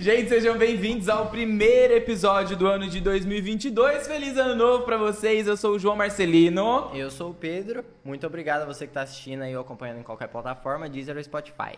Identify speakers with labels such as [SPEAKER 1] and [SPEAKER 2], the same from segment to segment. [SPEAKER 1] Gente, sejam bem-vindos ao primeiro episódio do ano de 2022. Feliz ano novo pra vocês. Eu sou o João Marcelino.
[SPEAKER 2] Eu sou o Pedro. Muito obrigado a você que tá assistindo aí ou acompanhando em qualquer plataforma, Deezer ou Spotify.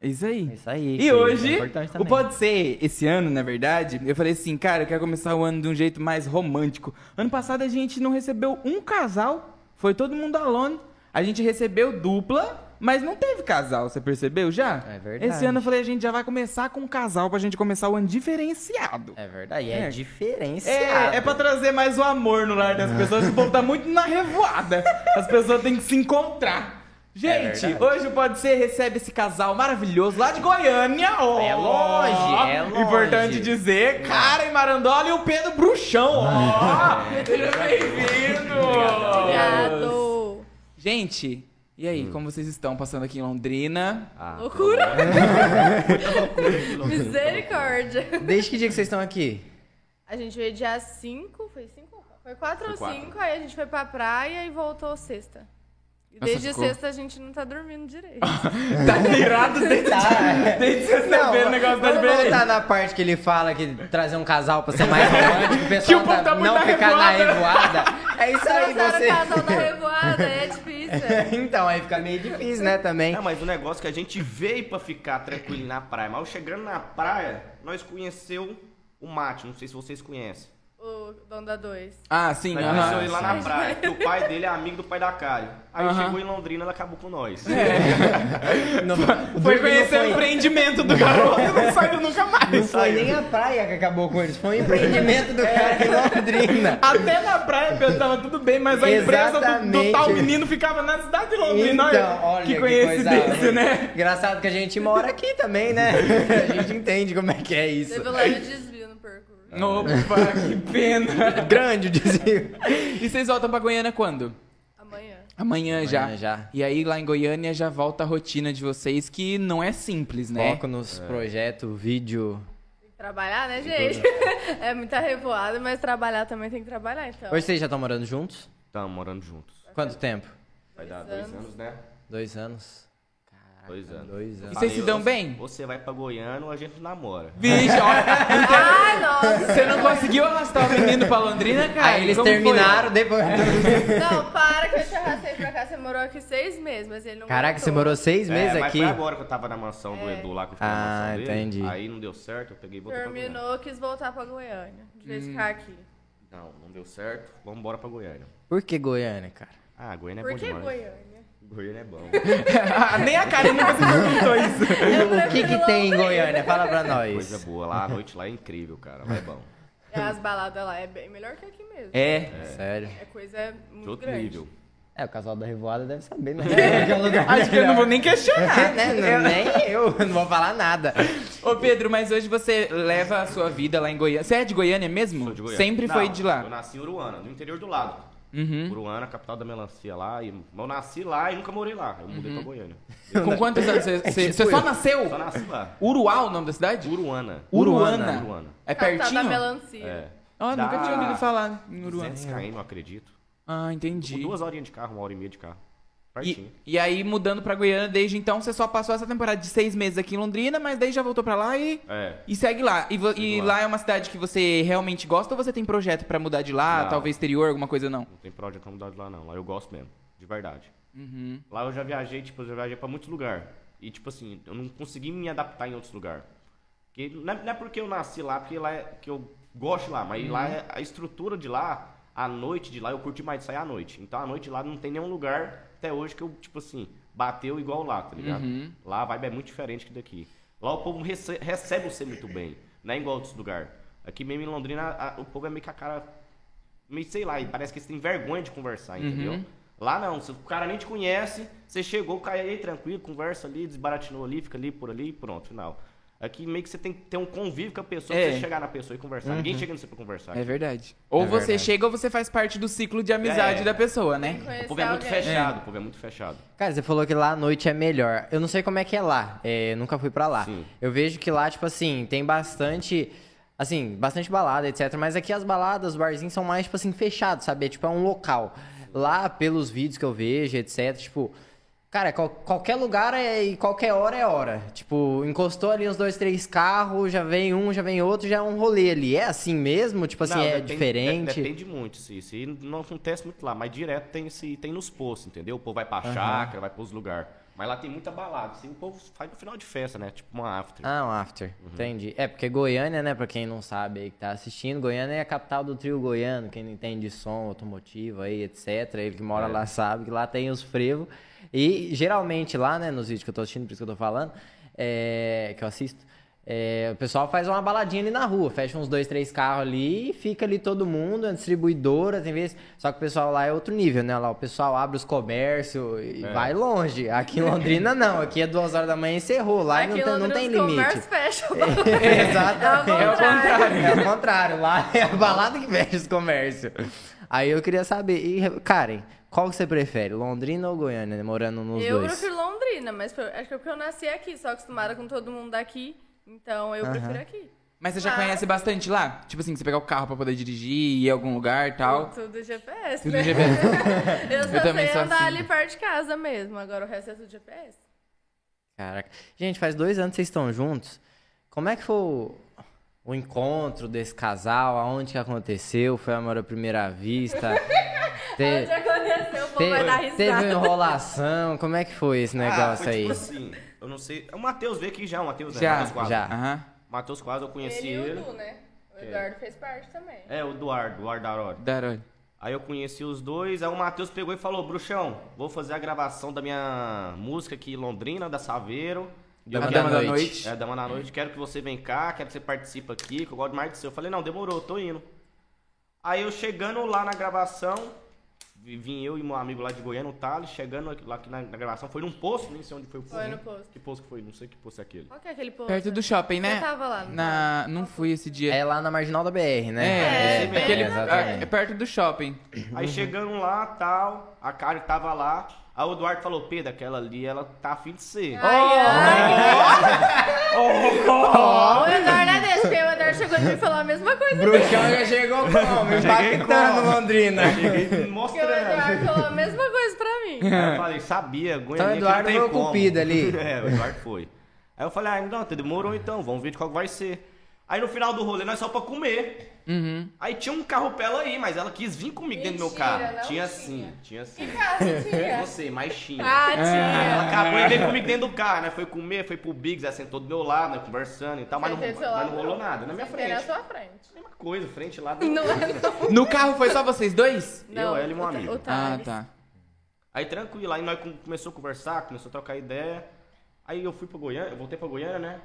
[SPEAKER 1] É isso aí.
[SPEAKER 2] É Isso aí. é
[SPEAKER 1] E hoje, o
[SPEAKER 2] pode...
[SPEAKER 1] Pode Ser, esse ano, na verdade, eu falei assim, cara, eu quero começar o ano de um jeito mais romântico. Ano passado a gente não recebeu um casal, foi todo mundo alone. A gente recebeu dupla, mas não teve casal, você percebeu já?
[SPEAKER 2] É verdade.
[SPEAKER 1] Esse ano eu falei, a gente já vai começar com um casal pra gente começar o ano diferenciado.
[SPEAKER 2] É verdade, é,
[SPEAKER 1] É.
[SPEAKER 2] diferenciado.
[SPEAKER 1] É, é pra trazer mais o amor no lar das pessoas, o povo tá muito na revoada. As pessoas têm que se encontrar. Gente,
[SPEAKER 2] É verdade.
[SPEAKER 1] hoje o Pode Ser recebe esse casal maravilhoso lá de Goiânia. ó.
[SPEAKER 2] É longe, é longe.
[SPEAKER 1] Importante dizer, Karen Marandola e o Pedro Bruxão. ó. Seja bem-vindo.
[SPEAKER 3] Obrigado!
[SPEAKER 1] Gente, e
[SPEAKER 2] Hum.
[SPEAKER 1] aí, como vocês estão passando aqui em Londrina?
[SPEAKER 2] Ah.
[SPEAKER 3] Ah, Loucura! Misericórdia!
[SPEAKER 2] Desde que dia que vocês estão aqui?
[SPEAKER 3] A gente veio dia 5, foi 5? Foi 4 ou 5, aí a gente foi pra praia e voltou sexta. E
[SPEAKER 1] Nossa,
[SPEAKER 3] desde
[SPEAKER 1] ficou-
[SPEAKER 3] sexta a gente não tá dormindo direito.
[SPEAKER 1] Tá virado desde,
[SPEAKER 2] Tá.
[SPEAKER 1] desde sexta-feira o negócio tá
[SPEAKER 2] vamos
[SPEAKER 1] diferente.
[SPEAKER 2] voltar na parte que ele fala que trazer um casal pra ser mais romântico, o
[SPEAKER 1] Que o
[SPEAKER 2] pessoal
[SPEAKER 1] povo
[SPEAKER 2] tá-
[SPEAKER 1] tá muito
[SPEAKER 2] não
[SPEAKER 1] na
[SPEAKER 2] ficar na
[SPEAKER 1] revoada.
[SPEAKER 2] revoada. É isso aí,
[SPEAKER 3] Trouxeram
[SPEAKER 2] você...
[SPEAKER 3] o casal da revoada, é difícil. é.
[SPEAKER 2] então, aí fica meio difícil, né, também.
[SPEAKER 1] Tá
[SPEAKER 4] É, mas o negócio que a gente veio pra ficar tranquilo na praia. Mas chegando na praia, nós conheceu o Mate, não sei se vocês conhecem.
[SPEAKER 3] O dono da 2.
[SPEAKER 1] Ah, sim.
[SPEAKER 4] Nós
[SPEAKER 1] aham.
[SPEAKER 4] conhecemos ele lá na praia, que o pai dele é amigo do pai da Karen. Aí
[SPEAKER 1] Aham. É.
[SPEAKER 4] chegou em Londrina, ela acabou com nós.
[SPEAKER 2] Não-
[SPEAKER 1] Foi
[SPEAKER 2] não
[SPEAKER 1] conhecer o
[SPEAKER 2] foi-
[SPEAKER 1] empreendimento do garoto e não saiu nunca
[SPEAKER 2] Não
[SPEAKER 1] mais.
[SPEAKER 2] foi nem a praia que acabou com eles, foi o empreendimento
[SPEAKER 1] É.
[SPEAKER 2] do cara em Londrina.
[SPEAKER 1] Até na praia, Pedro, tava tudo bem, mas a empresa do- do,
[SPEAKER 2] Exatamente.
[SPEAKER 1] tal menino ficava na cidade de Londrina.
[SPEAKER 2] Então, olha
[SPEAKER 1] que
[SPEAKER 2] que coisa
[SPEAKER 1] coincidência, né?
[SPEAKER 2] Engraçado que a gente mora aqui também, né? A gente entende como é que é isso.
[SPEAKER 3] Teve um leve desvio no percurso.
[SPEAKER 1] Opa, que pena.
[SPEAKER 2] Grande o desvio.
[SPEAKER 1] E vocês voltam pra Goiânia quando?
[SPEAKER 3] Amanhã.
[SPEAKER 1] Amanhã, já.
[SPEAKER 2] Amanhã É, já.
[SPEAKER 1] E aí lá em Goiânia já volta a rotina de vocês, que não é simples, né?
[SPEAKER 2] Foco nos projetos, vídeo.
[SPEAKER 3] Tem que trabalhar, né, gente? é muita revoada, mas trabalhar também tem que trabalhar, então.
[SPEAKER 2] Hoje vocês já estão morando juntos?
[SPEAKER 4] Tamo morando juntos.
[SPEAKER 2] Quanto tempo?
[SPEAKER 4] Vai dar dois anos, né?
[SPEAKER 2] Dois anos.
[SPEAKER 4] Dois anos.
[SPEAKER 2] Dois
[SPEAKER 1] E
[SPEAKER 2] anos.
[SPEAKER 1] vocês se dão bem?
[SPEAKER 4] Você vai pra Goiânia ou a gente namora.
[SPEAKER 1] Vixe, olha,
[SPEAKER 3] Ai, nossa!
[SPEAKER 1] você não conseguiu arrastar o menino pra Londrina, cara?
[SPEAKER 2] Aí eles
[SPEAKER 1] Como foi?
[SPEAKER 2] terminaram depois.
[SPEAKER 3] Não, para que eu te arrastei pra cá. Você morou aqui seis meses, mas ele não
[SPEAKER 2] Caraca,
[SPEAKER 3] voltou.
[SPEAKER 2] você morou seis meses
[SPEAKER 4] é, mas
[SPEAKER 2] aqui?
[SPEAKER 4] foi agora que eu tava na mansão do Edu lá, que eu fiquei na
[SPEAKER 2] Ah,
[SPEAKER 4] mansão dele.
[SPEAKER 2] entendi.
[SPEAKER 4] Aí não deu certo, eu peguei e voltei pra
[SPEAKER 3] Terminou, quis voltar pra Goiânia. De
[SPEAKER 4] Hum,
[SPEAKER 3] vez de ficar aqui.
[SPEAKER 4] Goiânia. Não, não deu certo, vamos embora pra Goiânia.
[SPEAKER 2] Por que Goiânia, cara?
[SPEAKER 4] Ah, Goiânia é
[SPEAKER 3] Por
[SPEAKER 4] bom
[SPEAKER 3] que
[SPEAKER 4] demais.
[SPEAKER 3] Goiânia?
[SPEAKER 4] Goiânia é bom.
[SPEAKER 1] Ah, nem a Karen nunca se perguntou isso.
[SPEAKER 3] Eu
[SPEAKER 2] O que, que
[SPEAKER 3] prefiro
[SPEAKER 2] tem em
[SPEAKER 3] Londrina.
[SPEAKER 2] Goiânia? Fala pra
[SPEAKER 4] Coisa
[SPEAKER 2] nós.
[SPEAKER 4] boa lá, a noite lá é incrível, cara. Lá é bom.
[SPEAKER 3] As baladas lá é bem melhor que aqui mesmo.
[SPEAKER 1] É.
[SPEAKER 2] Sério.
[SPEAKER 3] É coisa muito
[SPEAKER 4] De outro
[SPEAKER 3] grande.
[SPEAKER 4] nível.
[SPEAKER 2] É, o casal da Revoada deve saber, né? Que é um lugar
[SPEAKER 1] Acho que eu não
[SPEAKER 2] melhor.
[SPEAKER 1] vou nem questionar.
[SPEAKER 2] né? Não- Nem eu, não vou falar nada.
[SPEAKER 1] Ô Pedro, mas hoje você leva a sua vida lá em Goiânia. Você é de Goiânia mesmo?
[SPEAKER 4] Sou de Goiânia.
[SPEAKER 1] Sempre
[SPEAKER 4] Não,
[SPEAKER 1] foi de
[SPEAKER 4] Eu
[SPEAKER 1] lá. Uhum.
[SPEAKER 4] nasci em Uruana, no interior do lado. Uruana, capital da melancia lá. E eu nasci lá e nunca morei lá. Eu
[SPEAKER 1] Uhum.
[SPEAKER 4] mudei pra Goiânia.
[SPEAKER 1] Com quantos anos você, você- você só nasceu?
[SPEAKER 4] Só nasci lá.
[SPEAKER 1] Uruá, o nome da cidade?
[SPEAKER 4] Uruana.
[SPEAKER 1] Uruana.
[SPEAKER 4] Uruana.
[SPEAKER 1] É
[SPEAKER 3] Capital da
[SPEAKER 1] pertinho?
[SPEAKER 3] melancia.
[SPEAKER 4] É.
[SPEAKER 1] Ah, nunca
[SPEAKER 4] Dá
[SPEAKER 1] tinha ouvido falar em Uruá.
[SPEAKER 4] 200 km, eu acredito.
[SPEAKER 1] Ah, entendi.
[SPEAKER 4] Duas horinhas de carro, uma hora e meia de carro.
[SPEAKER 1] E,
[SPEAKER 4] Pertinho.
[SPEAKER 1] e aí, mudando pra Goiânia, desde então, você só passou essa temporada de seis meses aqui em Londrina, mas daí já voltou pra lá e,
[SPEAKER 4] É.
[SPEAKER 1] e segue lá. E, vo- e
[SPEAKER 4] Sigo lá.
[SPEAKER 1] lá é uma cidade que você realmente gosta ou você tem projeto pra mudar de lá,
[SPEAKER 4] Não.
[SPEAKER 1] talvez exterior, alguma coisa não?
[SPEAKER 4] Não tem pra onde acomodar de lá, não. Lá eu gosto mesmo. De verdade.
[SPEAKER 1] Uhum.
[SPEAKER 4] Lá eu já viajei, tipo, eu já viajei pra muitos lugares. E, tipo assim, eu não consegui me adaptar em outros lugares. Porque não é, não é porque eu nasci lá, porque lá é que eu gosto lá, mas lá é- a estrutura de lá, a noite de lá, eu curti mais de sair à noite. Então a noite lá não tem nenhum lugar até hoje que eu, tipo assim, bateu igual lá, tá ligado? Lá a vibe é muito diferente que daqui. Lá o povo rece- recebe você muito bem, não é igual outros lugares. Aqui mesmo em Londrina, a- o povo é meio que a cara meio, sei lá, e parece que eles têm vergonha de conversar, entendeu? Lá não, se o cara nem te conhece, você chegou, cai aí tranquilo, conversa ali, desbaratinou ali, fica ali, por ali, pronto, final. Aqui meio que você tem que ter um convívio com a pessoa,
[SPEAKER 1] É.
[SPEAKER 4] pra você chegar na pessoa e conversar.
[SPEAKER 2] Uhum.
[SPEAKER 4] Ninguém chega em você pra conversar.
[SPEAKER 1] É verdade. Ou você
[SPEAKER 2] verdade.
[SPEAKER 1] chega ou você faz parte do ciclo de amizade
[SPEAKER 4] É.
[SPEAKER 1] da pessoa, né?
[SPEAKER 3] Conhecer
[SPEAKER 4] O povo é muito
[SPEAKER 3] alguém.
[SPEAKER 4] fechado, o povo é muito fechado.
[SPEAKER 2] Cara, você falou que lá à noite é melhor. Eu não sei como é que é lá. é, eu nunca fui pra lá.
[SPEAKER 4] Sim.
[SPEAKER 2] Eu vejo que lá, tipo assim, tem bastante. Assim, bastante balada, etc. Mas aqui as baladas, os barzinhos são mais, tipo assim, fechados, sabe? É, tipo, é um local. Lá, pelos vídeos que eu vejo, etc., tipo. Cara, qual- qualquer lugar é, e qualquer hora é hora. Tipo, encostou ali uns dois, três carros, já vem um, já vem outro, já é um rolê ali. É assim mesmo? Tipo assim,
[SPEAKER 4] Não,
[SPEAKER 2] é
[SPEAKER 4] depende-
[SPEAKER 2] diferente?
[SPEAKER 4] de- Depende muito, se se não acontece muito lá, mas direto tem se tem nos postos, entendeu? O povo vai pra chácara, vai para os lugares. Mas lá tem muita balada, assim, o povo faz no final de festa, né? Tipo uma after.
[SPEAKER 2] Ah, um after. Entendi. É, porque Goiânia, né, pra quem não sabe aí que tá assistindo, Goiânia é a capital do trio goiano, quem não entende de som, automotivo aí, etc. Ele que mora lá sabe que lá tem os frevos. E geralmente lá, né, nos vídeos que eu tô assistindo, por isso que eu tô falando, é, que eu assisto, é, o pessoal faz uma baladinha ali na rua, fecha uns dois, três carros ali e fica ali todo mundo, é distribuidora, tem vezes. Só que o pessoal lá é outro nível, né? Lá o pessoal abre os comércios e vai longe. Aqui em Londrina não, aqui é duas horas da manhã e encerrou. Lá
[SPEAKER 3] Aqui
[SPEAKER 2] não
[SPEAKER 3] em
[SPEAKER 2] tem, não
[SPEAKER 3] Londrina
[SPEAKER 2] tem
[SPEAKER 3] os
[SPEAKER 2] limite.
[SPEAKER 3] comércios fecham.
[SPEAKER 2] Exatamente. É
[SPEAKER 3] É ao contrário.
[SPEAKER 2] o contrário. Lá é a balada que fecha os comércios. Aí eu queria saber, e, Karen, qual que você prefere, Londrina ou Goiânia, né, morando nos
[SPEAKER 3] eu
[SPEAKER 2] dois?
[SPEAKER 3] prefiro Londrina, mas foi- acho que é porque eu nasci aqui, sou acostumada com todo mundo daqui, então eu prefiro aqui.
[SPEAKER 1] Mas você já
[SPEAKER 3] Claro.
[SPEAKER 1] conhece bastante lá? Tipo assim, você pegar o carro pra poder dirigir, ir a algum lugar e tal.
[SPEAKER 3] Tudo GPS,
[SPEAKER 1] Tudo
[SPEAKER 3] né?
[SPEAKER 1] GPS.
[SPEAKER 3] eu só
[SPEAKER 1] Eu também
[SPEAKER 3] sei
[SPEAKER 1] sou
[SPEAKER 3] andar
[SPEAKER 1] assim.
[SPEAKER 3] ali perto de casa mesmo, agora o resto é tudo GPS.
[SPEAKER 2] Caraca. Gente, faz dois anos que vocês estão juntos. Como é que foi o, o encontro desse casal? Aonde que aconteceu? Foi amor à primeira vista? Te-
[SPEAKER 1] É.
[SPEAKER 3] Onde aconteceu, o povo
[SPEAKER 2] te-
[SPEAKER 3] vai dar
[SPEAKER 1] um-
[SPEAKER 2] teve
[SPEAKER 3] risada.
[SPEAKER 2] enrolação? Como é que foi esse negócio
[SPEAKER 4] foi
[SPEAKER 2] aí?
[SPEAKER 4] Tipo assim, eu não sei. O Matheus veio aqui já, o Matheus, né?
[SPEAKER 1] Já,
[SPEAKER 4] Matheus Quadros.
[SPEAKER 2] já.
[SPEAKER 1] Aham.
[SPEAKER 4] Matheus Quadros, eu conheci
[SPEAKER 3] Ele
[SPEAKER 4] ele.
[SPEAKER 3] e o Du, né? O Eduardo fez parte também.
[SPEAKER 4] É, o Eduardo, o Ardarod.
[SPEAKER 1] Da hora.
[SPEAKER 4] Aí eu conheci os dois, aí o Matheus pegou e falou, Bruxão, vou fazer a gravação da minha música aqui em Londrina, da Saveiro. E eu
[SPEAKER 1] A
[SPEAKER 2] Dama
[SPEAKER 4] quero-
[SPEAKER 1] dama da noite.
[SPEAKER 4] É, Dama da Noite, quero que você vem cá, quero que você participe aqui, que eu gosto mais do seu. Eu falei, não, demorou, tô indo. Aí eu chegando lá na gravação, vi- vim eu e meu amigo lá de Goiânia, o Thales, chegando aqui- lá aqui na, na gravação, foi num posto, nem sei onde foi o posto. né?
[SPEAKER 3] Foi no posto.
[SPEAKER 4] Que posto que foi? Não sei que posto é aquele.
[SPEAKER 3] Qual que é aquele povo?
[SPEAKER 1] Perto do shopping, né?
[SPEAKER 3] Eu tava lá, não
[SPEAKER 1] Na... Não fui esse dia.
[SPEAKER 2] É lá na marginal da BR, né?
[SPEAKER 1] É,
[SPEAKER 4] bem
[SPEAKER 1] aquele-
[SPEAKER 4] na-
[SPEAKER 1] é, perto do shopping.
[SPEAKER 2] Uhum.
[SPEAKER 4] Aí chegando lá, tal, a Karen tava lá, aí o Eduardo falou, Pedro, aquela ali, ela tá afim de ser.
[SPEAKER 3] Ai,
[SPEAKER 1] Oh!
[SPEAKER 3] ai, que- O Eduardo é desse, porque o Eduardo chegou de mim e falou a mesma coisa.
[SPEAKER 2] Bruxão já chegou como? Impactando Londrina.
[SPEAKER 4] Cheguei
[SPEAKER 3] Porque o
[SPEAKER 4] mostrando.
[SPEAKER 3] Eduardo falou a mesma coisa pra mim.
[SPEAKER 4] Aí eu falei, sabia, Goiânia
[SPEAKER 2] Então o
[SPEAKER 4] que não
[SPEAKER 2] Eduardo
[SPEAKER 4] tem
[SPEAKER 2] foi o
[SPEAKER 4] como.
[SPEAKER 2] cupido ali.
[SPEAKER 4] É, o Eduardo foi. Aí eu falei, ah, não, demorou então, vamos ver de qual que vai ser. Aí no final do rolê, nós só pra comer.
[SPEAKER 1] Uhum.
[SPEAKER 4] Aí tinha um carro pra ela aí, mas ela quis vir comigo dentro do meu
[SPEAKER 3] Mentira,
[SPEAKER 4] carro.
[SPEAKER 3] não tinha.
[SPEAKER 4] Tinha, sim, tinha sim.
[SPEAKER 3] Casa, tia.
[SPEAKER 4] Não sei, mas tinha.
[SPEAKER 3] Ah,
[SPEAKER 4] Ela
[SPEAKER 3] tia.
[SPEAKER 4] É, acabou e veio comigo dentro do carro, né? Foi comer, foi pro Biggs, ela sentou do meu lado, né? Conversando e tal, mas não,
[SPEAKER 3] Sentei do é seu
[SPEAKER 4] mas não
[SPEAKER 3] lado.
[SPEAKER 4] rolou nada. Na minha
[SPEAKER 3] Sentei na
[SPEAKER 4] frente.
[SPEAKER 3] sua frente.
[SPEAKER 4] Mesma coisa, frente lá.
[SPEAKER 3] Não é não.
[SPEAKER 1] No carro foi só vocês dois?
[SPEAKER 3] Não,
[SPEAKER 4] ela e um
[SPEAKER 3] o Ta-
[SPEAKER 4] amigo.
[SPEAKER 3] o
[SPEAKER 1] Ah,
[SPEAKER 3] Thales.
[SPEAKER 1] tá.
[SPEAKER 4] Aí tranquilo, aí nós com- começou a conversar, começou a trocar ideia. Aí eu fui pra Goiânia, eu voltei pra Goiânia, né?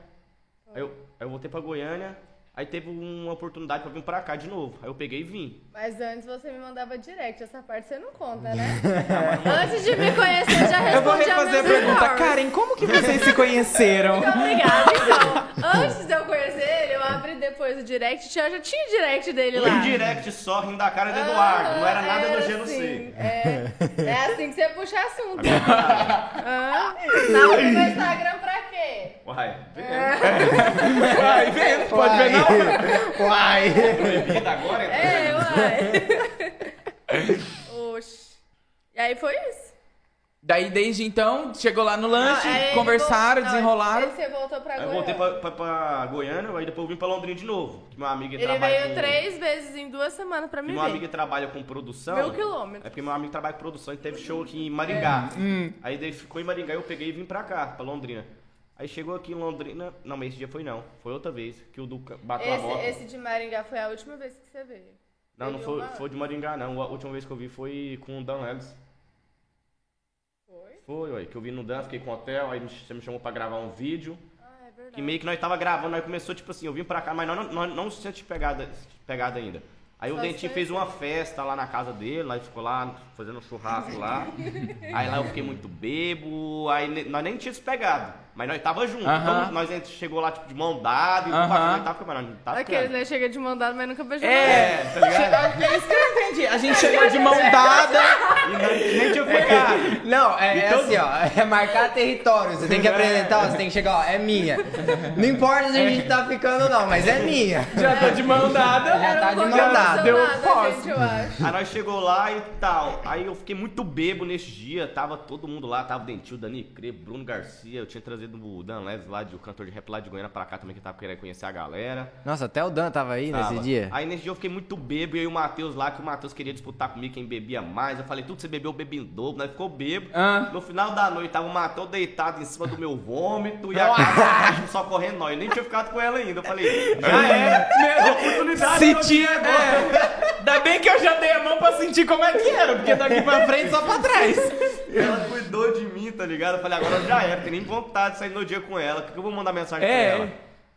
[SPEAKER 4] Aí eu, aí eu voltei pra Goiânia, aí teve uma oportunidade pra vir pra cá de novo. Aí eu peguei e vim.
[SPEAKER 3] Mas antes você me mandava direct, essa parte você não conta, né? antes de me conhecer, já respondi
[SPEAKER 1] Eu vou refazer a
[SPEAKER 3] meus
[SPEAKER 1] pergunta.
[SPEAKER 3] stories.
[SPEAKER 1] Karen, como que vocês se conheceram?
[SPEAKER 3] Muito Obrigada, então. Antes de eu conhecer ele, eu abri depois o direct, tinha- já tinha direct dele lá. Ah,
[SPEAKER 4] Um direct só, rindo da cara do Eduardo, não era nada
[SPEAKER 3] do
[SPEAKER 4] elogiando assim.
[SPEAKER 3] É, é assim que você puxa assunto. Ah, tava no meu Instagram pra quê?
[SPEAKER 4] Uai,
[SPEAKER 1] Vai, Tá vendo, pode ver não.
[SPEAKER 2] Uai.
[SPEAKER 4] proibido agora? então?
[SPEAKER 3] É, uai. Oxi. E aí foi isso.
[SPEAKER 1] Daí, desde então, chegou lá no lanche,
[SPEAKER 3] Não, aí ele
[SPEAKER 1] conversaram,
[SPEAKER 3] voltou- não,
[SPEAKER 1] desenrolaram.
[SPEAKER 3] Você voltou pra
[SPEAKER 4] Aí eu
[SPEAKER 3] Goiânia.
[SPEAKER 4] voltei pra, pra, pra Goiânia, aí depois eu vim pra Londrina de novo. Que meu amigo
[SPEAKER 3] Ele
[SPEAKER 4] trabalha
[SPEAKER 3] veio
[SPEAKER 4] com-
[SPEAKER 3] três vezes em duas semanas pra
[SPEAKER 4] Que
[SPEAKER 3] me
[SPEAKER 4] meu amigo
[SPEAKER 3] ver.
[SPEAKER 4] que trabalha com produção.
[SPEAKER 3] Mil quilômetros. é
[SPEAKER 4] É porque meu amigo trabalha com produção e teve show aqui em Maringá. Aí daí ficou em Maringá, eu peguei e vim pra cá, pra Londrina. Aí chegou aqui em Londrina. Não, mas esse dia foi não. Foi outra vez que o Duca bateu a moto.
[SPEAKER 3] Esse, esse de Maringá foi a última vez que você veio.
[SPEAKER 4] não, não
[SPEAKER 3] teve
[SPEAKER 4] foi,
[SPEAKER 3] uma-
[SPEAKER 4] foi de Maringá, não. A última vez que eu vi foi com o Dan Ellis.
[SPEAKER 3] Foi?
[SPEAKER 4] Foi, ué, que eu vi no Dan, fiquei com o hotel, aí me- você me chamou pra gravar um vídeo.
[SPEAKER 3] Ah, é
[SPEAKER 4] Que
[SPEAKER 3] verdade.
[SPEAKER 4] meio que nós tava gravando, nós começou, tipo assim, eu vim pra cá, mas nós não, nós não sentimos pegada, pegada ainda. Aí o
[SPEAKER 3] Só
[SPEAKER 4] Dentinho
[SPEAKER 3] sei.
[SPEAKER 4] fez uma festa lá na casa dele, nós ficou lá fazendo um churrasco lá. aí lá eu fiquei muito bebo, aí ne- nós nem tínhamos pegado. Mas nós tava junto.
[SPEAKER 1] Aham.
[SPEAKER 4] Então nós é, chegou lá, tipo, de mão dada e
[SPEAKER 1] Aham.
[SPEAKER 4] compartilhou e tava com a câmera. Tá
[SPEAKER 3] Aqueles,
[SPEAKER 4] ficando.
[SPEAKER 3] né? Chega de mandado, mas nunca beijou. ninguém.
[SPEAKER 1] É, tá ligado? É isso que eu não entendi. A gente chegou de mão dada.
[SPEAKER 4] E nós- nem tinha ficado.
[SPEAKER 2] Não, é, é
[SPEAKER 4] Então-
[SPEAKER 2] assim, ó. É marcar território. Você
[SPEAKER 1] É.
[SPEAKER 2] tem que apresentar, ó, você tem que chegar, ó, é minha. Não importa se a gente tá ficando ou não, mas é minha.
[SPEAKER 1] Já tô de mão dada.
[SPEAKER 2] Já tá de
[SPEAKER 3] Não
[SPEAKER 2] mão
[SPEAKER 3] aconteceu
[SPEAKER 2] dada.
[SPEAKER 1] Deu
[SPEAKER 3] nada,
[SPEAKER 1] pause.
[SPEAKER 3] gente, eu acho.
[SPEAKER 4] Aí nós chegou lá e tal. Aí eu fiquei muito bebo nesse dia. Tava todo mundo lá. Tava o Dentil, Dani Cre, Bruno Garcia. Eu tinha trazido o Dan Leves lá, de, o cantor de rap lá de Goiânia pra cá também, que tava querendo conhecer a galera.
[SPEAKER 2] Nossa, até o Dan tava aí
[SPEAKER 4] Tava.
[SPEAKER 2] nesse dia.
[SPEAKER 4] Aí nesse dia eu fiquei muito bebo. E aí o Matheus lá, que o Matheus queria disputar comigo quem bebia mais. Eu falei, tudo que você bebeu, eu bebi em dobro. Nós ficou bebo.
[SPEAKER 1] Ah.
[SPEAKER 4] No final da noite tava o Matheus deitado em cima do meu vômito. E a casa só correndo nós. Eu nem tinha ficado com ela ainda. Eu falei, já é.
[SPEAKER 1] Ah, Meu Deus.
[SPEAKER 4] Oportunidade.
[SPEAKER 1] Sentia, é. Ainda bem que eu já dei a mão pra sentir como é que era, porque daqui pra frente só pra trás.
[SPEAKER 4] Ela cuidou de mim, tá ligado? Eu falei, agora já era, tem nem vontade de sair no dia com ela, porque eu vou mandar mensagem
[SPEAKER 1] É.
[SPEAKER 4] pra ela.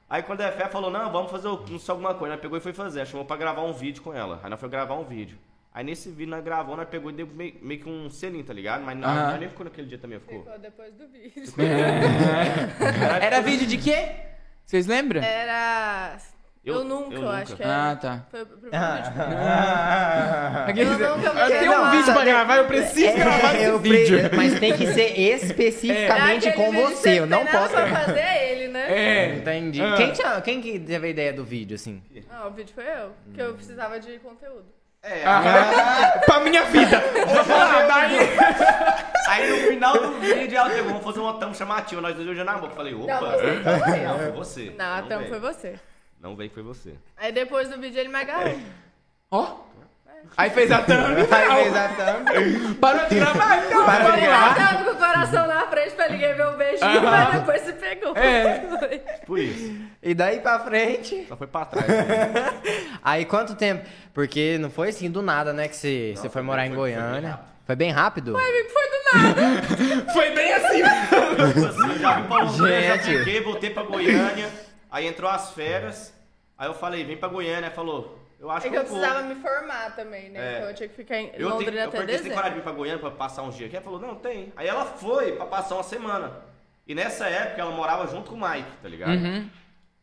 [SPEAKER 4] Aí quando a Fé falou, não, vamos fazer o- não sei alguma coisa, nós pegou e foi fazer, ela chamou pra gravar um vídeo com ela. Aí nós foi gravar um vídeo. Aí nesse vídeo nós gravou, nós pegou e deu meio, meio que um selinho, tá ligado? Mas não,
[SPEAKER 1] Aham.
[SPEAKER 4] nós nem ficou naquele dia também, ficou.
[SPEAKER 3] Ficou depois do vídeo.
[SPEAKER 1] Era vídeo de quê? Vocês lembram?
[SPEAKER 3] É, Era. Eu,
[SPEAKER 4] Eu-
[SPEAKER 3] nunca,
[SPEAKER 4] eu
[SPEAKER 3] eu,
[SPEAKER 4] nunca.
[SPEAKER 3] acho que era.
[SPEAKER 1] Ah, tá.
[SPEAKER 3] Foi o primeiro
[SPEAKER 2] Ah,
[SPEAKER 3] vídeo.
[SPEAKER 1] Aquele-
[SPEAKER 3] Eu não, que eu
[SPEAKER 1] Ah. Eu tenho
[SPEAKER 3] quero
[SPEAKER 1] um vídeo pra
[SPEAKER 3] nada.
[SPEAKER 1] gravar, É, eu preciso gravar
[SPEAKER 2] É, eu
[SPEAKER 1] esse
[SPEAKER 2] pre-
[SPEAKER 1] vídeo.
[SPEAKER 2] Mas tem que ser especificamente
[SPEAKER 3] Aquele
[SPEAKER 2] com
[SPEAKER 3] vídeo que
[SPEAKER 2] você. Eu não
[SPEAKER 3] tem nada
[SPEAKER 2] posso.
[SPEAKER 3] pra fazer é ele, né?
[SPEAKER 1] É.
[SPEAKER 2] Entendi.
[SPEAKER 1] Ah.
[SPEAKER 2] Quem, tinha- quem que teve a ideia do vídeo, assim?
[SPEAKER 3] Ah, o vídeo foi eu, porque eu precisava de conteúdo.
[SPEAKER 4] É,
[SPEAKER 1] Ah, pra minha vida. Vou falar, daí-
[SPEAKER 4] aí no final do vídeo ela pegou, vamos fazer uma thumb chamativa, nós dois já na boca. Eu falei, opa,
[SPEAKER 3] Não, você, então foi eu.
[SPEAKER 4] Não, foi você.
[SPEAKER 3] Não, então
[SPEAKER 4] veio.
[SPEAKER 3] foi você.
[SPEAKER 4] Não veio que foi você.
[SPEAKER 3] Aí depois do vídeo ele me agarrou.
[SPEAKER 1] Ó. Aí fez a thumb.
[SPEAKER 2] Aí fez a thumb.
[SPEAKER 1] Parou de gravar, então.
[SPEAKER 2] Parou de
[SPEAKER 1] vamos
[SPEAKER 3] Ele
[SPEAKER 1] lá.
[SPEAKER 2] gravar.
[SPEAKER 3] tava com o coração na frente pra ninguém ver o beijinho,
[SPEAKER 1] Aham.
[SPEAKER 3] mas depois se pegou.
[SPEAKER 1] É.
[SPEAKER 4] Tipo isso.
[SPEAKER 2] E daí pra frente.
[SPEAKER 4] Só foi pra trás. né?
[SPEAKER 2] Aí quanto tempo? Porque não foi assim do nada, né? Que você você foi
[SPEAKER 4] foi
[SPEAKER 2] morar
[SPEAKER 4] bem-
[SPEAKER 2] em
[SPEAKER 4] foi- foi bem
[SPEAKER 2] Goiânia.
[SPEAKER 4] rápido.
[SPEAKER 2] Foi bem rápido?
[SPEAKER 3] Foi do nada.
[SPEAKER 1] Foi bem assim.
[SPEAKER 4] Tipo assim, já vim pra Londrina, já
[SPEAKER 2] Gente.
[SPEAKER 4] fiquei, voltei pra Goiânia. Aí entrou as férias. Aí eu falei, vem pra Goiânia. Aí falou, eu acho
[SPEAKER 3] É
[SPEAKER 4] que
[SPEAKER 3] que eu
[SPEAKER 4] eu vou.
[SPEAKER 3] precisava me formar também, né?
[SPEAKER 4] É.
[SPEAKER 3] Então eu tinha que ficar em
[SPEAKER 4] Eu, tenho,
[SPEAKER 3] Londrina
[SPEAKER 4] eu
[SPEAKER 3] até
[SPEAKER 4] perguntei se tem
[SPEAKER 3] dezembro.
[SPEAKER 4] coragem de vir pra Goiânia pra passar uns dias aqui. Ela falou, não, tem. Aí ela foi pra passar uma semana. E nessa época ela morava junto com o Mike, tá ligado?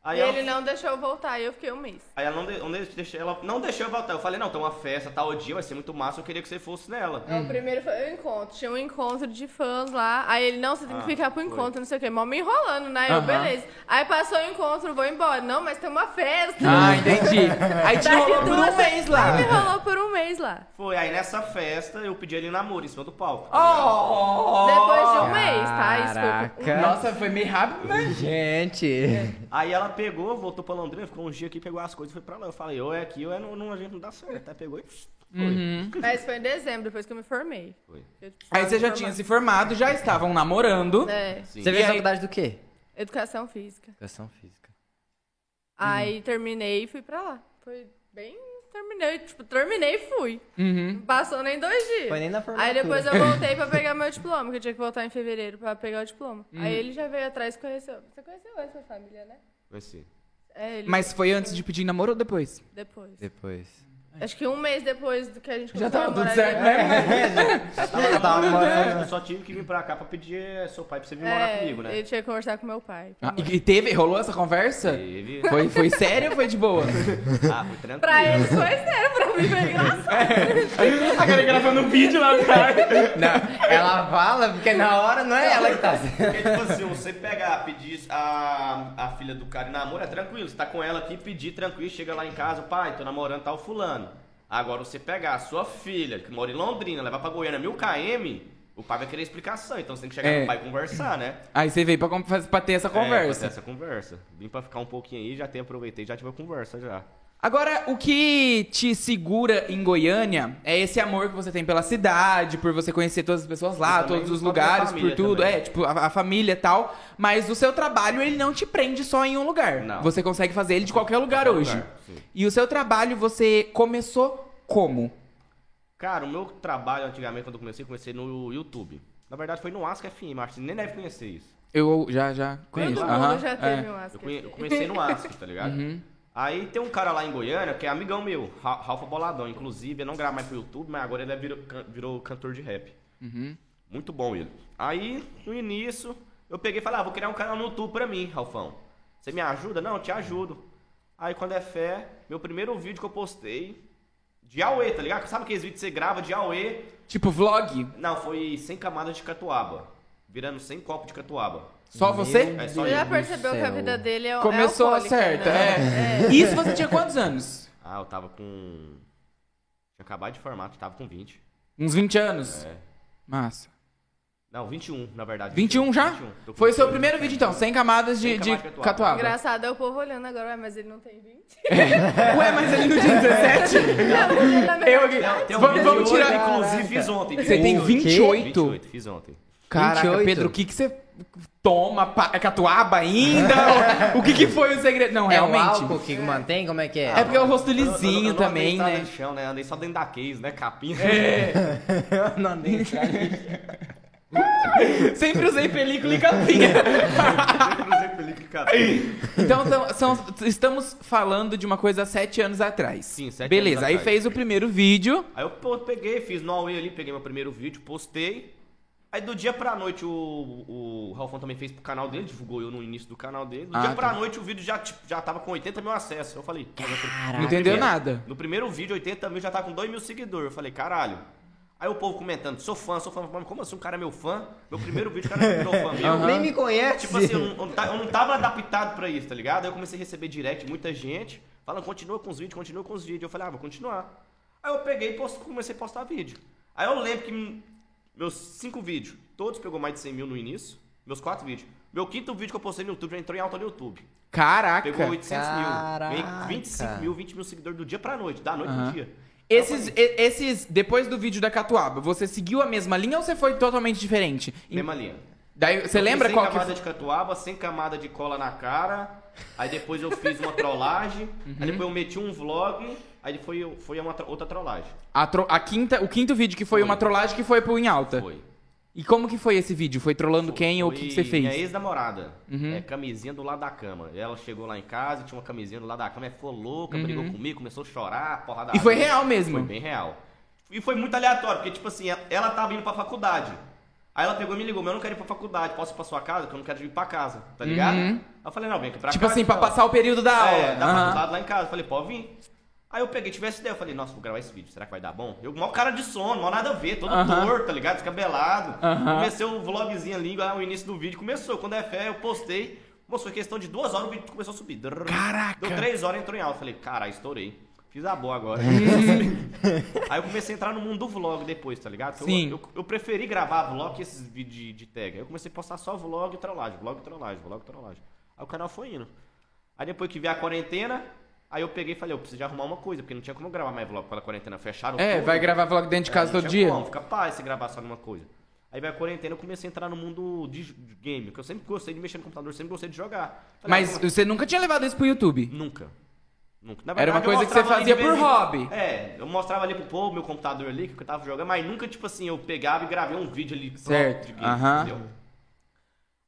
[SPEAKER 4] Aí,
[SPEAKER 3] E
[SPEAKER 4] ela,
[SPEAKER 3] ele não deixou eu voltar, e eu fiquei um mês.
[SPEAKER 1] Hum.
[SPEAKER 4] aí ela, não de- não de- deixou, ela não deixou eu voltar. Eu falei, não, tem uma festa, tal dia, vai ser muito massa, eu queria que você fosse nela.
[SPEAKER 3] Então, o primeiro foi o encontro. Tinha um encontro de fãs lá. Aí ele, não, você tem que
[SPEAKER 4] Ah,
[SPEAKER 3] ficar pro
[SPEAKER 4] foi.
[SPEAKER 3] encontro, não sei o quê. Mó me enrolando, né? Eu,
[SPEAKER 1] Aham.
[SPEAKER 3] beleza. Aí passou o encontro, vou embora. Não, mas tem uma festa.
[SPEAKER 1] Ah, entendi. Aí te
[SPEAKER 3] Daqui
[SPEAKER 1] rolou por um
[SPEAKER 3] duas-
[SPEAKER 1] mês lá.
[SPEAKER 3] Aí me enrolou por um mês lá.
[SPEAKER 4] Foi, aí nessa festa eu pedi ele em namoro em cima do palco.
[SPEAKER 1] Oh!
[SPEAKER 3] Depois de um mês, tá? Isso foi-
[SPEAKER 2] Caraca.
[SPEAKER 1] Nossa, foi meio rápido, né?
[SPEAKER 2] Gente.
[SPEAKER 4] Aí ela pegou, voltou pra Londrina, ficou um dia aqui, pegou as coisas e foi pra lá. Eu falei, ou é aqui ou é não, não, a gente não dá certo. Aí pegou e foi.
[SPEAKER 3] Mas foi em dezembro, depois que eu me formei.
[SPEAKER 4] Foi.
[SPEAKER 3] Eu precisava
[SPEAKER 1] Aí você
[SPEAKER 3] me
[SPEAKER 1] já
[SPEAKER 3] formar.
[SPEAKER 1] tinha se formado, já estavam namorando.
[SPEAKER 3] É,
[SPEAKER 4] Sim.
[SPEAKER 2] Você
[SPEAKER 1] E
[SPEAKER 2] fez
[SPEAKER 1] aí?
[SPEAKER 2] faculdade do quê?
[SPEAKER 3] educação física.
[SPEAKER 2] Educação física.
[SPEAKER 1] Uhum.
[SPEAKER 3] Aí terminei e fui pra lá. Foi bem. Terminei, tipo, terminei e fui.
[SPEAKER 1] Uhum.
[SPEAKER 3] Não passou nem dois dias.
[SPEAKER 2] Foi nem na
[SPEAKER 3] Aí
[SPEAKER 2] formatura.
[SPEAKER 3] depois eu voltei pra pegar meu diploma, que eu tinha que voltar em fevereiro pra pegar o diploma.
[SPEAKER 1] Uhum.
[SPEAKER 3] Aí ele já veio atrás e conheceu. Você conheceu essa família, né?
[SPEAKER 4] Foi assim.
[SPEAKER 3] É, ele.
[SPEAKER 1] Mas foi antes de pedir namoro ou depois?
[SPEAKER 3] Depois.
[SPEAKER 2] Depois.
[SPEAKER 3] Acho que um mês depois do que a gente
[SPEAKER 1] Já
[SPEAKER 3] começou
[SPEAKER 1] tava
[SPEAKER 3] a
[SPEAKER 1] Tá tudo
[SPEAKER 3] namorar,
[SPEAKER 1] certo
[SPEAKER 3] ele-
[SPEAKER 1] mesmo, né?
[SPEAKER 4] Eu,
[SPEAKER 2] tava morando-
[SPEAKER 4] né? só tive que vir pra cá pra pedir seu pai pra você vir morar
[SPEAKER 3] É,
[SPEAKER 4] comigo, né?
[SPEAKER 3] Ele tinha que conversar com meu pai.
[SPEAKER 1] Ah, e, e teve, rolou essa conversa?
[SPEAKER 4] Ele.
[SPEAKER 1] Foi, foi sério ou foi de boa?
[SPEAKER 4] Ah, foi tranquilo.
[SPEAKER 3] Pra eles foi sério, pra mim foi
[SPEAKER 1] É,
[SPEAKER 3] engraçado.
[SPEAKER 1] A cara gravando um vídeo lá atrás.
[SPEAKER 2] Não, ela fala porque na hora não é ela que tá.
[SPEAKER 4] Porque, tipo assim, você pegar, pedir a, a filha do cara em namoro, é tranquilo. Você tá com ela aqui, pedir tranquilo, chega lá em casa, pai, tô namorando tal fulano. Agora você pegar a sua filha, que mora em Londrina, levar pra Goiânia mil km, o pai vai querer explicação. Então você tem que chegar
[SPEAKER 1] É.
[SPEAKER 4] no pai e conversar, né?
[SPEAKER 1] Aí você veio pra, com- faz- pra ter essa
[SPEAKER 4] É,
[SPEAKER 1] conversa.
[SPEAKER 4] acontece essa conversa. Vim pra ficar um pouquinho aí, já até aproveitei, já tive a conversa já.
[SPEAKER 1] Agora, o que te segura em Goiânia é esse amor que você tem pela cidade, por você conhecer todas as pessoas lá,
[SPEAKER 4] E também
[SPEAKER 1] todos os
[SPEAKER 4] por causa da
[SPEAKER 1] lugares, por
[SPEAKER 4] família
[SPEAKER 1] tudo.
[SPEAKER 4] também.
[SPEAKER 1] É, tipo, a, a família e tal. Mas o seu trabalho, ele não te prende só em um lugar.
[SPEAKER 4] Não.
[SPEAKER 1] Você consegue fazer ele de qualquer lugar
[SPEAKER 4] Qualquer
[SPEAKER 1] hoje.
[SPEAKER 4] lugar, sim.
[SPEAKER 1] e o seu trabalho, você começou como?
[SPEAKER 4] Cara, o meu trabalho antigamente, quando eu comecei, comecei no YouTube. Na verdade, foi no Ask FM, acho que você nem deve conhecer isso.
[SPEAKER 1] Eu já, já
[SPEAKER 3] Todo
[SPEAKER 1] conheço.
[SPEAKER 3] mundo
[SPEAKER 1] Aham,
[SPEAKER 3] já
[SPEAKER 1] é.
[SPEAKER 3] teve um asco.
[SPEAKER 4] Eu, conhe- eu comecei no Ask, tá ligado? Aí tem um cara lá em Goiânia que é amigão meu, Ra- Ralfa Boladão. Inclusive, ele não grava mais pro YouTube, mas agora ele é virou, can- virou cantor de rap. Muito bom ele. Aí, no início, Eu peguei e falei, ah, vou criar um canal no YouTube pra mim, Ralfão. Você me ajuda? Não, eu te ajudo. Aí quando é fé, meu primeiro vídeo que eu postei, de Aue, tá ligado? Sabe aqueles vídeos que você grava de Aue?
[SPEAKER 1] Tipo vlog?
[SPEAKER 4] Não, foi 100 camadas de catuaba. Virando 100 copos de catuaba.
[SPEAKER 1] Só
[SPEAKER 2] Meu
[SPEAKER 1] você?
[SPEAKER 2] Deus
[SPEAKER 4] É só
[SPEAKER 3] Você já
[SPEAKER 4] isso.
[SPEAKER 3] percebeu
[SPEAKER 2] do
[SPEAKER 3] que a
[SPEAKER 2] céu.
[SPEAKER 3] vida dele é é
[SPEAKER 1] Começou
[SPEAKER 3] alcoólica,
[SPEAKER 1] certo,
[SPEAKER 3] né?
[SPEAKER 1] é. Isso você tinha quantos anos?
[SPEAKER 4] Ah, eu tava com. Tinha acabado de formar, eu tava com 20.
[SPEAKER 1] Uns 20 anos.
[SPEAKER 4] É.
[SPEAKER 1] Massa.
[SPEAKER 4] Não, 21, na verdade.
[SPEAKER 1] 21 já?
[SPEAKER 4] 21. Tô com
[SPEAKER 1] Foi o seu
[SPEAKER 4] 21.
[SPEAKER 1] primeiro vídeo então, 100 camadas de,
[SPEAKER 4] Sem
[SPEAKER 1] de
[SPEAKER 4] camada de catuaba.
[SPEAKER 1] catuaba.
[SPEAKER 3] Engraçado é o povo olhando agora, ué, mas ele não tem 20.
[SPEAKER 1] Ué, mas ele não tinha 17? Eu aqui.
[SPEAKER 4] Não, tem um
[SPEAKER 1] vamos,
[SPEAKER 4] vídeo
[SPEAKER 1] vamos
[SPEAKER 4] de hoje,
[SPEAKER 1] tirar.
[SPEAKER 4] Inclusive, fiz ontem.
[SPEAKER 1] Você tem 28?
[SPEAKER 4] 28, fiz ontem.
[SPEAKER 1] Caraca,
[SPEAKER 2] 28.
[SPEAKER 1] Pedro, o que que você toma? Pa- É catuaba ainda? o que que foi o segredo? Não,
[SPEAKER 2] É o
[SPEAKER 1] realmente.
[SPEAKER 2] álcool que mantém? Como é que é?
[SPEAKER 1] É porque é o rosto
[SPEAKER 4] Eu não- eu não- eu
[SPEAKER 1] lisinho
[SPEAKER 4] não
[SPEAKER 1] também,
[SPEAKER 4] andei só
[SPEAKER 1] né? É.
[SPEAKER 4] no chão, né? Andei só dentro da case, né? Capinha.
[SPEAKER 2] não, nem
[SPEAKER 4] Tipo,
[SPEAKER 1] Sempre usei película e capinha.
[SPEAKER 4] Cruzei película e capinha.
[SPEAKER 1] Então, são- são- estamos falando de uma coisa há sete anos atrás.
[SPEAKER 4] Sim, sete
[SPEAKER 1] Beleza,
[SPEAKER 4] anos
[SPEAKER 1] aí
[SPEAKER 4] atrás.
[SPEAKER 1] fez o primeiro vídeo.
[SPEAKER 4] Aí eu pô, peguei, fiz no Away ali, peguei meu primeiro vídeo, postei. Aí do dia pra noite o, o Ralfão também fez pro canal dele, divulgou eu no início do canal dele. Do
[SPEAKER 1] Ah,
[SPEAKER 4] dia pra
[SPEAKER 1] tá.
[SPEAKER 4] noite o vídeo já, tipo, já tava com 80 mil acessos. Eu falei, caraca.
[SPEAKER 1] Não entendeu nada.
[SPEAKER 4] É. No primeiro vídeo, 80 mil, já tá com 2 mil seguidores. Eu falei, caralho. Aí o povo comentando, sou fã, sou fã. Mas Como assim um cara é meu fã? Meu primeiro vídeo, o cara virou fã meu.
[SPEAKER 1] Aham.
[SPEAKER 2] Nem me conhece.
[SPEAKER 4] Tipo assim, eu não, eu não ta- eu não tava adaptado pra isso, tá ligado? Aí eu comecei a receber direct, muita gente, falando, continua com os vídeos, continua com os vídeos. Eu falei, ah, vou continuar. Aí eu peguei e post- comecei a postar vídeo. Aí eu lembro que hum, meus cinco vídeos, todos pegou mais de 100 mil no início, meus quatro vídeos. Meu quinto vídeo que eu postei no YouTube já entrou em alta no YouTube.
[SPEAKER 1] Caraca.
[SPEAKER 4] Pegou 800 mil.
[SPEAKER 2] Caraca.
[SPEAKER 4] Ganhei 25 mil, 20 mil seguidores do dia pra noite, da noite
[SPEAKER 1] Aham.
[SPEAKER 4] pro dia.
[SPEAKER 1] Esses, e- esses, depois do vídeo da Catuaba, você seguiu a mesma linha ou você foi totalmente diferente? Em-
[SPEAKER 4] Mesma linha.
[SPEAKER 1] Daí, você
[SPEAKER 4] Eu fiz
[SPEAKER 1] lembra
[SPEAKER 4] sem
[SPEAKER 1] qual que
[SPEAKER 4] camada
[SPEAKER 1] foi?
[SPEAKER 4] de catuaba, sem camada de cola na cara. Aí depois eu fiz uma trollagem.
[SPEAKER 1] Uhum.
[SPEAKER 4] Aí depois eu meti um vlog. Aí foi, foi uma tro- outra trollagem.
[SPEAKER 1] A, tro- a quinta, o quinto vídeo que foi,
[SPEAKER 4] Foi.
[SPEAKER 1] uma trollagem que foi pro Em Alta.
[SPEAKER 4] Foi.
[SPEAKER 1] E como que foi esse vídeo? Foi trollando quem ou o que, que você
[SPEAKER 4] Foi é Minha
[SPEAKER 1] fez? Uhum.
[SPEAKER 4] ex-namorada. É camisinha do lado da cama. Ela chegou lá em casa, tinha uma camisinha do lado da cama. Ela ficou louca, brigou comigo, começou a chorar, porrada.
[SPEAKER 1] Uhum. E foi
[SPEAKER 4] amiga.
[SPEAKER 1] real mesmo?
[SPEAKER 4] Foi bem real. E foi muito aleatório, porque, tipo assim, ela tava indo pra faculdade. Aí ela pegou e me ligou, mas eu não quero ir pra faculdade, posso ir pra sua casa? Porque eu não quero ir pra casa, tá ligado?
[SPEAKER 1] Uhum.
[SPEAKER 4] Aí eu falei, não, vem aqui pra
[SPEAKER 1] Tipo
[SPEAKER 4] casa.
[SPEAKER 1] assim, pra
[SPEAKER 4] então.
[SPEAKER 1] passar o período da aula.
[SPEAKER 4] É, da
[SPEAKER 1] Aham.
[SPEAKER 4] faculdade lá em casa. Falei, pô, vim. Aí eu peguei, tivesse ideia, eu falei, nossa, vou gravar esse vídeo, será que vai dar bom? Eu, mal cara de sono, mal nada a ver, todo
[SPEAKER 1] Aham.
[SPEAKER 4] torto, tá ligado? Descabelado.
[SPEAKER 1] Aham.
[SPEAKER 4] Comecei o vlogzinho ali, lá, o início do vídeo começou. Quando é fé, eu postei. Moço, foi questão de duas horas, o vídeo começou a subir. Drrr.
[SPEAKER 1] Caraca!
[SPEAKER 4] Deu três horas, entrou em alta. Falei, caralho, estourei. Fiz a boa agora. Aí eu comecei a entrar no mundo do vlog depois, tá ligado? Porque eu-
[SPEAKER 1] Sim.
[SPEAKER 4] Eu, eu preferi gravar vlog que esses vídeos de, de tag. Aí eu comecei a postar só vlog e trollagem, vlog e trollagem, vlog e trollagem. Aí o canal foi indo. Aí depois que veio a quarentena, aí eu peguei e falei, eu preciso de arrumar uma coisa, porque não tinha como eu gravar mais vlog pela quarentena. Fecharam
[SPEAKER 1] É,
[SPEAKER 4] tudo.
[SPEAKER 1] vai gravar vlog dentro de
[SPEAKER 4] É,
[SPEAKER 1] casa
[SPEAKER 4] não
[SPEAKER 1] todo
[SPEAKER 4] tinha
[SPEAKER 1] dia?
[SPEAKER 4] Como, fica paz se gravar só numa coisa. Aí veio a quarentena, eu comecei a entrar no mundo de j- de game, que eu sempre gostei de mexer no computador, sempre gostei de jogar. Falei,
[SPEAKER 1] Mas
[SPEAKER 4] ah, como-
[SPEAKER 1] você nunca tinha levado isso pro YouTube?
[SPEAKER 4] Nunca. Nunca. Na
[SPEAKER 1] Era uma
[SPEAKER 4] eu
[SPEAKER 1] coisa que
[SPEAKER 4] mostrava
[SPEAKER 1] você
[SPEAKER 4] ali de
[SPEAKER 1] fazia por
[SPEAKER 4] vez em-
[SPEAKER 1] hobby.
[SPEAKER 4] É, eu mostrava ali pro povo meu computador ali, que eu tava jogando, mas nunca, tipo assim, eu pegava e gravei um vídeo ali pronto
[SPEAKER 1] Certo.
[SPEAKER 4] de
[SPEAKER 1] Aham.
[SPEAKER 4] entendeu?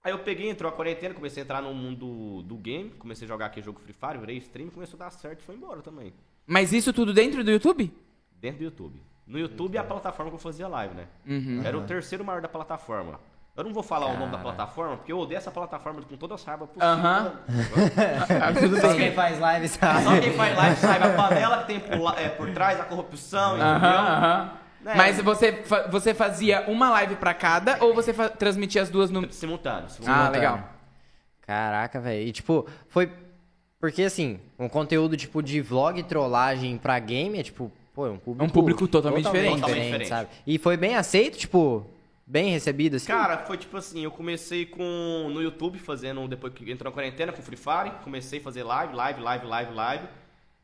[SPEAKER 4] Aí eu peguei, entrou a quarentena, comecei a entrar no mundo do game, comecei a jogar aquele jogo Free Fire, virei stream, começou a dar certo e foi embora também.
[SPEAKER 1] Mas isso tudo dentro do YouTube?
[SPEAKER 4] Dentro do YouTube. No YouTube é a plataforma que eu fazia live, né?
[SPEAKER 1] Uhum.
[SPEAKER 4] Era o terceiro maior da plataforma. Eu não vou falar o nome da plataforma, porque eu odeio essa plataforma com todas as raivas possíveis.
[SPEAKER 1] Aham. Ah,
[SPEAKER 2] Tudo bem. Quem faz live sabe.
[SPEAKER 4] Só quem faz live sabe a panela que tem por, lá- é, por trás, a corrupção, entendeu?
[SPEAKER 1] Aham, aham.
[SPEAKER 4] É.
[SPEAKER 1] Mas você, fa- você fazia uma live pra cada ou você fa- transmitia as duas no.
[SPEAKER 4] Simultâneo.
[SPEAKER 1] Ah,
[SPEAKER 4] simultâneo.
[SPEAKER 1] legal.
[SPEAKER 2] Caraca, velho. E tipo, foi. Porque assim, um conteúdo tipo de vlog e trollagem pra game é tipo, pô, é um público.
[SPEAKER 1] É um público totalmente diferente.
[SPEAKER 4] Totalmente
[SPEAKER 2] sabe? E foi bem aceito, tipo, bem recebido assim.
[SPEAKER 4] Cara, foi tipo assim, eu comecei com no YouTube fazendo, depois que entrou na quarentena com Free Fire, comecei a fazer live, live, live, live, live.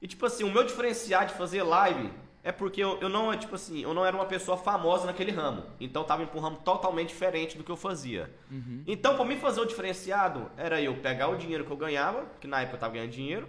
[SPEAKER 4] E tipo assim, o meu diferencial de fazer live é porque eu, eu não, é, tipo assim, eu não era uma pessoa famosa naquele ramo. Então eu tava indo pra um ramo totalmente diferente do que eu fazia. Então, pra mim fazer o diferenciado, era eu pegar o dinheiro que eu ganhava, que na época eu tava ganhando dinheiro,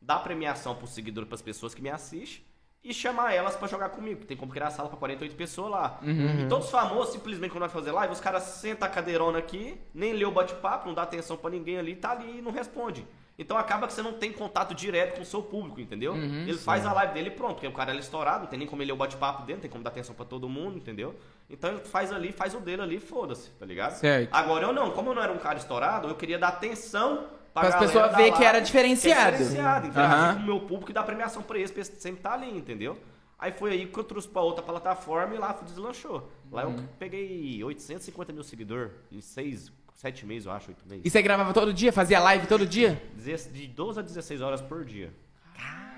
[SPEAKER 4] dar premiação pro seguidor, pras pessoas que me assistem, e chamar elas pra jogar comigo. que Tem como criar a sala pra 48 pessoas lá. E todos os famosos, simplesmente, quando vai fazer live, os caras sentam a cadeirona aqui, nem lê o bate-papo, não dá atenção pra ninguém ali, tá ali e não responde. Então acaba que você não tem contato direto com o seu público, entendeu? ele faz a live dele e pronto, porque o cara é estourado, não tem nem como ele é o bate-papo dele, não tem como dar atenção pra todo mundo, entendeu? Então ele faz ali, faz o dele ali, foda-se, tá ligado?
[SPEAKER 1] Certo.
[SPEAKER 4] Agora eu não, como eu não era um cara estourado, eu queria dar atenção
[SPEAKER 1] Pra
[SPEAKER 4] pra
[SPEAKER 1] as
[SPEAKER 4] galera
[SPEAKER 1] pessoas
[SPEAKER 4] da
[SPEAKER 1] verem que
[SPEAKER 4] live,
[SPEAKER 1] era diferenciado.
[SPEAKER 4] Diferenciado, interagir
[SPEAKER 1] Aham.
[SPEAKER 4] com o meu público e dar premiação pra eles, pra eles sempre tá ali, entendeu? Aí foi aí que eu trouxe pra outra plataforma e lá deslanchou. Lá
[SPEAKER 1] Uhum.
[SPEAKER 4] eu peguei 850 mil seguidores em seis, sete meses, eu acho, oito meses.
[SPEAKER 1] E você gravava todo dia? Fazia live todo dia?
[SPEAKER 4] Deze- De 12 a 16 horas por dia.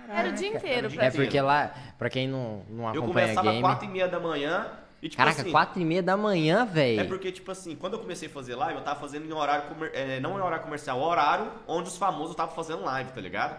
[SPEAKER 3] Era o dia inteiro
[SPEAKER 4] Era o
[SPEAKER 3] pra
[SPEAKER 2] É
[SPEAKER 4] dia
[SPEAKER 3] mim.
[SPEAKER 2] porque lá, pra quem não, não
[SPEAKER 4] Eu
[SPEAKER 2] acompanha
[SPEAKER 4] começava às
[SPEAKER 2] game.
[SPEAKER 4] 4 e meia da manhã e tipo
[SPEAKER 2] Caraca,
[SPEAKER 4] assim...
[SPEAKER 2] 4 e meia da manhã, velho.
[SPEAKER 4] É porque, tipo assim, quando eu comecei a fazer live, eu tava fazendo em horário, comer- eh, não em horário comercial, horário onde os famosos estavam fazendo live, tá ligado?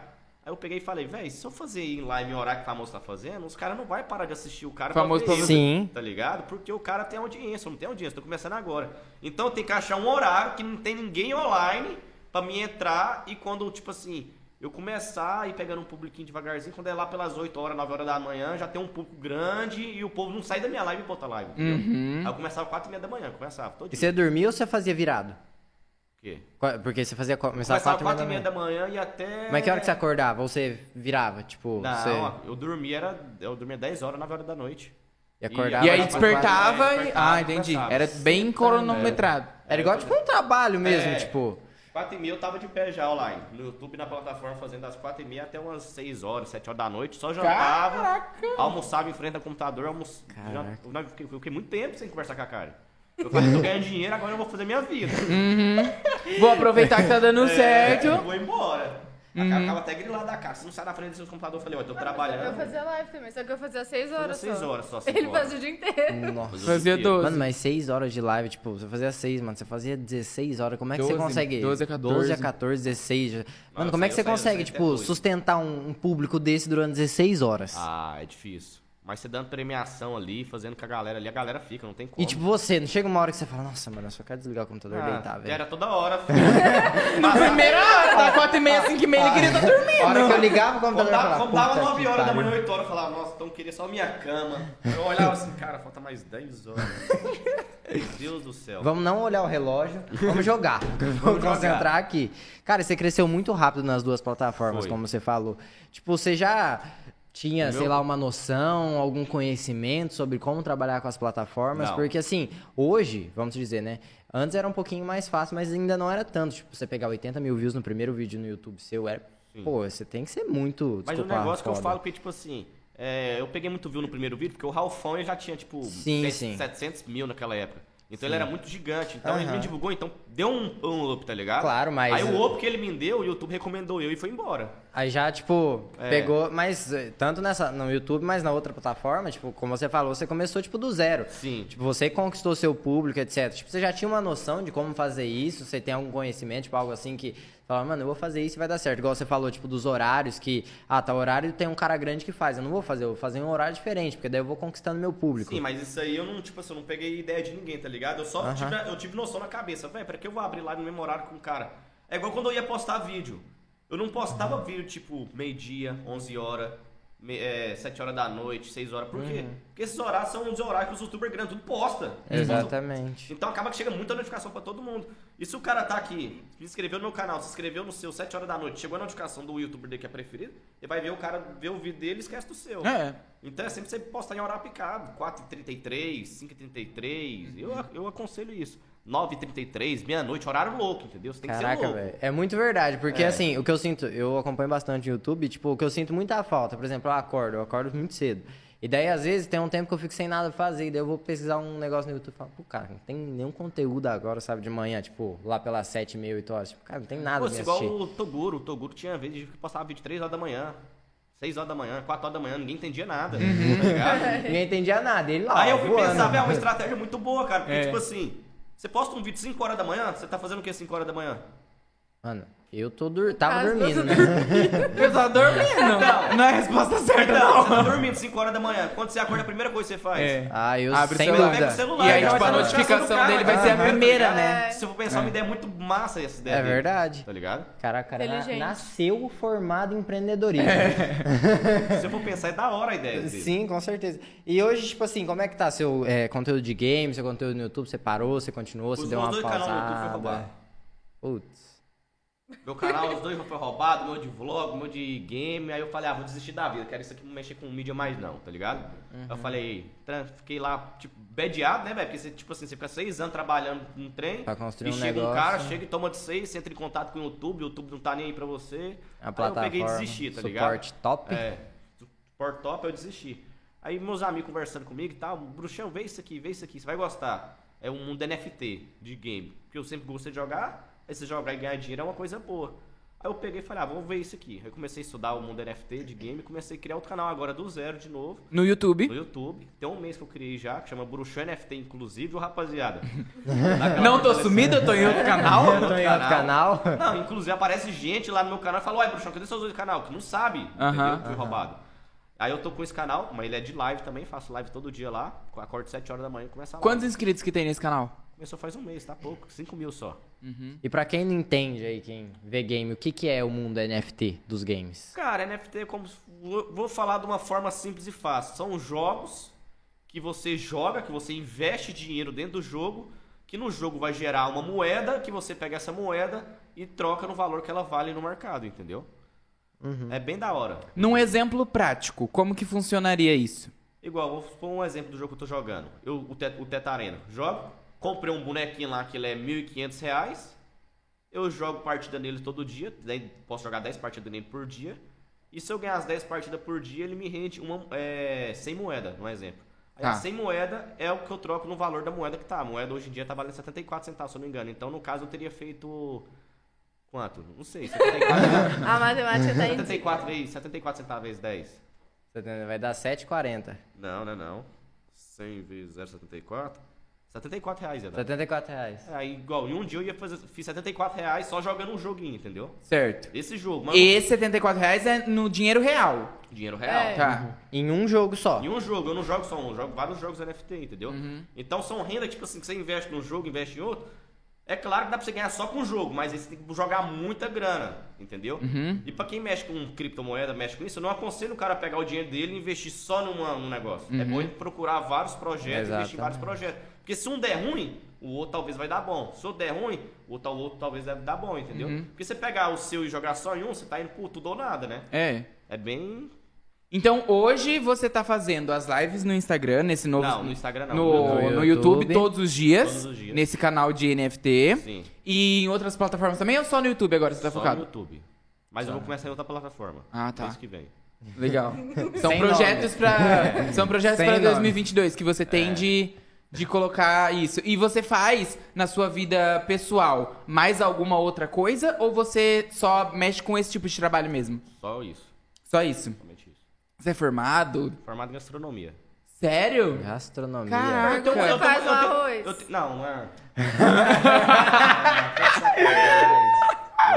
[SPEAKER 4] Aí eu peguei e falei, véi, se eu fazer em live em horário que o famoso tá fazendo, os caras não vai parar de assistir o cara pra
[SPEAKER 1] Famoso
[SPEAKER 4] ver
[SPEAKER 1] pra-
[SPEAKER 4] eu,
[SPEAKER 2] Sim.
[SPEAKER 4] tá ligado? Porque o cara tem audiência, eu não tenho audiência, tô começando agora. Então eu tenho que achar um horário que não tem ninguém online pra me entrar e quando, tipo assim, eu começar a ir pegando um publiquinho devagarzinho, quando é lá pelas 8 horas, 9 horas da manhã, já tem um público grande e o povo não sai da minha live e bota live, entendeu? Aí eu começava 4 e meia da manhã, eu começava, todo
[SPEAKER 2] Uhum. E
[SPEAKER 4] dia.
[SPEAKER 2] você dormia ou você fazia virado?
[SPEAKER 4] O quê?
[SPEAKER 2] Qua- Porque você fazia. co- Começava
[SPEAKER 4] Começava
[SPEAKER 2] 4
[SPEAKER 4] às
[SPEAKER 2] e meia
[SPEAKER 4] 4
[SPEAKER 2] da
[SPEAKER 4] e meia
[SPEAKER 2] manhã.
[SPEAKER 4] da manhã e até...
[SPEAKER 2] Mas que hora que você acordava? Ou você virava? Tipo,
[SPEAKER 4] Não,
[SPEAKER 2] você.
[SPEAKER 4] ó, eu dormia, era, eu dormia 10 horas, 9 horas da noite.
[SPEAKER 2] E acordava.
[SPEAKER 1] E aí
[SPEAKER 4] Era
[SPEAKER 1] despertava
[SPEAKER 4] quase- é,
[SPEAKER 1] e.
[SPEAKER 4] despertava,
[SPEAKER 1] Ah, entendi.
[SPEAKER 4] conversava.
[SPEAKER 1] Era bem cronometrado.
[SPEAKER 2] Era igual tipo um trabalho mesmo,
[SPEAKER 4] É.
[SPEAKER 2] tipo.
[SPEAKER 4] 4 e meia eu tava de pé já online, no YouTube, na plataforma, fazendo das 4 e meia até umas 6 horas, 7 horas da noite, só jantava, almoçava em frente ao computador, almoçava,
[SPEAKER 2] Caraca.
[SPEAKER 4] eu fiquei, eu fiquei muito tempo sem conversar com a cara. Eu falei, tô ganhando dinheiro, agora eu vou fazer minha vida.
[SPEAKER 1] Vou aproveitar que tá dando certo.
[SPEAKER 4] É, eu vou embora. A cara ficava até grilada da cara, se não sai da frente do seu computador, eu falei, ó, tô
[SPEAKER 3] Eu
[SPEAKER 4] trabalhando,
[SPEAKER 3] fazia live também, só que eu fazia seis horas
[SPEAKER 4] seis
[SPEAKER 3] só.
[SPEAKER 4] horas só, cinco
[SPEAKER 3] Ele
[SPEAKER 4] horas.
[SPEAKER 3] fazia o dia inteiro.
[SPEAKER 2] Nossa.
[SPEAKER 1] Fazia
[SPEAKER 4] Fazia
[SPEAKER 1] 12.
[SPEAKER 2] É. Mano, mas 6 horas de live, tipo, você fazia 6, mano. Você fazia 16 horas. Como é que
[SPEAKER 1] 12,
[SPEAKER 2] você consegue.
[SPEAKER 1] 12 a 14.
[SPEAKER 2] 12 a 14, 16. Mano, como é que você
[SPEAKER 4] eu saía- eu
[SPEAKER 2] consegue,
[SPEAKER 4] saía até
[SPEAKER 2] tipo,
[SPEAKER 4] oito.
[SPEAKER 2] sustentar um, um público desse durante 16 horas?
[SPEAKER 4] Ah, é difícil. Mas você dando premiação ali, fazendo com a galera ali, a galera fica, não tem como.
[SPEAKER 2] E tipo, você, não chega uma hora que você fala, nossa, mano, eu só quero desligar o computador e deitar,
[SPEAKER 4] ah,
[SPEAKER 2] velho.
[SPEAKER 4] era toda hora.
[SPEAKER 1] Na primeira hora, tá 4 e meia, 5 e meia, ele queria estar dormindo.
[SPEAKER 2] A hora que eu ligava o
[SPEAKER 4] Quando
[SPEAKER 2] computador, eu
[SPEAKER 4] dava,
[SPEAKER 2] falava,
[SPEAKER 4] quando dava
[SPEAKER 2] "Puta
[SPEAKER 4] 9
[SPEAKER 2] que
[SPEAKER 4] horas da
[SPEAKER 2] pariu."
[SPEAKER 4] manhã, 8 horas, eu falava, nossa, então eu queria só minha cama. Eu olhava assim, cara, falta mais 10 horas. Meu Deus do céu.
[SPEAKER 2] Vamos não olhar o relógio, vamos jogar. vamos
[SPEAKER 4] jogar.
[SPEAKER 2] concentrar aqui. Cara, você cresceu muito rápido nas duas plataformas,
[SPEAKER 4] Foi.
[SPEAKER 2] como você falou. Tipo, você já tinha, sei
[SPEAKER 4] Meu-
[SPEAKER 2] lá, uma noção, algum conhecimento sobre como trabalhar com as plataformas?
[SPEAKER 4] Não.
[SPEAKER 2] Porque assim, hoje, vamos dizer, né? Antes era um pouquinho mais fácil, mas ainda não era tanto. Tipo, você pegar 80 mil views no primeiro vídeo no YouTube seu, era... Pô, você tem que ser muito,
[SPEAKER 4] Mas o
[SPEAKER 2] desculpa,
[SPEAKER 4] negócio que eu
[SPEAKER 2] foda.
[SPEAKER 4] falo que, tipo assim, é, eu peguei muito view no primeiro vídeo, porque o Ralfão ele já tinha, tipo,
[SPEAKER 2] Sim,
[SPEAKER 4] set-
[SPEAKER 2] sim.
[SPEAKER 4] 700 mil naquela época. Então ele era muito gigante. Então ele
[SPEAKER 2] Aham.
[SPEAKER 4] me divulgou, então deu um, um up, tá ligado?
[SPEAKER 2] Claro, mas-
[SPEAKER 4] Aí o up que ele me deu, o YouTube recomendou eu e foi embora.
[SPEAKER 2] Aí já, tipo,
[SPEAKER 4] É.
[SPEAKER 2] pegou, mas eh, tanto nessa, no YouTube, mas na outra plataforma, tipo, como você falou, você começou, tipo, do zero.
[SPEAKER 4] Sim.
[SPEAKER 2] Tipo, você conquistou seu público, etc. Tipo, você já tinha uma noção de como fazer isso, você tem algum conhecimento, tipo, algo assim que você fala, mano, eu vou fazer isso e vai dar certo. Igual você falou, tipo, dos horários, que, ah, tá, horário tem um cara grande que faz, eu não vou fazer, eu vou fazer em um horário diferente, porque daí eu vou conquistando meu público.
[SPEAKER 4] Sim, mas isso aí eu não, tipo assim, eu não peguei ideia de ninguém, tá ligado? Eu só
[SPEAKER 2] Aham.
[SPEAKER 4] tive, eu tive noção na cabeça, velho, pra que eu vou abrir lá no mesmo horário com o cara? É igual quando eu ia postar vídeo. Eu não postava vídeo tipo meio-dia, 11 horas, me, é, 7 horas da noite, 6 horas. Por quê? Porque esses horários são os horários que os youtubers grandes tudo posta. Eles postam
[SPEAKER 2] Exatamente.
[SPEAKER 4] então acaba que chega muita notificação pra todo mundo. E se o cara tá aqui, se inscreveu no meu canal, se inscreveu no seu 7 horas da noite, chegou a notificação do youtuber dele que é preferido, ele vai ver o cara, ver o vídeo dele e esquece do seu.
[SPEAKER 1] É.
[SPEAKER 4] Então é sempre você postar em horário picado, 4h33, 5h33, eu,
[SPEAKER 2] Uhum.
[SPEAKER 4] eu aconselho isso. 9h33, meia-noite, horário louco, entendeu? Você tem que ser
[SPEAKER 2] Caraca,
[SPEAKER 4] louco.
[SPEAKER 2] velho. É muito verdade, porque
[SPEAKER 4] É.
[SPEAKER 2] assim, o que eu sinto, eu acompanho bastante o YouTube, tipo, o que eu sinto muita falta, por exemplo, eu acordo, eu acordo muito cedo. E daí, às vezes, tem um tempo que eu fico sem nada pra fazer, e daí eu vou pesquisar um negócio no YouTube e falo, pô, cara, não tem nenhum conteúdo agora, sabe, de manhã, tipo, lá pelas sete, meia, oito horas. Tipo, cara, não tem nada
[SPEAKER 4] Pô,
[SPEAKER 2] pra me
[SPEAKER 4] isso igual
[SPEAKER 2] assistir.
[SPEAKER 4] o Toguro, o Toguro tinha vezes que postava vídeo 3 horas da manhã, 6 horas da manhã, 4 horas da manhã, ninguém entendia nada. Tá ligado?
[SPEAKER 2] Ninguém entendia nada, ele lá,
[SPEAKER 4] Aí eu fui
[SPEAKER 2] Uhum. voando.
[SPEAKER 4] pensar, velho, é uma estratégia muito boa, cara. Porque,
[SPEAKER 1] É.
[SPEAKER 4] tipo assim, você posta um vídeo 5 horas da manhã, você tá fazendo o que 5 horas da manhã?
[SPEAKER 2] Mano, eu tô dur... tava
[SPEAKER 3] Quase
[SPEAKER 2] dormindo,
[SPEAKER 3] tô
[SPEAKER 2] né?
[SPEAKER 1] Eu tô dormindo. Não, é a resposta certa,
[SPEAKER 4] Não,
[SPEAKER 1] não.
[SPEAKER 4] você tá dormindo 5 horas da manhã. Quando você acorda, a primeira coisa que você faz.
[SPEAKER 1] É.
[SPEAKER 2] Ah, eu,
[SPEAKER 1] Abre o
[SPEAKER 2] sem
[SPEAKER 1] celular.
[SPEAKER 4] Pega
[SPEAKER 2] dúvida.
[SPEAKER 4] o celular.
[SPEAKER 1] E aí,
[SPEAKER 4] cara,
[SPEAKER 1] tipo, a
[SPEAKER 4] vai
[SPEAKER 1] notificação
[SPEAKER 4] do cara,
[SPEAKER 1] dele vai
[SPEAKER 4] cara,
[SPEAKER 1] ser a
[SPEAKER 4] tá ligado?
[SPEAKER 1] primeira, né?
[SPEAKER 3] É.
[SPEAKER 4] Se eu for pensar, uma ideia muito massa essa ideia.
[SPEAKER 2] É
[SPEAKER 4] dele,
[SPEAKER 2] verdade.
[SPEAKER 4] Tá ligado?
[SPEAKER 2] Caraca, cara, na-
[SPEAKER 3] Inteligente.
[SPEAKER 2] nasceu formado em empreendedorismo.
[SPEAKER 4] Se eu for pensar, é da hora a ideia dele.
[SPEAKER 2] Sim, com certeza. E hoje, tipo assim, como é que tá seu eh, conteúdo de game, seu conteúdo no YouTube? Você parou, você continuou, você
[SPEAKER 4] Os
[SPEAKER 2] deu
[SPEAKER 4] meus
[SPEAKER 2] uma
[SPEAKER 4] dois canal no YouTube foi
[SPEAKER 2] pausada?
[SPEAKER 4] roubado.
[SPEAKER 2] Putz.
[SPEAKER 4] Meu canal, os dois já foi roubado, meu de vlog, meu de game. Aí eu falei, ah, vou desistir da vida, quero isso aqui não mexer com mídia mais não, tá ligado? Aí
[SPEAKER 2] Uhum.
[SPEAKER 4] Eu falei, tran- fiquei lá, tipo, bedeado, né, velho? Porque você, tipo assim, você fica seis anos trabalhando num trem.
[SPEAKER 2] Pra construir
[SPEAKER 4] e
[SPEAKER 2] um
[SPEAKER 4] chega um
[SPEAKER 2] negócio.
[SPEAKER 4] cara, chega e toma de seis, você entra em contato com o YouTube, o YouTube não tá nem aí pra você.
[SPEAKER 2] A
[SPEAKER 4] aí eu
[SPEAKER 2] plataforma.
[SPEAKER 4] peguei e desisti, tá ligado?
[SPEAKER 2] suporte top.
[SPEAKER 4] É. Por top, eu desisti. Aí meus amigos conversando comigo e tal, bruxão, vê isso aqui, vê isso aqui, você vai gostar. É um mundo NFT de game. Porque eu sempre gostei de jogar, aí você jogar e ganhar dinheiro é uma coisa boa. Aí eu peguei e falei, ah, vamos ver isso aqui. Aí eu comecei a estudar o mundo NFT de game e comecei a criar outro canal agora do zero de novo.
[SPEAKER 1] No
[SPEAKER 4] No
[SPEAKER 1] YouTube.
[SPEAKER 4] YouTube, tem um mês que eu criei já, que chama Bruxão NFT, inclusive, ô rapaziada.
[SPEAKER 1] Não tô sumido, eu tô em outro canal.
[SPEAKER 2] Eu tô em outro canal.
[SPEAKER 4] Não, inclusive aparece gente lá no meu canal e fala, uai, bruxão, cadê seus dois canal? Que não sabe, entendeu?
[SPEAKER 1] Aham,
[SPEAKER 4] Que foi roubado. Aí eu tô com esse canal, mas ele é de live também, faço live todo dia lá. Acordo 7 horas da manhã e começa a live.
[SPEAKER 1] Quantos inscritos que tem nesse canal?
[SPEAKER 4] Começou faz um mês, tá pouco, 5 mil só.
[SPEAKER 2] E pra quem não entende aí, quem vê game, o que, que é o mundo NFT dos games?
[SPEAKER 4] Cara, NFT é como. se- vou- Vou falar de uma forma simples e fácil. São jogos que você joga, que você investe dinheiro dentro do jogo, que no jogo vai gerar uma moeda, que você pega essa moeda e troca no valor que ela vale no mercado, entendeu? É bem da hora.
[SPEAKER 1] Num exemplo prático, como que funcionaria isso?
[SPEAKER 4] Igual, vou pôr um exemplo do jogo que eu tô jogando. Eu, o, Tet- o Teta Arena. Jogo, comprei um bonequinho lá que ele é R$ 1.500 reais. Eu jogo partida nele todo dia. daí Posso jogar 10 partidas nele por dia. E se eu ganhar as 10 partidas por dia, ele me rende uma, é, 100 moeda, um exemplo. Aí,
[SPEAKER 1] Tá.
[SPEAKER 4] 100 moeda é o que eu troco no valor da moeda que tá. A moeda hoje em dia tá valendo 74 centavos, se eu não me engano. Então, no caso, eu teria feito... Quanto? Não sei. 74,
[SPEAKER 1] Hum.
[SPEAKER 3] A matemática tá em
[SPEAKER 4] 74 vezes, 74 centavos vezes 10.
[SPEAKER 2] Vai dar 7,40.
[SPEAKER 4] Não, não, não. 100 vezes 0,74? 74 reais, Renato.
[SPEAKER 2] 74 reais.
[SPEAKER 4] É, igual, em um dia eu ia fazer, fiz 74 reais só jogando um joguinho, entendeu?
[SPEAKER 1] Certo.
[SPEAKER 4] Esse jogo, mano,
[SPEAKER 1] E R$ 74 reais é no dinheiro real.
[SPEAKER 4] dinheiro real.
[SPEAKER 3] É.
[SPEAKER 1] Tá.
[SPEAKER 2] Em um jogo só.
[SPEAKER 4] Em um jogo, eu não jogo só um, eu jogo vários jogos NFT, entendeu?
[SPEAKER 1] Uhum.
[SPEAKER 4] Então são rendas, tipo assim, que você investe num jogo, investe em outro. É claro que dá pra você ganhar só com o jogo, mas aí você tem que jogar muita grana, entendeu?
[SPEAKER 1] Uhum.
[SPEAKER 4] E pra quem mexe com criptomoeda, mexe com isso, eu não aconselho o cara a pegar o dinheiro dele e investir só numa- num negócio. É
[SPEAKER 1] Uhum.
[SPEAKER 4] bom ele procurar vários projetos, investir em vários projetos. Porque se um der ruim, o outro talvez vai dar bom. Se o der ruim, o outro, o outro talvez deve dar bom, entendeu?
[SPEAKER 1] Uhum.
[SPEAKER 4] Porque você pegar o seu e jogar só em um, você tá indo por tudo ou nada, né?
[SPEAKER 1] É.
[SPEAKER 4] É bem
[SPEAKER 1] Então hoje você tá fazendo as lives no Instagram, nesse novo.
[SPEAKER 4] Não, no Instagram não.
[SPEAKER 1] No,
[SPEAKER 2] No
[SPEAKER 1] no YouTube,
[SPEAKER 2] YouTube.
[SPEAKER 1] todos, os dias,
[SPEAKER 4] Todos os dias.
[SPEAKER 1] Nesse canal de NFT.
[SPEAKER 4] Sim.
[SPEAKER 1] E em outras plataformas também ou só no YouTube agora você tá
[SPEAKER 4] só no
[SPEAKER 1] focado?
[SPEAKER 4] YouTube. Mas eu vou começar em outra plataforma.
[SPEAKER 1] Ah, tá.
[SPEAKER 4] Mês que vem.
[SPEAKER 1] Legal. São
[SPEAKER 2] Sem
[SPEAKER 1] projetos pra. São projetos
[SPEAKER 2] Sem
[SPEAKER 1] pra
[SPEAKER 2] nome.
[SPEAKER 1] 2022 que você
[SPEAKER 4] É.
[SPEAKER 1] tem de, de colocar isso. E você faz na sua vida pessoal mais alguma outra coisa ou você só mexe com esse tipo de trabalho mesmo?
[SPEAKER 4] Só isso.
[SPEAKER 1] Só isso.
[SPEAKER 4] Somente isso.
[SPEAKER 1] Você é formado?
[SPEAKER 4] Formado em gastronomia. um
[SPEAKER 1] Sério?
[SPEAKER 2] Gastronomia.
[SPEAKER 1] Caraca.
[SPEAKER 3] Então
[SPEAKER 1] Cara,
[SPEAKER 3] você
[SPEAKER 1] eu tô-
[SPEAKER 3] faz o
[SPEAKER 4] eu tenho-
[SPEAKER 3] arroz.
[SPEAKER 4] eu tenho- não, não é. Eu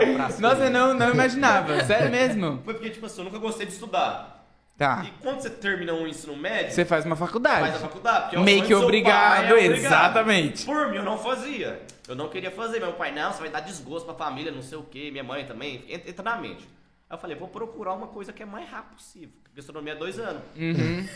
[SPEAKER 4] vou pra cima.
[SPEAKER 1] Nossa, eu não, não imaginava. Sério mesmo?
[SPEAKER 4] Foi porque, tipo assim, eu nunca gostei de estudar.
[SPEAKER 1] Tá.
[SPEAKER 4] E quando você termina um ensino médio,
[SPEAKER 1] Você faz uma
[SPEAKER 4] faz a
[SPEAKER 1] faculdade.
[SPEAKER 4] faculdade. porque é o
[SPEAKER 1] Meio
[SPEAKER 4] sonho
[SPEAKER 1] que
[SPEAKER 4] do seu
[SPEAKER 1] obrigado,
[SPEAKER 4] pai, é obrigado.
[SPEAKER 1] exatamente.
[SPEAKER 4] Por mim, eu não fazia. Eu não queria fazer. Meu pai, não, você vai dar desgosto pra família, não sei o quê. Minha mãe também. Entra, entra na mente. Aí eu falei, vou procurar uma coisa que é mais rápido possível. Gastronomia é dois anos.
[SPEAKER 1] Uhum.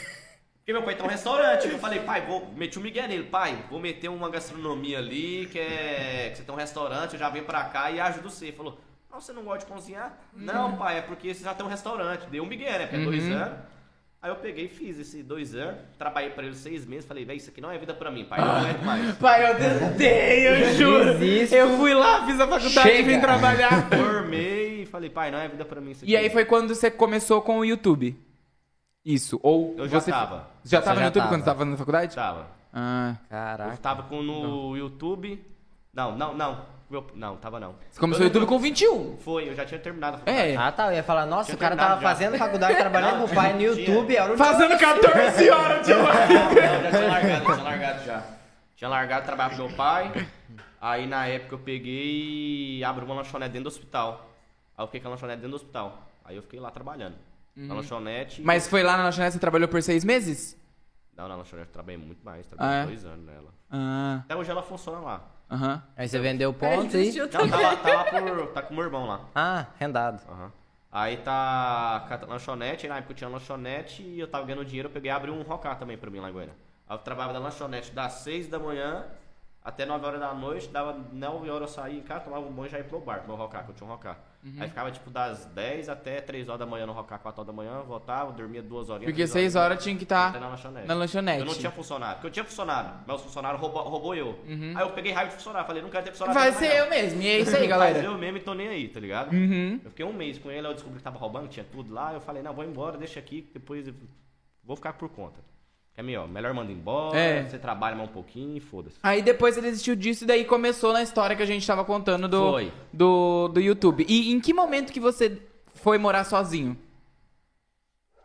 [SPEAKER 4] Porque meu pai tem um restaurante. Eu falei, pai, vou meter um migué nele. Pai, vou meter uma gastronomia ali, que é. Que você tem um restaurante, eu já venho pra cá e ajudo você. Ele falou, não, você não gosta de cozinhar?
[SPEAKER 1] Uhum.
[SPEAKER 4] Não, pai, é porque você já tem um restaurante. Deu um migué, né? Porque é dois anos. Aí eu peguei e fiz esses dois anos, trabalhei pra ele seis meses, falei, velho, isso aqui não é vida pra mim, pai, eu
[SPEAKER 1] Ah.
[SPEAKER 4] não aguento mais.
[SPEAKER 1] Pai, eu tentei, eu juro.
[SPEAKER 2] Desisto.
[SPEAKER 1] Eu fui
[SPEAKER 4] Ah,
[SPEAKER 1] lá, fiz a faculdade e
[SPEAKER 2] Chega.
[SPEAKER 1] vim trabalhar.
[SPEAKER 4] Formei e falei, pai, não é vida pra mim isso aqui.
[SPEAKER 1] Tá. E aí foi quando você começou com o YouTube. Isso. Ou
[SPEAKER 4] Eu já
[SPEAKER 1] você...
[SPEAKER 4] tava. Tá.
[SPEAKER 1] Já
[SPEAKER 2] Você
[SPEAKER 1] tava no
[SPEAKER 2] já
[SPEAKER 1] YouTube quando
[SPEAKER 2] tava.
[SPEAKER 1] você tava fazendo faculdade?
[SPEAKER 4] Tava.
[SPEAKER 1] Ah.
[SPEAKER 4] Eu
[SPEAKER 2] Caraca.
[SPEAKER 4] tava com no YouTube. Não, não, não. Meu- Não, tava não.
[SPEAKER 1] Você começou no YouTube com 21.
[SPEAKER 4] Foi, eu já tinha terminado a faculdade.
[SPEAKER 1] É.
[SPEAKER 2] Ah, tá. Eu ia falar, nossa,
[SPEAKER 4] Tinha
[SPEAKER 2] o cara
[SPEAKER 4] terminado
[SPEAKER 2] tava
[SPEAKER 4] já.
[SPEAKER 2] fazendo faculdade, trabalhando
[SPEAKER 4] Não,
[SPEAKER 2] com o pai no
[SPEAKER 4] tinha.
[SPEAKER 2] YouTube. Era o
[SPEAKER 1] Fazendo 14 horas de
[SPEAKER 4] Não, já tinha largado, já tinha largado já. Tinha largado, trabalhava com meu pai. Aí na época eu peguei e abri uma lanchonete dentro do hospital. Aí eu fiquei com a lanchonete dentro do hospital. Aí eu fiquei lá trabalhando. Na lanchonete.
[SPEAKER 1] Uhum. Mas foi lá na lanchonete, você trabalhou por seis meses?
[SPEAKER 4] Não, na lanchonete eu trabalhei muito mais, trabalhei
[SPEAKER 1] Ah, é?
[SPEAKER 4] dois anos nela.
[SPEAKER 1] Ah,
[SPEAKER 4] Até hoje ela funciona lá.
[SPEAKER 1] aham.
[SPEAKER 2] Aí você vendeu
[SPEAKER 3] Ele
[SPEAKER 2] ponto e...
[SPEAKER 3] desistiu
[SPEAKER 4] Não,
[SPEAKER 3] também.
[SPEAKER 4] tá lá, tá lá por. tá com o meu irmão lá.
[SPEAKER 2] Ah, rendado.
[SPEAKER 4] Aham. Aí tá com a lanchonete, aí na época eu tinha lanchonete e eu tava ganhando dinheiro, eu peguei e abri um rocar também pra mim lá em Goiânia. Aí eu trabalhava da lanchonete das 6 da manhã até 9 horas da noite, dava 9 horas eu saía em casa, tomava um banho e já ia pro bar, no Rocar, que eu tinha um Rocar.
[SPEAKER 1] Uhum.
[SPEAKER 4] Aí ficava tipo das 10 até 3 horas da manhã no Rocar, 4 horas da manhã, voltava, dormia 2 horinhas.
[SPEAKER 1] Porque
[SPEAKER 4] três
[SPEAKER 1] 6 horas tinha que estar
[SPEAKER 4] até na lanchonete.
[SPEAKER 1] tá na lanchonete.
[SPEAKER 4] Eu não tinha funcionário, porque eu tinha funcionário, mas os funcionários roubou, roubou eu. Aí eu peguei raiva de funcionário, falei, não quero ter funcionário.
[SPEAKER 1] Uhum. Vai
[SPEAKER 4] mais
[SPEAKER 1] ser
[SPEAKER 4] não.
[SPEAKER 1] eu mesmo. E é isso aí,
[SPEAKER 4] Mas
[SPEAKER 1] galera.
[SPEAKER 4] eu mesmo e tô nem aí, tá ligado?
[SPEAKER 1] Uhum.
[SPEAKER 4] Eu fiquei um mês com ele, aí eu descobri que tava roubando, tinha tudo lá. Eu falei, não, vou embora, deixa aqui, que depois eu vou ficar por conta. Que é melhor, melhor manda embora,
[SPEAKER 1] É.
[SPEAKER 4] você trabalha mais um pouquinho e foda-se.
[SPEAKER 1] Aí depois ele desistiu disso e daí começou na história que a gente tava contando do,
[SPEAKER 4] Foi.
[SPEAKER 1] do, do YouTube. E em que momento que você foi morar sozinho?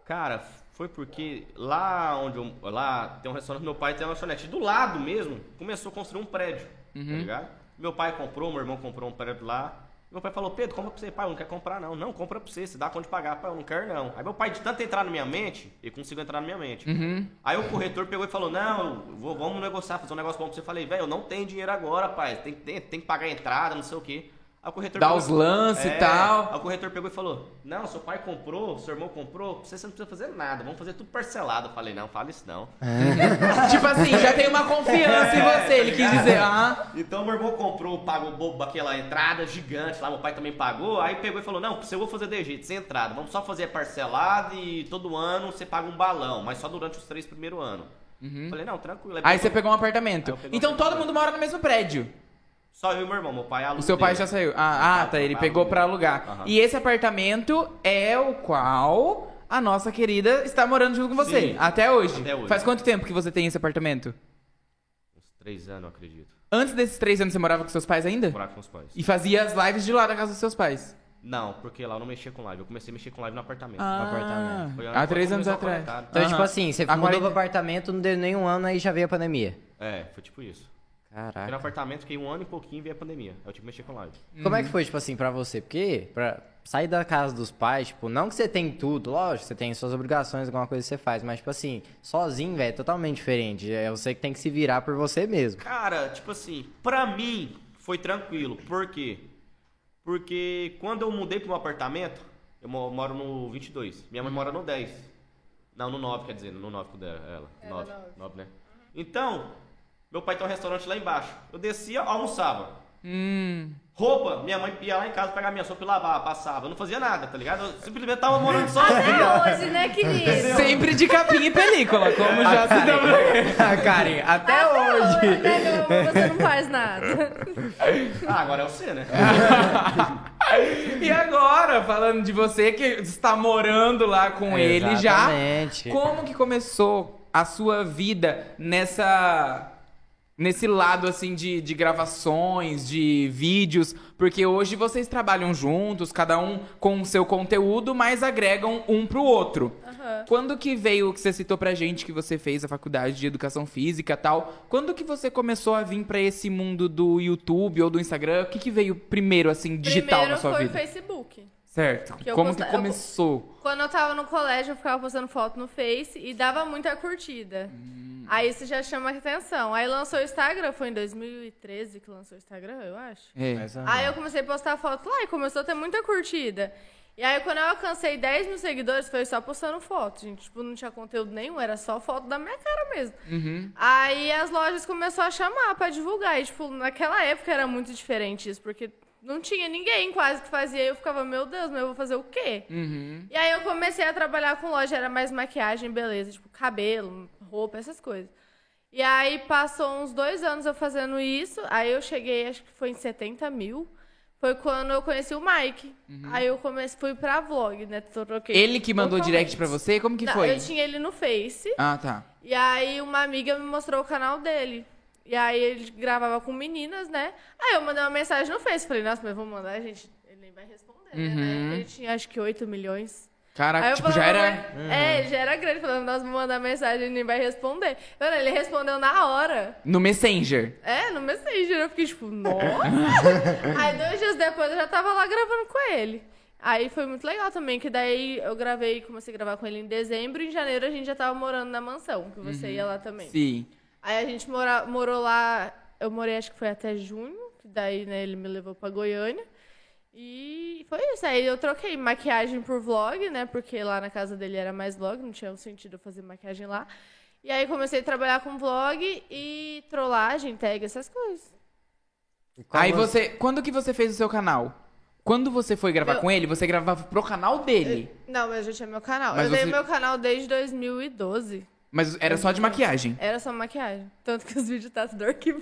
[SPEAKER 4] Cara, foi porque lá onde eu, lá tem um restaurante, meu pai tem uma lanchonete. Do lado mesmo, começou a construir um prédio,
[SPEAKER 1] Uhum.
[SPEAKER 4] tá ligado? Meu pai comprou, meu irmão comprou um prédio lá. Meu pai falou, Pedro, compra pra você. Pai, eu não quero comprar não. Não, compra pra você, você dá conta de pagar. Pai, eu não quero não. Aí meu pai, de tanto entrar na minha mente, ele conseguiu entrar na minha mente.
[SPEAKER 1] Uhum.
[SPEAKER 4] Aí o corretor pegou e falou, não, eu vou- vamos negociar, fazer um negócio bom pra você. Eu falei, velho, eu não tenho dinheiro agora, pai. Tem, que- tem, tem que pagar a entrada, não sei o quê. Aí o corretor
[SPEAKER 1] Dá
[SPEAKER 4] pegou-
[SPEAKER 1] os lances e
[SPEAKER 4] É,
[SPEAKER 1] tal.
[SPEAKER 4] Aí o corretor pegou e falou: Não, seu pai comprou, seu irmão comprou, você você não precisa fazer nada, vamos fazer tudo parcelado. Eu falei: Não, fala isso não.
[SPEAKER 1] tipo assim, já tem uma confiança em você. Ele quis dizer, ah,
[SPEAKER 4] Então meu irmão comprou, pagou bobo aquela entrada gigante lá, meu pai também pagou. Aí pegou e falou: Não, você eu vou fazer de jeito, sem entrada, vamos só fazer parcelado e todo ano você paga um balão, mas só durante os três primeiros anos. Falei: Não, tranquilo.
[SPEAKER 1] Uhum.
[SPEAKER 4] é
[SPEAKER 1] Aí você pegou um apartamento.
[SPEAKER 4] Aí eu peguei um
[SPEAKER 1] Então todo
[SPEAKER 4] apartamento.
[SPEAKER 1] mundo mora no mesmo prédio.
[SPEAKER 4] Só eu e meu irmão, meu pai é
[SPEAKER 1] O seu pai já saiu. Ah, ah, tá. Ele pegou pra alugar.
[SPEAKER 4] Aham.
[SPEAKER 1] E esse apartamento é o qual a nossa querida está morando junto com você.
[SPEAKER 4] Sim.
[SPEAKER 1] Até, hoje.
[SPEAKER 4] Até hoje.
[SPEAKER 1] Faz quanto tempo que você tem esse apartamento?
[SPEAKER 4] Uns três anos, eu acredito.
[SPEAKER 1] Antes desses três anos você morava com seus pais ainda?
[SPEAKER 4] Morar com os pais.
[SPEAKER 1] E fazia as lives de lá da casa dos seus pais.
[SPEAKER 4] Não, porque lá eu não mexia com live, eu comecei a mexer com live no apartamento.
[SPEAKER 1] Ah,
[SPEAKER 2] apartamento.
[SPEAKER 4] Foi
[SPEAKER 1] há três
[SPEAKER 4] quando
[SPEAKER 1] anos
[SPEAKER 4] começou a
[SPEAKER 1] atrás.
[SPEAKER 4] quarentena.
[SPEAKER 2] Então,
[SPEAKER 1] Aham.
[SPEAKER 2] tipo assim, você
[SPEAKER 1] A
[SPEAKER 2] mudou
[SPEAKER 1] quarenta-
[SPEAKER 2] pro apartamento, não deu nem um ano, aí já veio a pandemia.
[SPEAKER 4] É, foi tipo isso.
[SPEAKER 3] Tá.
[SPEAKER 4] Fiquei no
[SPEAKER 2] Caraca.
[SPEAKER 4] apartamento, fiquei um ano e pouquinho e veio a pandemia. É Aí eu tive que mexer com live.
[SPEAKER 2] Como
[SPEAKER 1] Hum.
[SPEAKER 2] é que foi, tipo assim, pra você? Porque pra sair da casa dos pais, tipo, não que você tem tudo, lógico, você tem suas obrigações, alguma coisa que você faz, mas, tipo assim, sozinho, velho, é totalmente diferente. É você que tem que se virar por você mesmo.
[SPEAKER 4] Cara, tipo assim, pra mim foi tranquilo. Por quê? Porque quando eu mudei pro meu apartamento, eu mo- moro no 22. Minha mãe mora no 10. Não, no 9, quer dizer, no 9 com dela- ela.
[SPEAKER 3] Era
[SPEAKER 4] 9,
[SPEAKER 3] nove.
[SPEAKER 4] 9, né? Então, meu pai tem um restaurante lá embaixo. Eu descia, almoçava.
[SPEAKER 1] Hum.
[SPEAKER 4] Roupa, minha mãe ia lá em casa pegar minha sopa e lavar, passava. Eu não fazia nada, tá ligado? Eu simplesmente tava morando sozinho.
[SPEAKER 3] Até hoje, né, querido?
[SPEAKER 1] Sempre de capinha e película, como já se deu. Karen, até
[SPEAKER 3] Até hoje, né, meu amor? Você não faz nada.
[SPEAKER 4] Ah, agora é você, né?
[SPEAKER 1] E agora, falando de você que está morando lá com ele já,
[SPEAKER 2] Exatamente.
[SPEAKER 1] como que começou a sua vida nessa nesse lado assim de, de gravações, de vídeos? Porque hoje vocês trabalham juntos, cada um com o seu conteúdo, mas agregam um pro outro.
[SPEAKER 3] Aham.
[SPEAKER 1] Quando que veio o que você citou pra gente que você fez a faculdade de educação física e tal? Quando que você começou a vir pra esse mundo do YouTube ou do Instagram? O que que veio primeiro assim digital
[SPEAKER 3] Primeiro
[SPEAKER 1] na sua
[SPEAKER 3] foi
[SPEAKER 1] vida?
[SPEAKER 3] o Facebook.
[SPEAKER 1] Certo.
[SPEAKER 3] Que eu
[SPEAKER 1] Como
[SPEAKER 3] posta-
[SPEAKER 1] que
[SPEAKER 3] eu-
[SPEAKER 1] começou?
[SPEAKER 3] Quando eu tava no colégio, eu ficava postando foto no Face e dava muita curtida. Aí isso já chama atenção. Aí lançou o Instagram, foi em 2013 que lançou o Instagram, eu acho.
[SPEAKER 1] É.
[SPEAKER 2] Mas, ah,
[SPEAKER 3] Aí eu comecei a postar foto lá e começou a ter muita curtida. E aí quando eu alcancei 10 mil seguidores, foi só postando foto, gente. Tipo, não tinha conteúdo nenhum, era só foto da minha cara mesmo. Aí as lojas começaram a chamar pra divulgar. E, tipo, naquela época era muito diferente isso, porque não tinha ninguém quase que fazia. E eu ficava, meu Deus, mas eu vou fazer o quê? E aí eu comecei a trabalhar com loja, era mais maquiagem, beleza, tipo cabelo, roupa, essas coisas. E aí passou uns dois anos eu fazendo isso, aí eu cheguei, acho que foi em 70 mil. Foi quando eu conheci o Mike. Aí eu comecei, fui pra vlog, né? Troquei
[SPEAKER 1] Uhum. Ele que mandou direct
[SPEAKER 3] totalmente.
[SPEAKER 1] pra você? Como que
[SPEAKER 3] Não,
[SPEAKER 1] foi?
[SPEAKER 3] Eu tinha ele no Face.
[SPEAKER 1] Ah, tá.
[SPEAKER 3] E aí uma amiga me mostrou o canal dele. E aí ele gravava com meninas, né? Aí eu mandei uma mensagem no Face. Falei, nossa, mas eu vou mandar, gente. Ele nem vai responder,
[SPEAKER 1] Uhum.
[SPEAKER 3] né? Ele tinha acho que 8 milhões.
[SPEAKER 1] Caraca,
[SPEAKER 3] Aí eu
[SPEAKER 1] tipo, já
[SPEAKER 3] falava,
[SPEAKER 1] era.
[SPEAKER 3] mas- É, ele já era grande. Falando, nossa, vou mandar mensagem, ele nem vai responder. Mano, ele respondeu na hora.
[SPEAKER 1] No Messenger.
[SPEAKER 3] É, no Messenger. Eu fiquei tipo, nossa. Aí dois dias depois eu já tava lá gravando com ele. Aí foi muito legal também, que daí eu gravei, comecei a gravar com ele em dezembro. Em janeiro a gente já tava morando na mansão, que você ia lá também.
[SPEAKER 1] Sim.
[SPEAKER 3] Aí a gente mora, morou lá, eu morei acho que foi até junho, que daí né, ele me levou pra Goiânia. E foi isso. Aí eu troquei maquiagem por vlog, né? Porque lá na casa dele era mais vlog, não tinha um sentido eu fazer maquiagem lá. E aí comecei a trabalhar com vlog e trollagem, tag, essas coisas.
[SPEAKER 2] E qual
[SPEAKER 1] Aí
[SPEAKER 2] você-
[SPEAKER 1] você. Quando que você fez o seu canal? Quando você foi gravar
[SPEAKER 3] Eu-
[SPEAKER 1] com ele, você gravava pro canal dele.
[SPEAKER 3] Não, mas já tinha meu canal.
[SPEAKER 1] Mas
[SPEAKER 3] eu tenho
[SPEAKER 1] você-
[SPEAKER 3] meu canal desde 2012.
[SPEAKER 1] Mas era só de
[SPEAKER 3] Então,
[SPEAKER 1] maquiagem.
[SPEAKER 3] Era só maquiagem. Tanto que os vídeos tá tudo arquivado.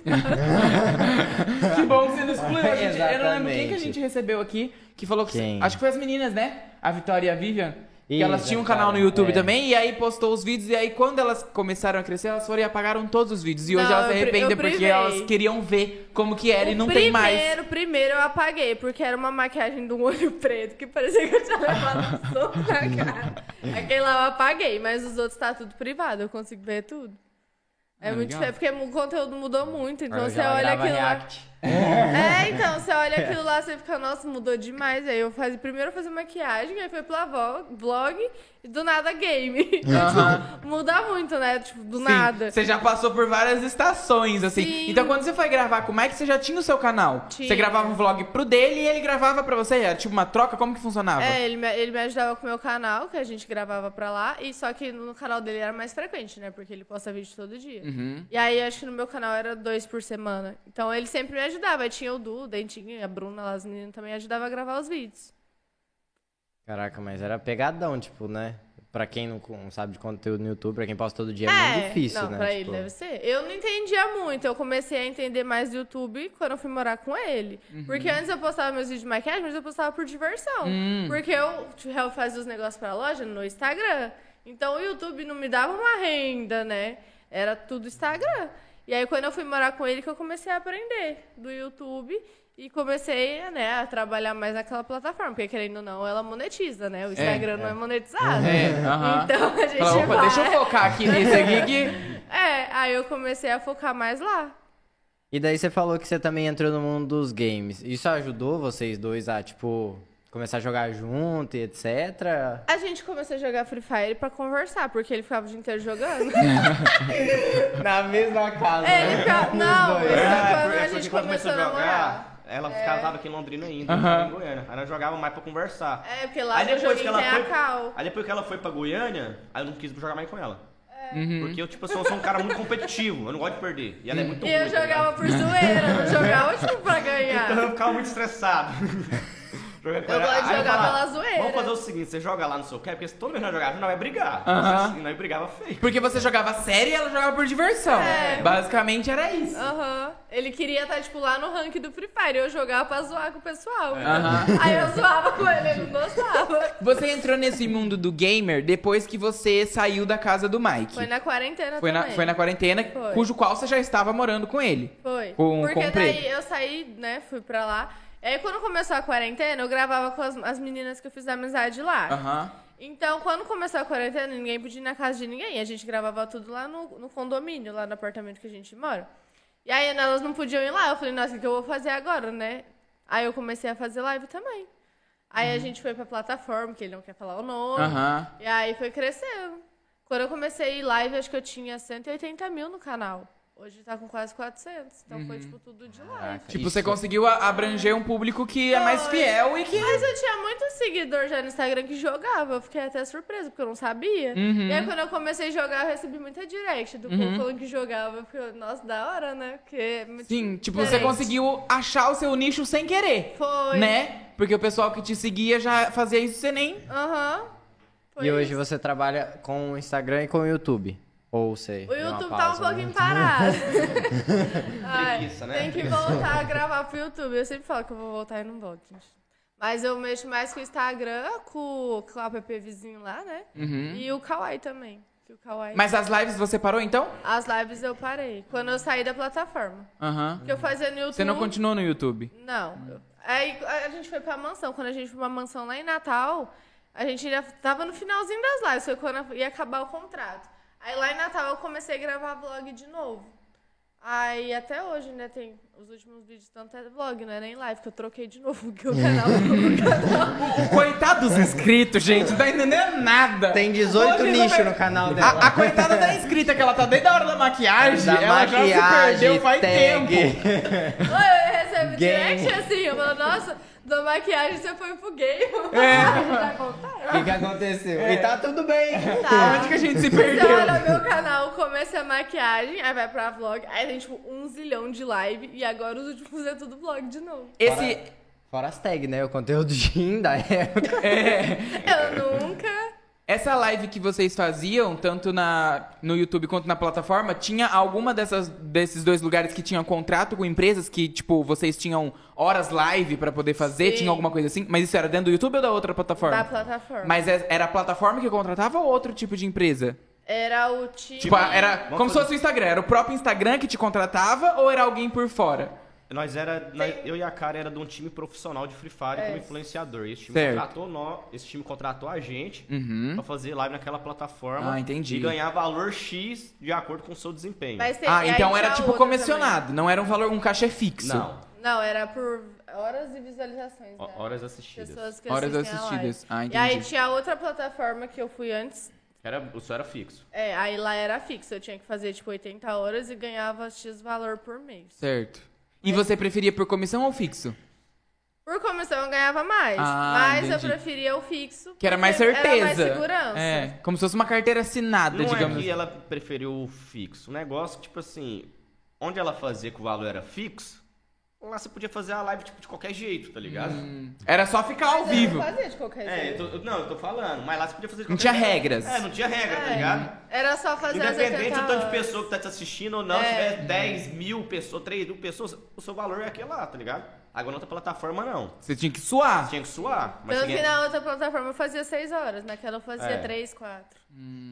[SPEAKER 1] Que bom que você nos explodiu. A gente- Eu não lembro quem que a
[SPEAKER 2] Exatamente.
[SPEAKER 1] gente recebeu aqui que falou que.
[SPEAKER 2] Quem?
[SPEAKER 1] Acho que foi as meninas, né? A Vitória e a Vivian. Que
[SPEAKER 2] Isso,
[SPEAKER 1] elas tinham um
[SPEAKER 2] cara,
[SPEAKER 1] canal no YouTube
[SPEAKER 2] é.
[SPEAKER 1] também, e aí postou os vídeos, e aí quando elas começaram a crescer, elas foram e apagaram todos os vídeos. E hoje
[SPEAKER 3] Não,
[SPEAKER 1] elas se
[SPEAKER 3] eu pri-
[SPEAKER 1] arrependem
[SPEAKER 3] eu
[SPEAKER 1] porque
[SPEAKER 3] privei.
[SPEAKER 1] elas queriam ver como que era e
[SPEAKER 3] O
[SPEAKER 1] não
[SPEAKER 3] primeiro,
[SPEAKER 1] tem mais.
[SPEAKER 3] Primeiro eu apaguei, porque era uma maquiagem de um olho preto que parecia que eu tinha levado um soco na cara. Aquele lá eu apaguei, mas os outros tá tudo privado, eu consigo ver tudo. É
[SPEAKER 1] Ah,
[SPEAKER 3] muito
[SPEAKER 1] legal.
[SPEAKER 3] diferente, porque o conteúdo mudou muito, então
[SPEAKER 2] Agora
[SPEAKER 3] você
[SPEAKER 2] já
[SPEAKER 3] olha
[SPEAKER 2] grava
[SPEAKER 3] aquilo lá.
[SPEAKER 2] react.
[SPEAKER 3] É, então, você olha aquilo lá, você fica, nossa, mudou demais. Aí eu faz, primeiro eu fazia maquiagem, aí foi pra vo- vlog, e do nada game.
[SPEAKER 1] Aham.
[SPEAKER 3] Muda muito, né? Tipo, do
[SPEAKER 1] Sim,
[SPEAKER 3] nada.
[SPEAKER 1] Você já passou por várias estações, assim.
[SPEAKER 3] Sim.
[SPEAKER 1] Então quando você foi gravar com o Mike, você já tinha o seu canal.
[SPEAKER 3] Tinha.
[SPEAKER 1] Você gravava um vlog pro dele e ele gravava pra você. Era tipo uma troca, como que funcionava?
[SPEAKER 3] É, ele me, ele me ajudava com o meu canal, que a gente gravava pra lá, e só que no canal dele era mais frequente, né? Porque ele posta vídeo todo dia.
[SPEAKER 1] Uhum.
[SPEAKER 3] E aí, acho que no meu canal era dois por semana. Então ele sempre me ajudava. Aí tinha o Du, o Dentinho, a Bruna, lá, as meninas também ajudavam a gravar os vídeos.
[SPEAKER 2] Caraca, mas era pegadão, tipo, né? Pra quem não con- sabe de conteúdo no YouTube, pra quem posta todo dia, é, muito difícil,
[SPEAKER 3] não,
[SPEAKER 2] né?
[SPEAKER 3] pra
[SPEAKER 2] tipo,
[SPEAKER 3] ele é deve ser. Eu não entendia muito, eu comecei a entender mais do YouTube quando eu fui morar com ele. Porque antes eu postava meus vídeos de maquiagem, mas eu postava por diversão. Porque eu, tipo, eu fazia os negócios pra loja no Instagram. Então o YouTube não me dava uma renda, né? Era tudo Instagram. E aí quando eu fui morar com ele que eu comecei a aprender do YouTube e comecei né, a trabalhar mais naquela plataforma. Porque querendo ou não, ela monetiza, né? O Instagram não é monetizado.
[SPEAKER 1] É, aham.
[SPEAKER 3] Então a gente
[SPEAKER 1] Fala, opa,
[SPEAKER 3] vai...
[SPEAKER 1] deixa eu focar aqui nesse aqui que.
[SPEAKER 3] É, aí eu comecei a focar mais lá.
[SPEAKER 2] E daí você falou que você também entrou no mundo dos games. Isso ajudou vocês dois a, tipo, começar a jogar junto e etc?
[SPEAKER 3] A gente começou a jogar Free Fire pra conversar, porque ele ficava o dia inteiro jogando.
[SPEAKER 2] Na mesma casa. né?
[SPEAKER 3] É, ele ficava. Não,
[SPEAKER 2] dois.
[SPEAKER 3] mas
[SPEAKER 4] É,
[SPEAKER 3] quando
[SPEAKER 4] porque
[SPEAKER 3] Tá a gente começou a namorar. É.
[SPEAKER 4] ela ficava tava aqui em Londrina ainda,
[SPEAKER 1] Aham.
[SPEAKER 4] tava em Goiânia. Aí nós jogava mais pra conversar.
[SPEAKER 3] É, porque lá eu joguei sem a cal.
[SPEAKER 4] aí depois que ela foi pra Goiânia, aí eu não quis jogar mais com ela.
[SPEAKER 3] É.
[SPEAKER 1] Uhum.
[SPEAKER 4] Porque eu, tipo, assim, eu sou um cara muito competitivo, eu não gosto de perder. E ela é muito
[SPEAKER 3] E
[SPEAKER 4] ruim.
[SPEAKER 3] eu
[SPEAKER 4] tá
[SPEAKER 3] jogava por zoeira, não jogava tipo pra ganhar.
[SPEAKER 4] Então eu ficava muito estressado. Eu
[SPEAKER 3] gosto de jogar pela zoeira.
[SPEAKER 4] Vamos fazer o seguinte, você joga lá no seu cap, porque se todo mundo jogar junto, nós vai brigar.
[SPEAKER 1] Aham.
[SPEAKER 4] Assim, nós brigava feio.
[SPEAKER 1] Porque você jogava sério e ela jogava por diversão.
[SPEAKER 3] É.
[SPEAKER 1] Basicamente era isso.
[SPEAKER 3] Aham. Ele queria estar, tipo, lá no ranking do Free Fire. Eu jogava pra zoar com o pessoal.
[SPEAKER 4] É.
[SPEAKER 1] Aham.
[SPEAKER 3] Aí eu zoava com ele, ele não gostava.
[SPEAKER 1] Você entrou nesse mundo do gamer depois que você saiu da casa do Mike.
[SPEAKER 3] Foi na quarentena
[SPEAKER 1] Foi na,
[SPEAKER 3] também.
[SPEAKER 1] foi na quarentena,
[SPEAKER 3] Foi.
[SPEAKER 1] cujo qual você já estava morando com ele.
[SPEAKER 3] Foi.
[SPEAKER 1] Com-
[SPEAKER 3] Porque
[SPEAKER 1] comprei.
[SPEAKER 3] daí eu saí, né? Fui pra lá. E aí quando começou a quarentena, eu gravava com as, as meninas que eu fiz amizade lá.
[SPEAKER 1] Aham.
[SPEAKER 3] Então, quando começou a quarentena, ninguém podia ir na casa de ninguém. A gente gravava tudo lá no, no condomínio, lá no apartamento que a gente mora. E aí elas não podiam ir lá. Eu falei, nossa, o que eu vou fazer agora, né? Aí eu comecei a fazer live também. Aí a gente foi pra plataforma, que ele não quer falar o nome.
[SPEAKER 1] Uhum. Aham.
[SPEAKER 3] E aí foi crescendo. Quando eu comecei a ir live, acho que eu tinha 180 mil no canal. Hoje tá com quase 400. Então
[SPEAKER 1] Uhum.
[SPEAKER 3] foi, tipo, tudo de live.
[SPEAKER 1] Tipo,
[SPEAKER 2] Isso.
[SPEAKER 1] você conseguiu a- abranger um público que é mais
[SPEAKER 3] Foi.
[SPEAKER 1] fiel e que.
[SPEAKER 3] Mas eu tinha muito seguidor já no Instagram que jogava. Eu fiquei até surpresa, porque eu não sabia.
[SPEAKER 1] Uhum.
[SPEAKER 3] E aí, quando eu comecei a jogar, eu recebi muita direct do povo falando que jogava. Eu fiquei, nossa, da hora, né? Porque é muito
[SPEAKER 1] Sim, tipo, você
[SPEAKER 3] diferente.
[SPEAKER 1] conseguiu achar o seu nicho sem querer.
[SPEAKER 3] Foi.
[SPEAKER 1] Né? Porque o pessoal que te seguia já fazia isso, você nem.
[SPEAKER 3] Aham. Foi
[SPEAKER 2] E hoje
[SPEAKER 3] isso.
[SPEAKER 2] você trabalha com o Instagram e com o YouTube. Ou sei.
[SPEAKER 3] O YouTube tá um
[SPEAKER 2] né?
[SPEAKER 3] pouquinho parado. Ai,
[SPEAKER 4] Preguiça, né?
[SPEAKER 3] Tem que voltar a gravar pro YouTube. Eu sempre falo que eu vou voltar e não volto, gente. Mas eu mexo mais com o Instagram, com, com o app vizinho lá, né? E o Kawaii também. que o Kawaii...
[SPEAKER 1] Uhum. Mas as lives você parou então?
[SPEAKER 3] As lives eu parei. Quando eu saí da plataforma.
[SPEAKER 1] Aham.
[SPEAKER 3] Porque eu fazia no YouTube.
[SPEAKER 1] Você não continuou no YouTube?
[SPEAKER 3] Não. Aí a gente foi pra mansão. Quando a gente foi pra mansão lá em Natal, a gente ainda tava no finalzinho das lives. Foi quando ia acabar o contrato. Aí lá em Natal eu comecei a gravar vlog de novo. Aí até hoje, né, tem os últimos vídeos, tanto é vlog, não é nem live, que eu troquei de novo que o canal.
[SPEAKER 1] Coitado dos inscritos, gente, não tá entendendo nada.
[SPEAKER 2] Tem 18
[SPEAKER 1] Hoje não
[SPEAKER 2] nichos
[SPEAKER 1] vai-
[SPEAKER 2] no canal dela.
[SPEAKER 1] A, a coitada da inscrita, que ela tá desde a hora da maquiagem,
[SPEAKER 2] Da
[SPEAKER 1] ela já se
[SPEAKER 2] maquiagem,
[SPEAKER 1] perdeu faz
[SPEAKER 2] tag.
[SPEAKER 1] tempo.
[SPEAKER 3] Oi, eu
[SPEAKER 2] Game.
[SPEAKER 3] recebo direct assim, eu falo, nossa, da maquiagem você foi pro game.
[SPEAKER 1] É.
[SPEAKER 2] O que, que aconteceu? E tá tudo bem.
[SPEAKER 3] Tá.
[SPEAKER 1] Onde que a gente se
[SPEAKER 3] Você olha
[SPEAKER 1] perdeu?
[SPEAKER 3] o meu canal, começa a maquiagem, aí vai pra vlog, aí tem tipo um zilhão de live, e agora os últimos é tudo vlog de novo.
[SPEAKER 1] Esse.
[SPEAKER 2] Fora as tags, né? O conteúdo é gin da época.
[SPEAKER 3] Eu nunca.
[SPEAKER 1] Essa live que vocês faziam, tanto na, no YouTube quanto na plataforma, tinha alguma dessas, desses dois lugares que tinha contrato com empresas que, tipo, vocês tinham horas live pra poder fazer?
[SPEAKER 3] Sim.
[SPEAKER 1] Tinha alguma coisa assim? Mas isso era dentro do YouTube ou da outra plataforma?
[SPEAKER 3] Da plataforma.
[SPEAKER 1] Mas é- era a plataforma que contratava ou outro tipo de empresa?
[SPEAKER 3] Era o time.
[SPEAKER 1] Tipo, era
[SPEAKER 4] vamos
[SPEAKER 1] como se
[SPEAKER 4] fazer-
[SPEAKER 1] fosse o Instagram. Era o próprio Instagram que te contratava ou era alguém por fora?
[SPEAKER 4] Nós era, nós- eu e a Karen era de um time profissional de Free Fire
[SPEAKER 3] É.
[SPEAKER 4] como influenciador. E esse time
[SPEAKER 1] Certo.
[SPEAKER 4] contratou nós, esse time contratou a gente
[SPEAKER 1] Uhum.
[SPEAKER 4] pra fazer live naquela plataforma
[SPEAKER 1] Ah, entendi.
[SPEAKER 4] e ganhar valor X de acordo com o seu desempenho.
[SPEAKER 3] Mas tem-
[SPEAKER 1] Ah,
[SPEAKER 3] aí
[SPEAKER 1] então
[SPEAKER 3] tinha
[SPEAKER 1] era tipo
[SPEAKER 3] outra
[SPEAKER 1] comissionado, não era um valor, um cachê fixo.
[SPEAKER 4] Não,
[SPEAKER 3] também. Não, era por horas e visualizações.
[SPEAKER 4] ho-
[SPEAKER 3] né?
[SPEAKER 4] horas assistidas.
[SPEAKER 3] Pessoas que
[SPEAKER 1] Horas
[SPEAKER 3] assistem a live.
[SPEAKER 1] assistidas. Ah,
[SPEAKER 3] E aí
[SPEAKER 1] entendi.
[SPEAKER 3] tinha outra plataforma que eu fui antes.
[SPEAKER 4] Era, isso era fixo.
[SPEAKER 3] É, aí lá era fixo. Eu tinha que fazer tipo 80 horas e ganhava X valor por mês.
[SPEAKER 1] Certo. E você preferia por comissão ou fixo?
[SPEAKER 3] Por comissão eu ganhava mais.
[SPEAKER 1] Ah,
[SPEAKER 3] mas
[SPEAKER 1] entendi.
[SPEAKER 3] eu preferia o fixo.
[SPEAKER 1] Que era mais
[SPEAKER 3] porque
[SPEAKER 1] certeza.
[SPEAKER 3] Era mais segurança.
[SPEAKER 1] É, como se fosse uma carteira assinada,
[SPEAKER 4] Não é
[SPEAKER 1] digamos
[SPEAKER 4] que
[SPEAKER 1] assim.
[SPEAKER 4] ela preferiu o fixo. O negócio, tipo assim, onde ela fazia que o valor era fixo, lá você podia fazer a live tipo, de qualquer jeito, tá ligado?
[SPEAKER 1] Hum. assim. Era só ficar ao
[SPEAKER 3] Mas eu
[SPEAKER 1] vivo.
[SPEAKER 3] não fazia de qualquer
[SPEAKER 4] É, eu
[SPEAKER 3] jeito.
[SPEAKER 4] tô- eu- não, eu tô falando, mas lá você podia fazer de
[SPEAKER 1] Não
[SPEAKER 4] qualquer
[SPEAKER 1] tinha
[SPEAKER 4] jeito.
[SPEAKER 1] regras.
[SPEAKER 4] É, não tinha regra, tá ligado?
[SPEAKER 3] Era só fazer as 80
[SPEAKER 4] Independente do tanto de
[SPEAKER 3] horas.
[SPEAKER 4] pessoa que tá te assistindo ou não, se
[SPEAKER 3] É.
[SPEAKER 4] tiver 10 mil pessoas, 3 mil pessoas, o seu valor é aquele lá, tá ligado? Agora na outra plataforma não.
[SPEAKER 1] Você tinha que suar.
[SPEAKER 4] Tinha que suar. Mas
[SPEAKER 3] Tanto
[SPEAKER 4] você
[SPEAKER 3] que
[SPEAKER 4] ganha-
[SPEAKER 3] na outra plataforma eu fazia 6 horas, naquela eu fazia
[SPEAKER 4] É.
[SPEAKER 3] 3, 4.
[SPEAKER 1] Hum.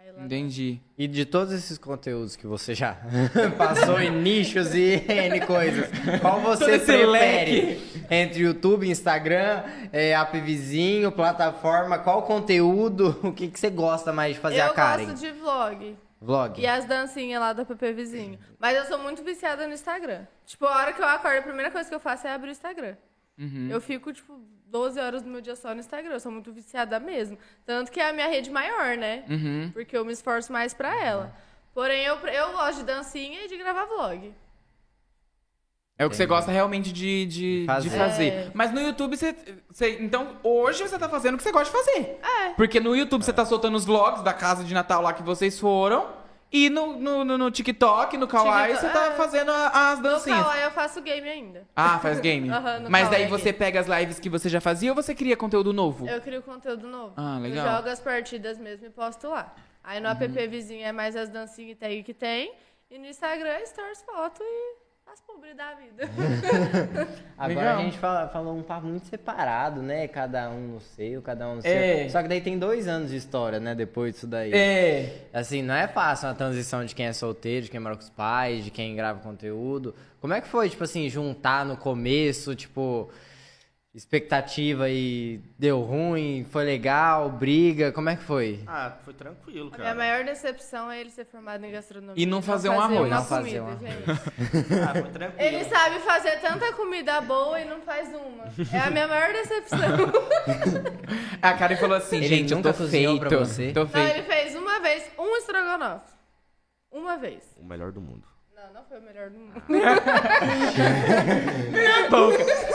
[SPEAKER 3] Aí lá
[SPEAKER 1] Entendi.
[SPEAKER 2] E de todos esses conteúdos que você já passou em nichos e N coisas, qual
[SPEAKER 1] Todo
[SPEAKER 2] você
[SPEAKER 1] esse
[SPEAKER 2] prefere?
[SPEAKER 1] leque.
[SPEAKER 2] Entre YouTube, Instagram, é, app vizinho, plataforma, qual conteúdo, o que, que você gosta mais de fazer
[SPEAKER 3] eu
[SPEAKER 2] a Karen?
[SPEAKER 3] gosto de vlog.
[SPEAKER 2] Vlog.
[SPEAKER 3] E as dancinhas lá do PP Vizinho. Mas eu sou muito viciada no Instagram. Tipo, a hora que eu acordo, a primeira coisa que eu faço é abrir o Instagram.
[SPEAKER 1] Uhum.
[SPEAKER 3] Eu fico, tipo, 12 horas do meu dia só no Instagram. Eu sou muito viciada mesmo. Tanto que é a minha rede maior, né?
[SPEAKER 1] Uhum.
[SPEAKER 3] Porque eu me esforço mais pra ela. Porém, eu, eu gosto de dancinha e de gravar vlog.
[SPEAKER 1] É o que você gosta realmente de, de, de fazer.
[SPEAKER 2] Fazer.
[SPEAKER 3] É.
[SPEAKER 1] Mas no YouTube você, você- Então, hoje você tá fazendo o que você gosta de fazer.
[SPEAKER 3] É.
[SPEAKER 1] Porque no YouTube você tá soltando os vlogs da casa de Natal lá que vocês foram. E no, no, no- no TikTok, no Kawaii, você
[SPEAKER 3] TikTok,
[SPEAKER 1] tá
[SPEAKER 3] é.
[SPEAKER 1] fazendo a- as
[SPEAKER 3] No
[SPEAKER 1] dancinhas.
[SPEAKER 3] Kawaii eu faço game ainda.
[SPEAKER 1] Ah, faz game?
[SPEAKER 3] Aham, no
[SPEAKER 1] Mas daí
[SPEAKER 3] Kawaii.
[SPEAKER 1] você pega as lives que você já fazia ou você cria conteúdo novo?
[SPEAKER 3] Eu crio conteúdo novo.
[SPEAKER 1] Ah, legal. Uhum.
[SPEAKER 3] Eu jogo as partidas mesmo e posto lá. Aí no app vizinho é mais as dancinhas e tag que tem. E no Instagram, é stories, foto e as pobres da vida.
[SPEAKER 2] Agora
[SPEAKER 1] Legal.
[SPEAKER 2] a gente fala- falou um papo muito separado, né? Cada um no seu, cada um no seu.
[SPEAKER 1] É.
[SPEAKER 2] Só que daí tem dois anos de história, né? Depois disso daí.
[SPEAKER 1] É.
[SPEAKER 2] Assim, não é fácil a transição de quem é solteiro, de quem mora com os pais, de quem grava conteúdo. Como é que foi, tipo assim, juntar no começo, tipo, expectativa e deu ruim, foi legal, briga, como é que foi?
[SPEAKER 4] Ah, foi tranquilo,
[SPEAKER 3] A minha
[SPEAKER 4] cara.
[SPEAKER 3] maior decepção é ele ser formado em gastronomia.
[SPEAKER 1] E não fazer um arroz.
[SPEAKER 3] uma
[SPEAKER 2] Não fazer
[SPEAKER 3] comida,
[SPEAKER 2] um
[SPEAKER 3] gente.
[SPEAKER 4] Ah, foi tranquilo.
[SPEAKER 3] Ele sabe fazer tanta comida boa e não faz uma. É a minha maior decepção.
[SPEAKER 1] A Karen falou assim,
[SPEAKER 2] Ele
[SPEAKER 1] gente, eu
[SPEAKER 2] nunca
[SPEAKER 1] tô
[SPEAKER 2] cozinhou
[SPEAKER 1] feito.
[SPEAKER 2] pra você?
[SPEAKER 1] Tô
[SPEAKER 3] Não,
[SPEAKER 1] feito.
[SPEAKER 3] ele fez uma vez um estrogonofe. Uma vez.
[SPEAKER 4] O melhor do mundo.
[SPEAKER 3] Não, não foi o melhor do mundo.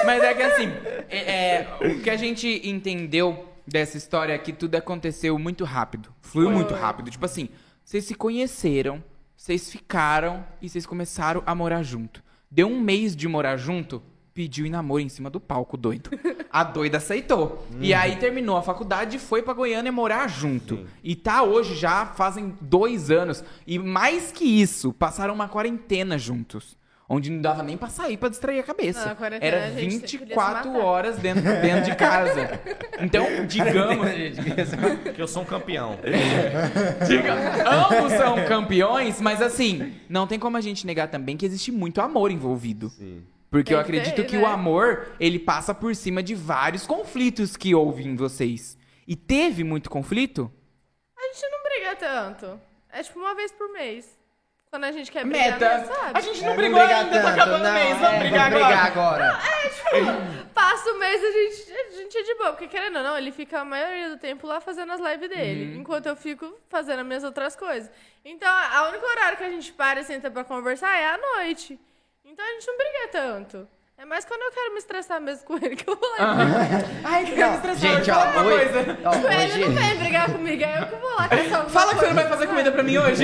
[SPEAKER 1] Mas é que assim, é- é, o que a gente entendeu dessa história é que tudo aconteceu muito rápido. Fluiu muito rápido. Tipo assim, vocês se conheceram, vocês ficaram e vocês começaram a morar junto. Deu um mês de morar junto, pediu em namoro em cima do palco, doido. A doida aceitou. E aí terminou a faculdade e foi pra Goiânia morar junto. E tá hoje já fazem dois anos. E mais que isso, passaram uma quarentena juntos. Onde não dava nem pra sair pra distrair a cabeça.
[SPEAKER 3] Não, na quarentena
[SPEAKER 1] Era
[SPEAKER 3] a gente queria se
[SPEAKER 1] 24
[SPEAKER 3] matar.
[SPEAKER 1] horas dentro, dentro de casa. Então, digamos,
[SPEAKER 4] Porque eu sou um campeão.
[SPEAKER 1] diga, ambos são campeões, mas assim, não tem como a gente negar também que existe muito amor envolvido.
[SPEAKER 4] Sim.
[SPEAKER 1] Porque eu
[SPEAKER 3] Tem que
[SPEAKER 1] acredito
[SPEAKER 3] ter,
[SPEAKER 1] que o
[SPEAKER 3] né?
[SPEAKER 1] amor, ele passa por cima de vários conflitos que houve em vocês. E teve muito conflito?
[SPEAKER 3] A gente não briga tanto. É tipo uma vez por mês. Quando a gente quer brigar,
[SPEAKER 1] Meta!
[SPEAKER 3] mesmo, sabe?
[SPEAKER 1] A gente não brigou ainda, tá acabando o mês,
[SPEAKER 2] é,
[SPEAKER 1] vamos brigar agora.
[SPEAKER 3] Passa o mês e a gente, a gente é de boa. Porque querendo ou não, ele fica a maioria do tempo lá fazendo as lives dele.
[SPEAKER 1] Uhum.
[SPEAKER 3] Enquanto eu fico fazendo as minhas outras coisas. Então, a a único horário que a gente para e senta pra conversar é à noite. Então, a gente não briga tanto. É mais quando eu quero me estressar mesmo com ele que eu vou lá.
[SPEAKER 1] Ai, que quero me estressar.
[SPEAKER 2] Gente,
[SPEAKER 1] fala
[SPEAKER 2] ó,
[SPEAKER 1] alguma
[SPEAKER 2] hoje,
[SPEAKER 1] coisa.
[SPEAKER 2] ó,
[SPEAKER 3] Com ele não
[SPEAKER 2] hoje,
[SPEAKER 3] vem brigar comigo, é eu que vou lá. caçar alguma
[SPEAKER 1] Fala que você não vai
[SPEAKER 3] coisa.
[SPEAKER 1] fazer comida pra mim hoje.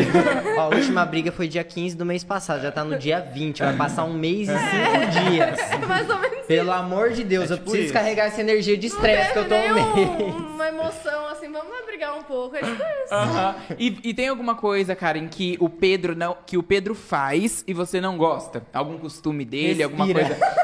[SPEAKER 2] ó, a última briga foi dia 15 do mês passado, já tá no dia 20, vai passar um mês e cinco dias.
[SPEAKER 3] É mais ou menos
[SPEAKER 2] Pelo amor de Deus,
[SPEAKER 4] É
[SPEAKER 2] eu
[SPEAKER 4] tipo
[SPEAKER 2] preciso
[SPEAKER 4] isso.
[SPEAKER 2] carregar essa energia de estresse que eu
[SPEAKER 3] Não teve
[SPEAKER 2] tomei.
[SPEAKER 3] nenhum- uma emoção assim, vamos lá brigar um pouco. É tipo isso.
[SPEAKER 1] Aham. E, e tem alguma coisa, cara, em que o Pedro não, que o Pedro faz e você não gosta? Algum costume dele, alguma
[SPEAKER 2] Respira.
[SPEAKER 1] coisa?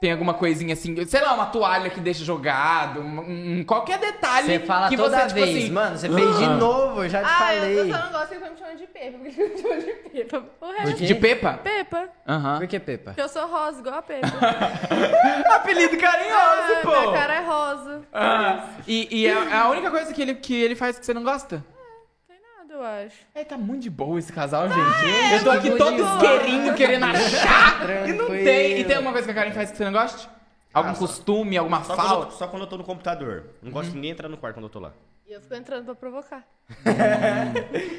[SPEAKER 1] Tem alguma coisinha assim, sei lá, uma toalha que deixa jogado, um, um- qualquer detalhe
[SPEAKER 2] Você fala
[SPEAKER 1] que
[SPEAKER 2] toda
[SPEAKER 1] você,
[SPEAKER 2] vez,
[SPEAKER 1] tipo assim,
[SPEAKER 2] mano, você fez de
[SPEAKER 1] "Ah".
[SPEAKER 2] novo, eu já te
[SPEAKER 3] Ah, eu, eu
[SPEAKER 2] falei.
[SPEAKER 3] só não gosto que ele me chama de Pepa, porque ele me chama de Pepa. O resto é
[SPEAKER 2] quê?
[SPEAKER 1] De Pepa?
[SPEAKER 3] Pepa.
[SPEAKER 1] Aham.
[SPEAKER 2] Por que, Pepa?
[SPEAKER 3] Porque eu sou rosa, igual a Pepa.
[SPEAKER 1] É um Apelido carinhoso,
[SPEAKER 3] Ah,
[SPEAKER 1] pô!
[SPEAKER 3] Minha cara é rosa.
[SPEAKER 1] Ah, e e é a única coisa que ele, que ele faz que você não gosta?
[SPEAKER 3] Tem nada, eu acho.
[SPEAKER 1] É, tá muito de boa esse casal, gente. eu tô
[SPEAKER 3] tá
[SPEAKER 1] aqui
[SPEAKER 2] muito
[SPEAKER 1] todo
[SPEAKER 2] de boa.
[SPEAKER 1] isqueirinho, querendo achar. e não
[SPEAKER 2] Tranquilo.
[SPEAKER 1] tem. E tem alguma coisa que a Karen faz que você não gosta? Algum
[SPEAKER 4] Ah, só-
[SPEAKER 1] costume, alguma
[SPEAKER 4] Só quando, eu,
[SPEAKER 1] falta?
[SPEAKER 4] só quando eu tô no computador. Não gosto de ninguém entrar no quarto quando eu tô lá.
[SPEAKER 3] E eu fico entrando pra provocar.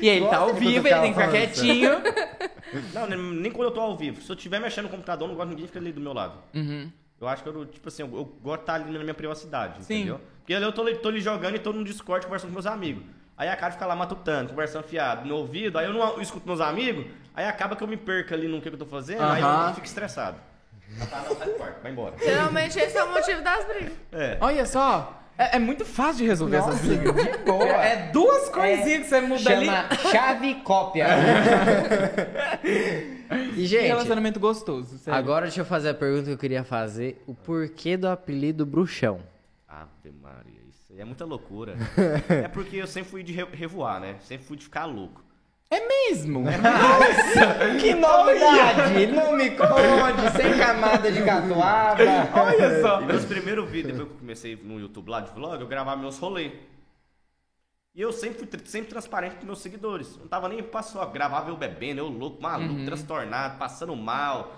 [SPEAKER 1] E aí, ele tá
[SPEAKER 2] Gosta
[SPEAKER 1] ao
[SPEAKER 2] de
[SPEAKER 1] vivo, ele
[SPEAKER 2] cutucar
[SPEAKER 1] tem que ficar
[SPEAKER 2] a pança.
[SPEAKER 1] quietinho.
[SPEAKER 4] Não, nem, nem quando eu tô ao vivo. Se eu estiver mexendo no computador, eu não gosto de ninguém ficar ali do meu lado.
[SPEAKER 1] Uhum.
[SPEAKER 4] Eu acho que eu, não- tipo assim, eu, eu gosto de estar ali na minha privacidade,
[SPEAKER 1] Sim.
[SPEAKER 4] entendeu? Porque ali eu tô, ali- tô ali jogando e tô no Discord conversando com meus amigos. Aí a cara fica lá matutando, conversando fiado no ouvido, aí eu não escuto meus amigos, aí acaba que eu me perco ali no que, que eu tô fazendo, aí
[SPEAKER 1] Aham.
[SPEAKER 4] eu fico estressado. Ah, tá, não, sai do quarto, vai embora.
[SPEAKER 3] Geralmente esse é o motivo das brigas.
[SPEAKER 4] É.
[SPEAKER 1] Olha só. É, é muito fácil de resolver essas brigas.
[SPEAKER 2] de boa.
[SPEAKER 1] É é duas coisinhas que você muda ali.
[SPEAKER 2] Chama chave cópia. e,
[SPEAKER 1] Que
[SPEAKER 2] gente,
[SPEAKER 1] Um relacionamento gostoso. sério.
[SPEAKER 2] agora deixa eu fazer a pergunta que eu queria fazer. O porquê do apelido bruxão?
[SPEAKER 4] Ave Maria, isso aí é muita loucura. é porque eu sempre fui de re- revoar, né? Sempre fui de ficar louco.
[SPEAKER 1] É mesmo?
[SPEAKER 2] Que novidade! não me conte, sem camada de catuaba.
[SPEAKER 1] Olha só.
[SPEAKER 4] E meus primeiros vídeos, depois que eu comecei no YouTube lá de vlog, eu gravava meus rolês. E eu sempre fui tr- sempre transparente com meus seguidores. Não tava nem passou, gravava eu bebendo, eu louco, maluco,
[SPEAKER 2] Uhum.
[SPEAKER 4] transtornado, passando mal.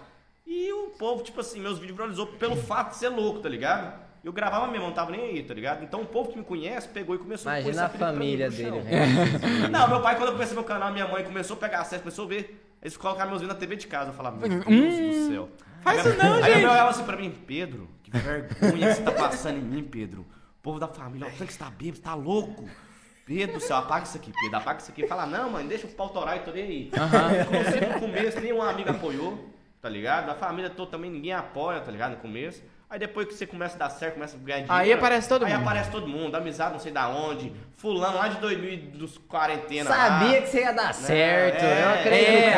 [SPEAKER 4] E o povo, tipo assim, meus vídeos viralizou pelo fato de ser louco, tá ligado? Eu gravava mesmo, não tava nem aí, tá ligado? Então o povo que me conhece pegou e começou pôr esse
[SPEAKER 2] Imagina a
[SPEAKER 4] apelido pra mim
[SPEAKER 2] família
[SPEAKER 4] no chão.
[SPEAKER 2] dele, né? velho.
[SPEAKER 4] Não, meu pai, quando eu comecei meu canal, minha mãe começou a pegar acesso, começou a ver. Eles colocaram meus vídeos na TV de casa. Eu falava, meu Deus do céu.
[SPEAKER 1] Hum. faz
[SPEAKER 4] Aí
[SPEAKER 1] isso
[SPEAKER 4] minha-
[SPEAKER 1] não,
[SPEAKER 4] Aí
[SPEAKER 1] gente.
[SPEAKER 4] meu ela assim pra mim, Pedro, que vergonha que você tá passando em mim, Pedro. O povo da família, olha o tanto que você tá bêbado, você tá louco. Pedro do céu, apaga isso aqui, Pedro, apaga isso aqui. Fala, não, mãe, deixa o pau torar e tô nem aí. Como sempre no começo, nenhum amigo apoiou, tá ligado? A família toda também, ninguém apoia, tá ligado? No começo. Aí depois que você começa a dar certo, começa a ganhar dinheiro.
[SPEAKER 1] Aí aparece todo
[SPEAKER 4] aí
[SPEAKER 1] mundo.
[SPEAKER 4] aparece todo mundo, amizade não sei da onde, fulano lá de 2000 dos quarentena.
[SPEAKER 2] Sabia
[SPEAKER 4] lá.
[SPEAKER 2] que você ia dar certo, eu
[SPEAKER 4] é,
[SPEAKER 2] acredito.
[SPEAKER 1] É,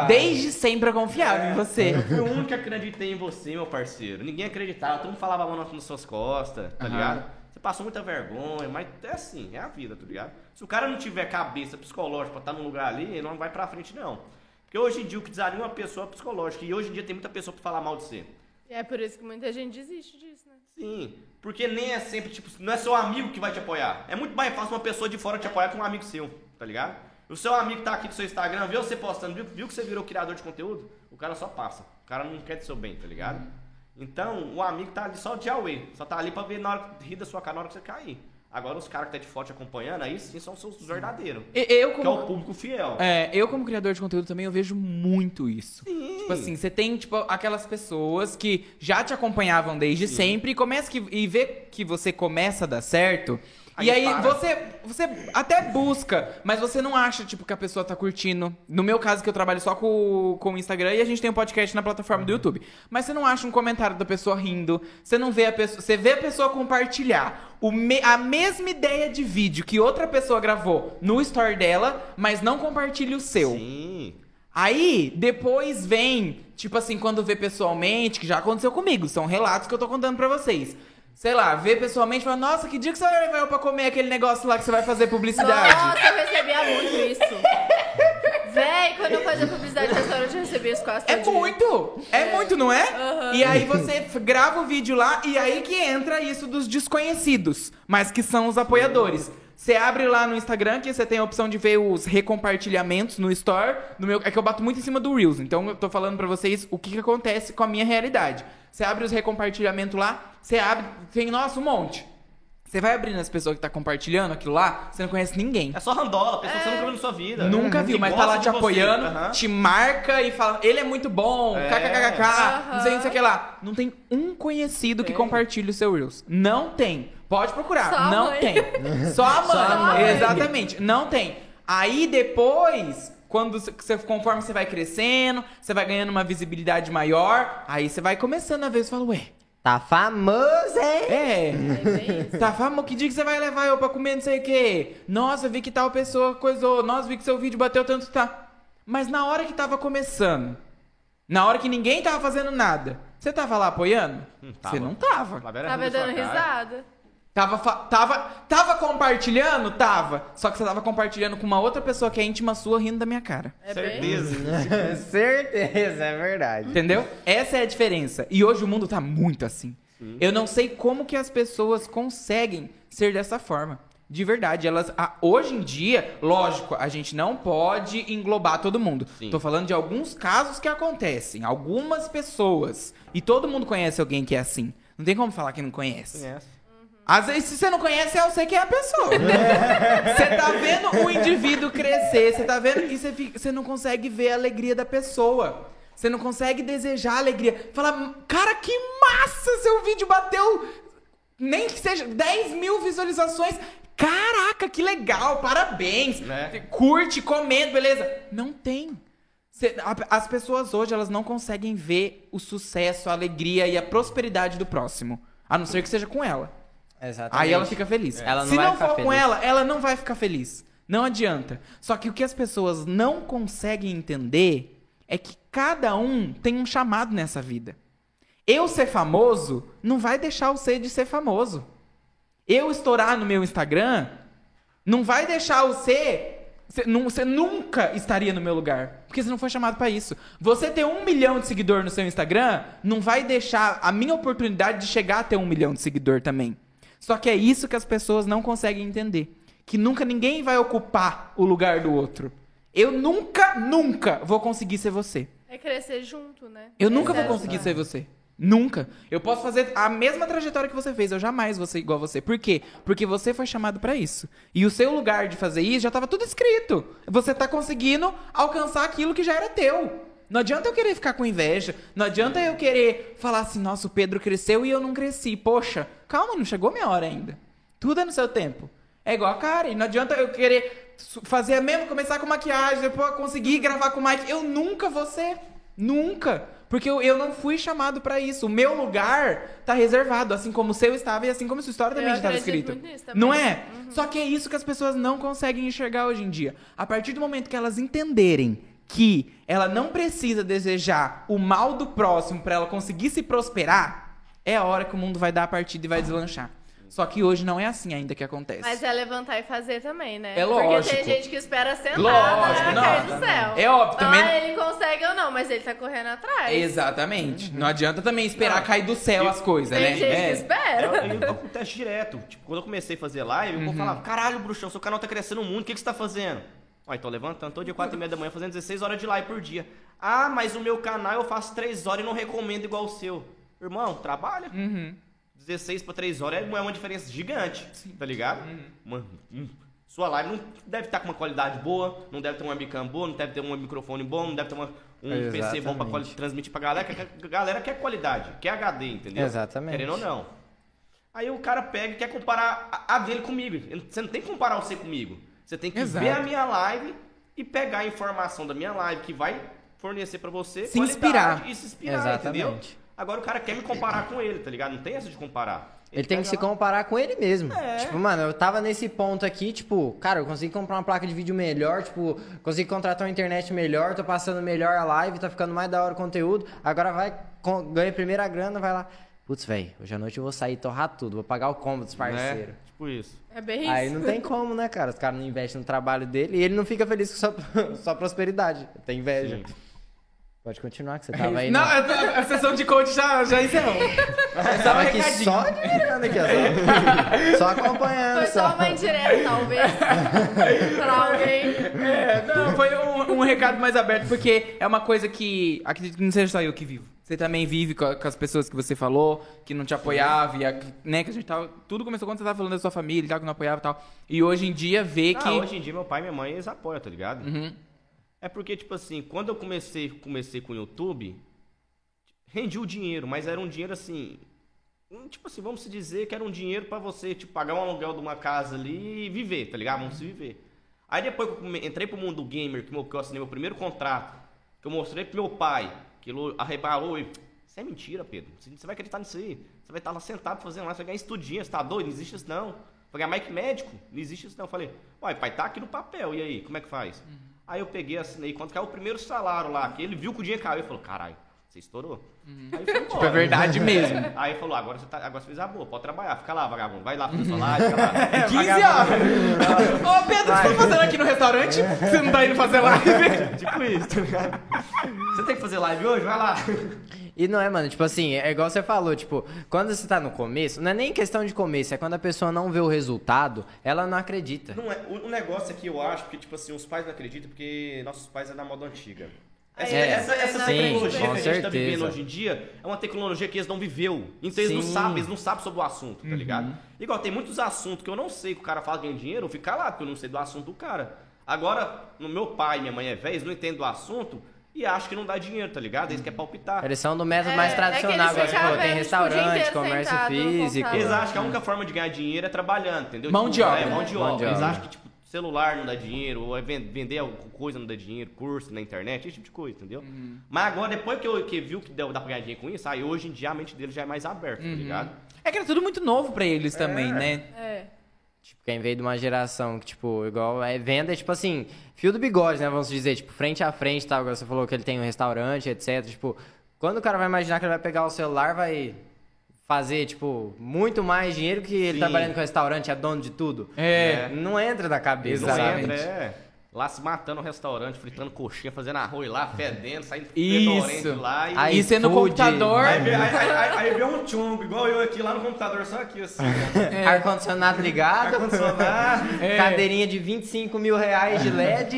[SPEAKER 1] né? desde sempre eu confiava em você.
[SPEAKER 4] Fui o único que acreditei em você, meu parceiro. Ninguém acreditava, todo mundo falava mal nas nas suas costas, tá
[SPEAKER 1] Aham.
[SPEAKER 4] ligado? Você passou muita vergonha, mas é assim, é a vida, tá ligado? Se o cara não tiver cabeça psicológica pra estar num lugar ali, ele não vai pra frente, não. Porque hoje em dia o que desanima uma pessoa é psicológica. E hoje em dia tem muita pessoa pra falar mal de você.
[SPEAKER 3] E é por isso que muita gente desiste disso, né?
[SPEAKER 4] Sim, porque nem é sempre, tipo, não é seu amigo que vai te apoiar. É muito mais fácil uma pessoa de fora te apoiar que um amigo seu, tá ligado? O seu amigo tá aqui no seu Instagram, viu você postando, viu, viu que você virou criador de conteúdo? O cara só passa. O cara não quer do seu bem, tá ligado? Então, o amigo tá ali só de away. Só tá ali pra ver na hora que rir da sua cara na hora que você cair. Agora, os caras que tá de fora te acompanhando, aí sim são os seus verdadeiros.
[SPEAKER 1] E- Eu,
[SPEAKER 4] Que é o
[SPEAKER 1] como,
[SPEAKER 4] público fiel.
[SPEAKER 1] É, eu como criador de conteúdo também, eu vejo muito isso.
[SPEAKER 4] Sim.
[SPEAKER 1] Tipo assim, você tem, tipo, aquelas pessoas que já te acompanhavam desde sempre e começa que, e vê que você começa a dar certo.
[SPEAKER 4] Aí
[SPEAKER 1] e aí
[SPEAKER 4] para.
[SPEAKER 1] você, você até busca, mas você não acha, tipo, que a pessoa tá curtindo. No meu caso, que eu trabalho só com, com o Instagram e a gente tem um podcast na plataforma do
[SPEAKER 4] Uhum.
[SPEAKER 1] YouTube. Mas você não acha um comentário da pessoa rindo. Você não vê a pessoa. Você vê a pessoa compartilhar o me- a mesma ideia de vídeo que outra pessoa gravou no story dela, mas não compartilha o seu.
[SPEAKER 4] Sim.
[SPEAKER 1] Aí, depois vem, tipo assim, quando vê pessoalmente, que já aconteceu comigo, são relatos que eu tô contando pra vocês. Sei lá, vê pessoalmente e fala, nossa, que dia que você vai levar eu pra comer aquele negócio lá que você vai fazer publicidade?
[SPEAKER 3] Nossa, eu recebia muito isso. Véi, quando eu fazia publicidade de restaurante, eu recebia isso quase
[SPEAKER 1] É
[SPEAKER 3] todo dia.
[SPEAKER 1] muito! É muito, não é?
[SPEAKER 3] Aham.
[SPEAKER 1] E aí você f- grava o vídeo lá e aí que entra isso dos desconhecidos, mas que são os apoiadores. Você abre lá no Instagram que você tem a opção de ver os recompartilhamentos no Store. No meu, é que eu bato muito em cima do Reels, então eu tô falando pra vocês o que, que acontece com a minha realidade. Você abre os recompartilhamentos lá, você abre, tem, nossa, um monte. Você Você vai abrindo as pessoas que tá compartilhando aquilo lá, você não conhece ninguém.
[SPEAKER 4] É só randola, pessoa que você nunca viu na sua vida.
[SPEAKER 1] Nunca
[SPEAKER 4] Que
[SPEAKER 1] viu, mas tá
[SPEAKER 4] gosta
[SPEAKER 1] lá
[SPEAKER 4] de
[SPEAKER 1] te
[SPEAKER 4] você.
[SPEAKER 1] apoiando,
[SPEAKER 4] Aham.
[SPEAKER 1] te marca e fala, ele é muito bom,
[SPEAKER 4] É.
[SPEAKER 1] kkkkk, não sei o que, não sei o que lá. Não tem um conhecido que
[SPEAKER 4] Tem.
[SPEAKER 1] compartilha o seu Reels. Não tem. Pode procurar,
[SPEAKER 3] Só a
[SPEAKER 1] não
[SPEAKER 3] mãe.
[SPEAKER 1] tem. Só a mãe.
[SPEAKER 2] Só a mãe.
[SPEAKER 1] Exatamente, não tem. Aí depois, quando você, conforme você vai crescendo, você vai ganhando uma visibilidade maior, aí você vai começando a ver, você fala, ué,
[SPEAKER 2] Tá famoso, hein?
[SPEAKER 1] é...
[SPEAKER 3] É bem isso.
[SPEAKER 1] Tá, fama, que dia que você vai levar eu pra comer não sei o quê? Nossa, vi que tal pessoa coisou. Nossa, vi que seu vídeo bateu tanto tá. Mas na hora que tava começando, na hora que ninguém tava fazendo nada, você tava lá apoiando?
[SPEAKER 4] tava.
[SPEAKER 1] Você não tava.
[SPEAKER 4] Lavera
[SPEAKER 3] Tava
[SPEAKER 4] rindo Tá da
[SPEAKER 3] Tá dando
[SPEAKER 4] sua cara.
[SPEAKER 3] risada.
[SPEAKER 1] Tava, fa- tava, tava compartilhando? Tava. Só que você tava compartilhando com uma outra pessoa que é íntima sua rindo da minha cara.
[SPEAKER 3] É bem.
[SPEAKER 4] Certeza.
[SPEAKER 2] Certeza, é verdade.
[SPEAKER 1] Entendeu? Essa é a diferença. E hoje o mundo tá muito assim. Eu não sei como que as pessoas conseguem ser dessa forma. De verdade, elas. a- hoje em dia, lógico, a gente não pode englobar todo mundo.
[SPEAKER 4] Sim.
[SPEAKER 1] Tô falando de alguns casos que acontecem, algumas pessoas. E todo mundo conhece alguém que é assim. Não tem como falar que não conhece.
[SPEAKER 4] Conhece.
[SPEAKER 1] Às vezes, se você não conhece, eu sei quem é a pessoa. Você tá vendo o indivíduo crescer, você tá vendo e você, fica- você não consegue ver a alegria da pessoa. Você não consegue desejar a alegria. Fala, cara, que massa! Seu vídeo bateu, nem que seja 10 mil visualizações. Caraca, que legal, parabéns.
[SPEAKER 4] Né?
[SPEAKER 1] Curte, comenta, beleza. Não tem. Cê- a- as pessoas hoje, elas não conseguem ver o sucesso, a alegria e a prosperidade do próximo. A não ser que seja com ela.
[SPEAKER 2] Exatamente.
[SPEAKER 1] Aí ela fica feliz.
[SPEAKER 2] É. Ela não
[SPEAKER 1] Se
[SPEAKER 2] vai
[SPEAKER 1] não
[SPEAKER 2] ficar
[SPEAKER 1] for com
[SPEAKER 2] feliz.
[SPEAKER 1] ela, ela não vai ficar feliz. Não adianta. Só que o que as pessoas não conseguem entender é que cada um tem um chamado nessa vida. Eu ser famoso não vai deixar eu ser de ser famoso. Eu estourar no meu Instagram não vai deixar você. Você nu- você nunca estaria no meu lugar. Porque você não foi chamado pra isso. Você ter um milhão de seguidor no seu Instagram não vai deixar a minha oportunidade de chegar a ter um milhão de seguidor também. Só que é isso que as pessoas não conseguem entender. Que nunca ninguém vai ocupar o lugar do outro. Eu nunca, nunca vou conseguir ser você.
[SPEAKER 3] É crescer junto, né?
[SPEAKER 1] Eu nunca vou
[SPEAKER 3] Crescer
[SPEAKER 1] conseguir
[SPEAKER 3] junto.
[SPEAKER 1] ser você. Nunca. Eu posso fazer a mesma trajetória que você fez, eu jamais vou ser igual a você. Por quê? Porque você foi chamado pra isso. E o seu lugar de fazer isso já tava tudo escrito. Você tá conseguindo alcançar aquilo que já era teu. Não adianta eu querer ficar com inveja. Não adianta eu querer falar assim, nossa, o Pedro cresceu e eu não cresci. Poxa, calma, não chegou minha hora ainda. Tudo é no seu tempo. É igual a Karen. Não adianta eu querer su- fazer a mesma, começar com maquiagem, depois eu conseguir gravar com o Mike. Eu nunca vou ser. Nunca. Porque eu, eu não fui chamado pra isso. O meu lugar tá reservado, assim como o seu estava e assim como a sua história
[SPEAKER 3] Eu
[SPEAKER 1] também já estava
[SPEAKER 3] acredito
[SPEAKER 1] escrita.
[SPEAKER 3] muito nisso também.
[SPEAKER 1] Não é?
[SPEAKER 3] Uhum.
[SPEAKER 1] Só que é isso que as pessoas não conseguem enxergar hoje em dia. A partir do momento que elas entenderem que ela não precisa desejar o mal do próximo pra ela conseguir se prosperar, é a hora que o mundo vai dar a partida e vai deslanchar. Só que hoje não é assim ainda que acontece.
[SPEAKER 3] Mas é levantar e fazer também, né?
[SPEAKER 1] É
[SPEAKER 3] Porque
[SPEAKER 1] lógico.
[SPEAKER 3] tem gente que espera sentar
[SPEAKER 1] Lógico,
[SPEAKER 3] na
[SPEAKER 1] não.
[SPEAKER 3] cair do céu.
[SPEAKER 1] É óbvio, também-
[SPEAKER 3] Ah, ele consegue ou não, mas ele tá correndo atrás.
[SPEAKER 1] É, Exatamente. Uhum. Não adianta também esperar cair do céu as coisas,
[SPEAKER 3] Tem
[SPEAKER 1] né?
[SPEAKER 3] gente
[SPEAKER 1] É.
[SPEAKER 3] que espera.
[SPEAKER 4] Eu, eu, acontece direto. Tipo, quando eu comecei a fazer live, eu falava, caralho, bruxão, seu canal tá crescendo muito, o que, que você tá fazendo? Ó, tô levantando todo dia 4 e meia da manhã, fazendo 16 horas de live por dia. Ah, mas o meu canal eu faço 3 horas e não recomendo igual o seu. Irmão, trabalha. 16 pra 3 horas é uma- é uma diferença gigante, tá ligado? Mano, hum. Sua live não deve estar com uma qualidade boa, não deve ter um webcam boa, não deve ter um microfone bom, não deve ter uma- um PC bom pra quali-
[SPEAKER 2] Exatamente.
[SPEAKER 4] transmitir pra galera, que a- que a galera quer qualidade, quer HD, entendeu?
[SPEAKER 2] Exatamente.
[SPEAKER 4] Querendo ou não. Aí o cara pega e quer comparar a, a dele comigo. Ele- Você não tem que comparar você comigo. Você tem que
[SPEAKER 1] Exato.
[SPEAKER 4] ver a minha live e pegar a informação da minha live que vai fornecer pra você
[SPEAKER 1] Se
[SPEAKER 4] qualidade
[SPEAKER 1] inspirar.
[SPEAKER 4] e se inspirar,
[SPEAKER 2] Exatamente.
[SPEAKER 4] entendeu? Agora o cara quer me comparar com ele, tá ligado? Não tem essa de comparar.
[SPEAKER 2] Ele tem que se comparar com ele mesmo. Tipo, mano, eu tava nesse ponto aqui, tipo, cara, eu consegui comprar uma placa de vídeo melhor, tipo, consegui contratar uma internet melhor, tô passando melhor a live, tá ficando mais da hora o conteúdo. Agora vai, con- ganha primeira grana, vai lá. Putz, velho, hoje à noite eu vou sair e torrar tudo, vou pagar o combo dos parceiros.
[SPEAKER 4] Né? Tipo isso.
[SPEAKER 3] É bem isso.
[SPEAKER 2] Aí não tem como, né, cara? Os caras não investem no trabalho dele e ele não fica feliz com sua, sua prosperidade. Tem inveja.
[SPEAKER 4] Sim.
[SPEAKER 2] Pode continuar que você tava aí.
[SPEAKER 1] Não,
[SPEAKER 2] né?
[SPEAKER 1] a, a- a sessão de coach já, já encerrou. Só um
[SPEAKER 2] Tava aqui
[SPEAKER 1] recadinho.
[SPEAKER 2] só admirando aqui, ó. Só, só acompanhando.
[SPEAKER 3] Foi só uma indireta, talvez. pra alguém.
[SPEAKER 1] É, não, foi um, um recado mais aberto, porque é uma coisa que acredito que não seja só eu que vivo. Você também vive co- com, as pessoas que você falou, que não te apoiava, e a- né? Que a gente tava. Tudo começou quando você tava falando da sua família e tal, que não apoiava e tal. E hoje em dia vê que.
[SPEAKER 4] Ah, hoje em dia meu pai e minha mãe eles apoiam, tá ligado?
[SPEAKER 1] Uhum.
[SPEAKER 4] É porque, tipo assim, quando eu comecei, comecei com o YouTube, rendi o dinheiro, mas era um dinheiro assim. hum, Tipo assim, vamos se dizer que era um dinheiro pra você, tipo, pagar um aluguel de uma casa ali e viver, tá ligado? Vamos se viver. Aí depois que eu come- entrei pro mundo gamer, que meu- que eu assinei meu primeiro contrato, que eu mostrei pro meu pai, que ele arrebalou e. Isso é mentira, Pedro. Você você vai acreditar nisso aí. Você vai estar lá sentado fazendo lá, você vai ganhar estudinha, você tá doido? Não existe isso não. Vai ganhar Mike médico? Não existe isso não. Eu falei, uai, pai, tá aqui no papel, e aí, como é que faz? Aí eu peguei, assinei, quando caiu o primeiro salário lá, que ele viu que o dinheiro caiu, ele falou, caralho, você estourou. Aí foi
[SPEAKER 1] É
[SPEAKER 4] embora.
[SPEAKER 1] verdade mesmo.
[SPEAKER 4] Aí ele falou, agora você, tá, agora você fez a boa, pode trabalhar, fica lá, vagabundo, vai lá, fica lá, fica lá.
[SPEAKER 1] 15 horas. Ô, Pedro, o que você tá fazendo aqui no restaurante? Você não tá indo fazer live?
[SPEAKER 4] tipo isso, tá ligado? Você tem que fazer live hoje? Vai lá.
[SPEAKER 2] E não é, mano, tipo assim, é igual você falou, tipo, quando você tá no começo, não é nem questão de começo, é quando a pessoa não vê o resultado, ela não acredita.
[SPEAKER 4] Não é, o, o negócio aqui eu acho que, tipo assim, os pais não acreditam porque nossos pais é da moda antiga. Essa,
[SPEAKER 2] É,
[SPEAKER 4] essa, essa
[SPEAKER 3] sim,
[SPEAKER 4] tecnologia que
[SPEAKER 3] com
[SPEAKER 4] a gente tá vivendo
[SPEAKER 2] certeza.
[SPEAKER 4] hoje em dia é uma tecnologia que eles não viveu. Então eles não
[SPEAKER 2] Sim.
[SPEAKER 4] sabem, eles não sabem sobre o assunto, tá ligado? Igual, tem muitos assuntos que eu não sei que o cara fala ganha dinheiro, eu fico lá, porque eu não sei do assunto do cara. Agora, no meu pai e minha mãe é velho, eles não entendem do assunto e acham que não dá dinheiro, tá ligado? Eles querem palpitar.
[SPEAKER 2] Eles são do método
[SPEAKER 3] É,
[SPEAKER 2] mais
[SPEAKER 3] é que
[SPEAKER 2] tradicional,
[SPEAKER 3] eles
[SPEAKER 2] igual você
[SPEAKER 3] ficavam,
[SPEAKER 2] falou, tem
[SPEAKER 3] tipo, o dia
[SPEAKER 2] restaurante,
[SPEAKER 3] inteiro
[SPEAKER 2] comércio
[SPEAKER 3] sentado no
[SPEAKER 2] físico.
[SPEAKER 3] computador.
[SPEAKER 4] Eles acham que a única forma de ganhar dinheiro é trabalhando, entendeu?
[SPEAKER 1] Mão de obra.
[SPEAKER 4] É, mão de
[SPEAKER 2] Mão
[SPEAKER 4] obra.
[SPEAKER 2] de
[SPEAKER 4] Eles
[SPEAKER 2] obra.
[SPEAKER 4] acham que, tipo, celular não dá dinheiro, ou é ven- vender alguma coisa não dá dinheiro, curso na internet, esse tipo de coisa, entendeu?
[SPEAKER 1] Uhum.
[SPEAKER 4] Mas agora, depois que, eu, que viu que deu- dá pra ganhar dinheiro com isso, aí hoje em dia a mente dele já é mais aberta, tá ligado?
[SPEAKER 1] É que era tudo muito novo pra eles também, né?
[SPEAKER 3] É.
[SPEAKER 2] Tipo, quem veio de uma geração que, tipo, igual é venda, tipo assim, fio do bigode, né? Vamos dizer, tipo, frente a frente, tal. Igual você falou que ele tem um restaurante, etc. Tipo, quando o cara vai imaginar que ele vai pegar o celular, vai fazer, tipo, muito mais dinheiro que ele
[SPEAKER 4] Sim.
[SPEAKER 2] trabalhando com restaurante, é dono de tudo. Né?
[SPEAKER 1] É.
[SPEAKER 2] Não entra na cabeça,
[SPEAKER 4] Não
[SPEAKER 2] sabe?
[SPEAKER 4] entra, é. Lá se matando no restaurante, fritando coxinha, fazendo arroz lá, fedendo, saindo
[SPEAKER 1] Isso.
[SPEAKER 4] fedorento lá e...
[SPEAKER 2] Aí
[SPEAKER 1] e sendo
[SPEAKER 2] iFood,
[SPEAKER 1] computador.
[SPEAKER 4] Aí vê- aí- aí- aí- aí vê um tchumbo, igual eu aqui lá no computador, só aqui, assim.
[SPEAKER 2] Ar-condicionado ligado,
[SPEAKER 4] Ar-condicionado.
[SPEAKER 1] É.
[SPEAKER 2] cadeirinha de 25 mil reais de LED.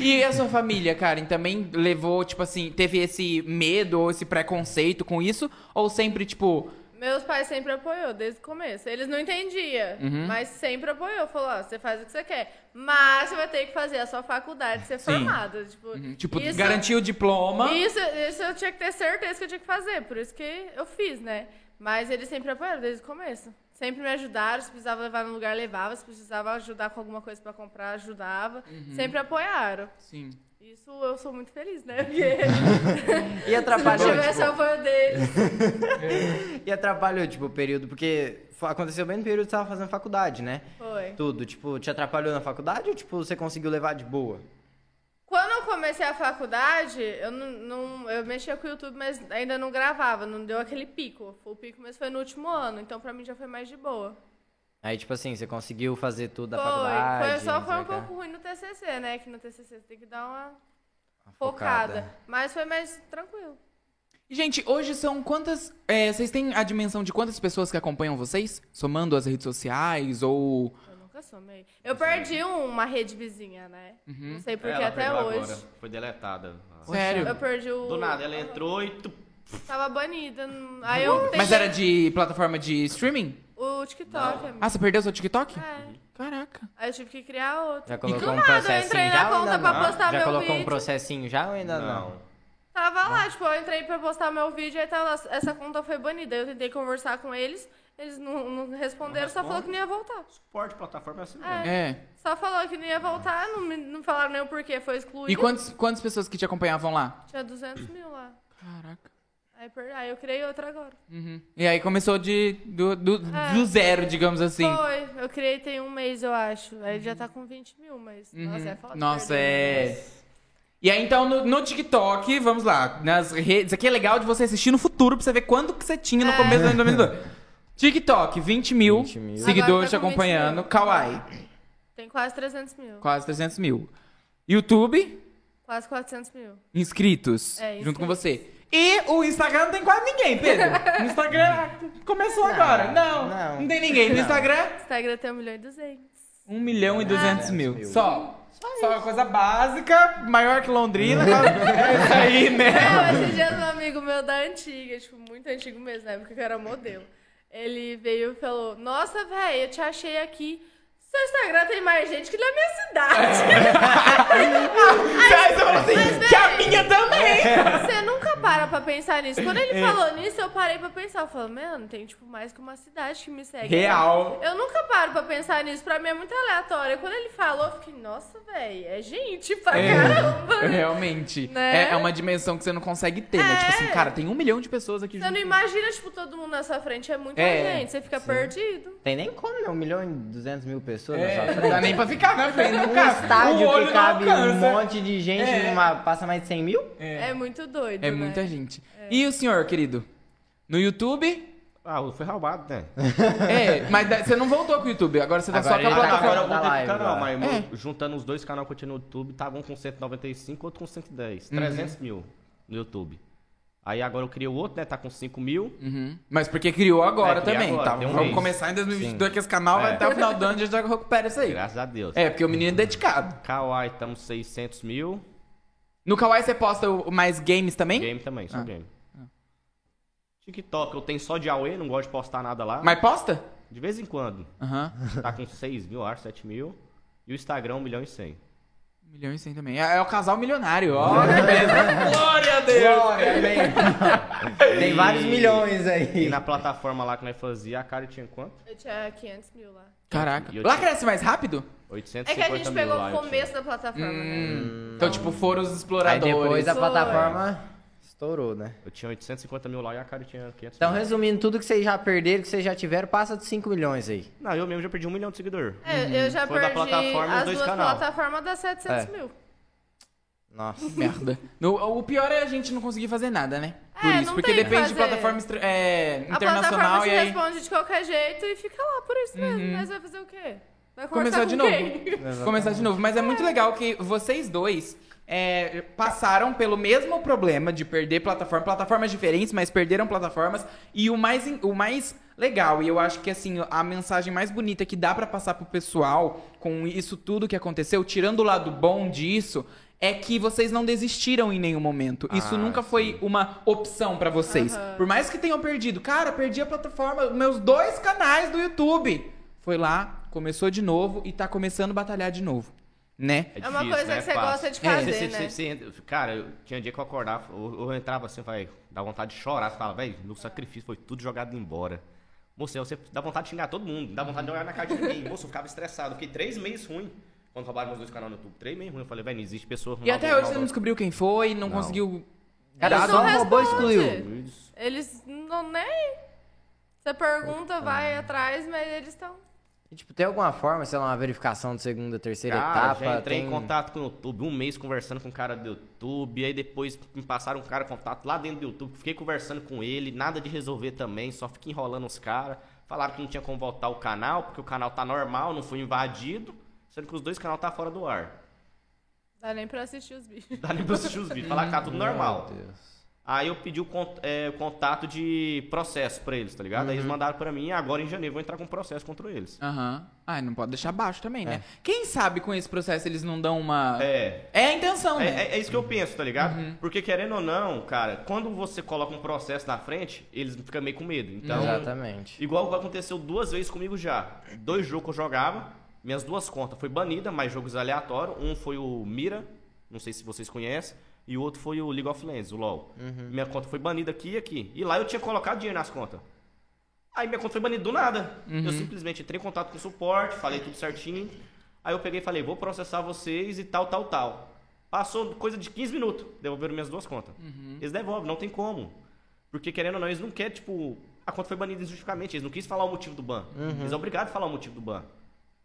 [SPEAKER 1] E a sua família, Karen, também levou, tipo assim, teve esse medo ou esse preconceito com isso? Ou sempre, tipo,
[SPEAKER 3] Meus pais sempre apoiou desde o começo. Eles não entendiam,
[SPEAKER 1] Uhum.
[SPEAKER 3] mas sempre apoiou. Falou, ó, você faz o que você quer, mas você vai ter que fazer a sua faculdade, ser
[SPEAKER 1] Sim.
[SPEAKER 3] formado. Tipo,
[SPEAKER 1] tipo
[SPEAKER 3] isso-
[SPEAKER 1] garantiu o diploma?
[SPEAKER 3] Isso, isso eu tinha que ter certeza que eu tinha que fazer, por isso que eu fiz, né? Mas eles sempre apoiaram desde o começo. Sempre me ajudaram, se precisava levar no lugar, levava, se precisava ajudar com alguma coisa pra comprar, ajudava.
[SPEAKER 1] Uhum.
[SPEAKER 3] Sempre apoiaram.
[SPEAKER 1] Sim.
[SPEAKER 3] Isso eu sou muito feliz, né? Porque
[SPEAKER 2] E
[SPEAKER 3] se não
[SPEAKER 2] atrapalhou,
[SPEAKER 3] tivesse
[SPEAKER 2] tipo,
[SPEAKER 3] o apoio deles.
[SPEAKER 2] e atrapalhou, tipo, o período, porque fa- aconteceu bem no período que você tava fazendo faculdade, né?
[SPEAKER 3] Foi.
[SPEAKER 2] Tudo, tipo, te atrapalhou na faculdade ou, tipo, você conseguiu levar de boa?
[SPEAKER 3] Quando eu comecei a faculdade, eu não, não- eu mexia com o YouTube, mas ainda não gravava, não deu aquele pico. O pico mesmo foi no último ano, então pra mim já foi mais de boa.
[SPEAKER 2] Aí, tipo assim, você conseguiu fazer tudo da faculdade?
[SPEAKER 3] foi, foi só
[SPEAKER 2] não
[SPEAKER 3] foi
[SPEAKER 2] sei
[SPEAKER 3] um
[SPEAKER 2] o quê.
[SPEAKER 3] pouco ruim no TCC, né? Que no TCC você tem que dar uma
[SPEAKER 2] Uma
[SPEAKER 3] focada, mas foi mais tranquilo.
[SPEAKER 1] Gente, hoje são quantas. é, vocês têm a dimensão de quantas pessoas que acompanham vocês? Somando as redes sociais ou.
[SPEAKER 3] Eu nunca somei. Eu perdi uma rede vizinha, né? Não sei por que
[SPEAKER 4] Uhum. Ela
[SPEAKER 3] até
[SPEAKER 4] perdeu
[SPEAKER 3] hoje.
[SPEAKER 4] agora, Foi deletada.
[SPEAKER 1] Sério?
[SPEAKER 3] Eu perdi o
[SPEAKER 4] Do nada, ela entrou e... tup,
[SPEAKER 3] tava banida. não- Aí eu
[SPEAKER 1] Mas
[SPEAKER 3] tentei
[SPEAKER 1] era de plataforma de streaming?
[SPEAKER 3] o TikTok, amigo.
[SPEAKER 1] Ah, você perdeu seu TikTok?
[SPEAKER 3] É.
[SPEAKER 1] Caraca.
[SPEAKER 3] Aí eu tive que criar outro.
[SPEAKER 2] Já
[SPEAKER 3] e
[SPEAKER 2] colocou
[SPEAKER 3] do
[SPEAKER 2] um
[SPEAKER 3] nada eu
[SPEAKER 2] processinho
[SPEAKER 3] entrei
[SPEAKER 2] já
[SPEAKER 3] na
[SPEAKER 2] ou ainda
[SPEAKER 3] conta pra
[SPEAKER 2] não?
[SPEAKER 3] postar
[SPEAKER 2] já
[SPEAKER 3] meu
[SPEAKER 2] colocou um
[SPEAKER 3] vídeo.
[SPEAKER 2] processinho já ou ainda não?
[SPEAKER 4] Ah, Não.
[SPEAKER 3] Tava lá, tipo, eu entrei pra postar meu vídeo, aí tava lá, essa conta foi banida. Eu tentei conversar com eles, eles não, não responderam, só falou que não ia voltar.
[SPEAKER 4] Suporte, plataforma é assim mesmo.
[SPEAKER 1] É.
[SPEAKER 3] Só falou que não ia voltar, não, me- não falaram nem o porquê, foi excluído.
[SPEAKER 1] E quantas, quantas pessoas que te acompanhavam lá?
[SPEAKER 3] Tinha 200 mil lá.
[SPEAKER 1] Caraca.
[SPEAKER 3] Aí, per- aí eu criei outra agora.
[SPEAKER 1] Uhum. E aí começou de, do, do,
[SPEAKER 3] É.
[SPEAKER 1] do zero, digamos assim.
[SPEAKER 3] Foi, eu criei tem um mês, eu acho. Aí já tá com 20 mil, mas... Nossa, é foda.
[SPEAKER 1] Uhum. Nossa,
[SPEAKER 3] perder. né?
[SPEAKER 1] é. E aí, então, no, no TikTok, vamos lá, nas redes. Isso aqui é legal de você assistir no futuro pra você ver quando que você tinha no
[SPEAKER 3] É.
[SPEAKER 1] começo do ano 2022. TikTok, 20 mil,
[SPEAKER 2] 20 mil.
[SPEAKER 1] seguidores te
[SPEAKER 3] Agora tá com 20
[SPEAKER 1] acompanhando.
[SPEAKER 3] mil.
[SPEAKER 1] Kawaii,
[SPEAKER 3] Tem quase 300 mil.
[SPEAKER 1] quase 300 mil. YouTube,
[SPEAKER 3] Quase 400 mil.
[SPEAKER 1] inscritos,
[SPEAKER 3] É,
[SPEAKER 1] junto com
[SPEAKER 3] inscritos.
[SPEAKER 1] você. E o Instagram não tem quase ninguém, Pedro. No Instagram começou agora. Não, não,
[SPEAKER 2] não.
[SPEAKER 3] um
[SPEAKER 1] tem ninguém. No Instagram,
[SPEAKER 3] Instagram tem 1 milhão e 200.
[SPEAKER 1] 1 milhão e 200 mil. Só. Só uma coisa básica, maior que Londrina. é isso aí, né?
[SPEAKER 3] Não, esse dia um amigo meu da antiga, tipo, muito antigo mesmo, na época que eu era modelo. Ele veio e falou: Nossa, velho, eu te achei aqui. Seu Instagram tem mais gente que na minha cidade.
[SPEAKER 1] Aí você falou assim,
[SPEAKER 3] mas,
[SPEAKER 1] que a
[SPEAKER 3] velho-
[SPEAKER 1] minha também.
[SPEAKER 3] Você nunca para pra pensar nisso. Quando
[SPEAKER 1] É.
[SPEAKER 3] ele falou nisso, eu parei pra pensar. Eu falei, mano, tem tipo mais que uma cidade que me segue.
[SPEAKER 1] Real.
[SPEAKER 3] Eu nunca paro pra pensar nisso. Pra mim é muito aleatório. Quando ele falou, eu fiquei, nossa, velho, é gente pra
[SPEAKER 1] É.
[SPEAKER 3] caramba.
[SPEAKER 1] Realmente.
[SPEAKER 3] Né?
[SPEAKER 1] É, é uma dimensão que você não consegue ter, né?
[SPEAKER 3] É.
[SPEAKER 1] Tipo assim, cara, tem um milhão de pessoas aqui
[SPEAKER 3] Você não
[SPEAKER 1] junto.
[SPEAKER 3] imagina, tipo, todo mundo na sua frente. É muita
[SPEAKER 1] É,
[SPEAKER 3] gente. Você fica
[SPEAKER 1] sim.
[SPEAKER 3] perdido.
[SPEAKER 2] Tem nem como, né? Um milhão e duzentos mil pessoas na
[SPEAKER 1] É,
[SPEAKER 2] sua
[SPEAKER 1] não
[SPEAKER 2] frente.
[SPEAKER 1] dá nem pra ficar na frente. Não
[SPEAKER 2] Um
[SPEAKER 1] cabe.
[SPEAKER 2] estádio
[SPEAKER 1] o olho
[SPEAKER 2] que cabe
[SPEAKER 1] não
[SPEAKER 2] um
[SPEAKER 1] alcança.
[SPEAKER 2] monte de gente,
[SPEAKER 1] É.
[SPEAKER 2] numa- passa mais de 100 mil?
[SPEAKER 3] É, muito doido,
[SPEAKER 1] É
[SPEAKER 3] né?
[SPEAKER 1] muita gente. E o senhor, querido? No YouTube?
[SPEAKER 4] Ah, foi roubado, né?
[SPEAKER 1] É, mas da- você não voltou com o YouTube, agora você tá
[SPEAKER 4] É
[SPEAKER 2] Agora
[SPEAKER 1] só
[SPEAKER 2] ele
[SPEAKER 1] com a
[SPEAKER 2] tá
[SPEAKER 1] plataforma.
[SPEAKER 2] agora eu vou ter que-
[SPEAKER 4] canal,
[SPEAKER 2] agora.
[SPEAKER 4] mas
[SPEAKER 1] É.
[SPEAKER 4] juntando os dois canais que eu tinha no YouTube, tava um com 195, outro com 110.
[SPEAKER 1] Uhum.
[SPEAKER 4] 300 mil no YouTube. Aí agora eu criei o outro, né? Tá com 5 mil.
[SPEAKER 1] Uhum. Mas porque criou agora
[SPEAKER 4] É, criou
[SPEAKER 1] também,
[SPEAKER 4] agora,
[SPEAKER 1] tá?
[SPEAKER 4] tem um
[SPEAKER 1] Vamos
[SPEAKER 4] mês.
[SPEAKER 1] começar em 2022 com esse canal, vai
[SPEAKER 4] É.
[SPEAKER 1] até o final do ano a gente já recupera isso aí.
[SPEAKER 4] Graças a Deus.
[SPEAKER 1] É, porque o menino é dedicado.
[SPEAKER 4] Kawaii, estamos 600 mil.
[SPEAKER 1] No Kawaii você posta o- mais games também?
[SPEAKER 4] Game também, só
[SPEAKER 1] Ah.
[SPEAKER 4] game. TikTok, eu tenho só de Aue, não gosto de postar nada lá.
[SPEAKER 1] Mas posta?
[SPEAKER 4] De vez em quando.
[SPEAKER 1] Aham.
[SPEAKER 4] Tá com 6 mil, acho, 7 mil. E o Instagram, 1 milhão e 100.
[SPEAKER 1] Um milhão e cem também. É, é o casal milionário, ó.
[SPEAKER 4] É.
[SPEAKER 1] que beleza. Glória a Deus.
[SPEAKER 2] Glória, amém. Tem vários milhões
[SPEAKER 4] E
[SPEAKER 2] aí.
[SPEAKER 4] na plataforma lá que nós fazia, a cara tinha quanto?
[SPEAKER 3] Eu tinha 500 mil lá.
[SPEAKER 1] Caraca.
[SPEAKER 4] E eu
[SPEAKER 1] Lá
[SPEAKER 4] tinha-
[SPEAKER 1] cresce mais rápido?
[SPEAKER 3] É
[SPEAKER 4] 850
[SPEAKER 3] que a gente
[SPEAKER 4] mil
[SPEAKER 3] pegou
[SPEAKER 4] lá,
[SPEAKER 3] o
[SPEAKER 4] eu tinha. Hum.
[SPEAKER 3] começo da plataforma, né?
[SPEAKER 1] Então, tipo, foram os
[SPEAKER 2] Aí
[SPEAKER 1] exploradores.
[SPEAKER 2] depois a
[SPEAKER 3] Foi.
[SPEAKER 2] plataforma estourou, né?
[SPEAKER 4] Eu tinha 850 mil lá e a cara tinha 500
[SPEAKER 2] Então,
[SPEAKER 4] mil.
[SPEAKER 2] resumindo, tudo que vocês já perderam, que vocês já tiveram, passa de 5 milhões aí.
[SPEAKER 4] Não, eu mesmo já perdi um milhão de seguidor.
[SPEAKER 3] É, eu já
[SPEAKER 4] Uhum. Foi da
[SPEAKER 3] perdi
[SPEAKER 4] plataforma e os
[SPEAKER 3] as
[SPEAKER 4] dois
[SPEAKER 3] duas
[SPEAKER 4] canal.
[SPEAKER 3] plataformas das 700
[SPEAKER 2] É.
[SPEAKER 3] mil.
[SPEAKER 2] Nossa.
[SPEAKER 1] Merda. No- o pior é a gente não conseguir fazer nada, né?
[SPEAKER 3] É,
[SPEAKER 1] Por isso,
[SPEAKER 3] não
[SPEAKER 1] porque
[SPEAKER 3] tem o que
[SPEAKER 1] depende de
[SPEAKER 3] fazer.
[SPEAKER 1] plataforma estra- é,
[SPEAKER 3] A plataforma
[SPEAKER 1] internacional
[SPEAKER 3] te
[SPEAKER 1] e aí.
[SPEAKER 3] responde de qualquer jeito e fica lá por isso mesmo.
[SPEAKER 4] Uhum.
[SPEAKER 3] Mas vai fazer o quê? Vai conversar
[SPEAKER 1] Começar
[SPEAKER 3] com
[SPEAKER 1] de novo.
[SPEAKER 3] quem?
[SPEAKER 1] Começar de novo. Mas é muito legal que vocês dois é, passaram pelo mesmo problema de perder plataforma, plataformas diferentes, mas perderam plataformas. E o mais, in- o mais legal, e eu acho que assim, a mensagem mais bonita que dá pra passar pro pessoal com isso tudo que aconteceu, tirando o lado bom disso. É que vocês não desistiram em nenhum momento. Isso
[SPEAKER 4] Ah,
[SPEAKER 1] nunca foi uma opção pra vocês.
[SPEAKER 3] Aham.
[SPEAKER 1] Por mais que tenham perdido, cara, perdi a plataforma, meus dois canais do YouTube. Foi lá, começou de novo e tá começando a batalhar de novo, né?
[SPEAKER 3] É uma coisa que você gosta de
[SPEAKER 4] Fácil.
[SPEAKER 3] fazer,
[SPEAKER 4] Você-
[SPEAKER 3] né?
[SPEAKER 4] você- você- você- cara, eu, tinha dia que eu acordava, eu, eu entrava assim, vai, dá vontade de chorar. Você fala, velho, no sacrifício foi tudo jogado embora. Moço, você dá vontade de xingar todo mundo, dá vontade de olhar na cara de ninguém. Moço, eu ficava estressado, fiquei três meses ruim quando roubaram meus dois canais no YouTube. Três meses ruim. Eu falei, velho, não existe pessoa ruim.
[SPEAKER 1] E até hoje você não descobriu quem foi, não,
[SPEAKER 4] Não.
[SPEAKER 1] conseguiu.
[SPEAKER 2] Cara,
[SPEAKER 3] Eles
[SPEAKER 2] só
[SPEAKER 3] não
[SPEAKER 2] um robô
[SPEAKER 3] respondem.
[SPEAKER 2] excluiu.
[SPEAKER 4] Isso.
[SPEAKER 3] Eles não nem. Você pergunta, vai atrás, mas eles estão.
[SPEAKER 2] E, tipo, tem alguma forma, sei lá, uma verificação de segunda, terceira
[SPEAKER 4] Cara,
[SPEAKER 2] etapa?
[SPEAKER 4] Ah, já entrei
[SPEAKER 2] tem...
[SPEAKER 4] em contato com o YouTube, um mês conversando com o cara do YouTube, aí depois me passaram um cara contato lá dentro do YouTube, fiquei conversando com ele, nada de resolver também, só fiquei enrolando os caras. Falaram que não tinha como voltar o canal, porque o canal tá normal, não foi invadido, sendo que os dois canal tá fora do ar.
[SPEAKER 3] Dá nem pra assistir os bichos.
[SPEAKER 4] Não dá nem pra assistir os vídeos, falar que tá tudo normal.
[SPEAKER 2] Meu Deus.
[SPEAKER 4] Aí eu pedi o con- é, o contato de processo pra eles, tá ligado? Aí
[SPEAKER 2] Uhum.
[SPEAKER 4] eles mandaram pra mim, e agora em janeiro eu vou entrar com processo contra eles.
[SPEAKER 1] Aham. Ah, não pode deixar baixo também, né? Quem sabe com esse processo eles não dão
[SPEAKER 2] Ah.
[SPEAKER 1] uma. É,
[SPEAKER 4] É,
[SPEAKER 1] a intenção, né?
[SPEAKER 4] É, é- é isso que eu penso, tá ligado? Porque querendo ou não, cara, quando você coloca um processo na frente, eles ficam meio com medo. Então,
[SPEAKER 2] Exatamente.
[SPEAKER 4] igual aconteceu duas vezes comigo já. Dois jogos que eu jogava, minhas duas contas foi banida, mas jogos aleatórios. Um foi o Mira, não sei se vocês conhecem, e o outro foi o League of Legends, o LoL. Minha conta foi banida aqui e aqui. E lá eu tinha colocado dinheiro nas contas. Aí minha conta foi banida do nada. Eu simplesmente entrei em contato com o suporte, falei tudo certinho. Aí eu peguei e falei, vou processar vocês e tal, tal, tal. Passou coisa de 15 minutos, devolveram minhas duas contas. Eles devolvem, não tem como. Porque querendo ou não, eles não querem, tipo, a conta foi banida injustificamente, eles não quis falar o motivo do ban.
[SPEAKER 2] Uhum.
[SPEAKER 4] Eles são obrigados a falar o motivo do ban.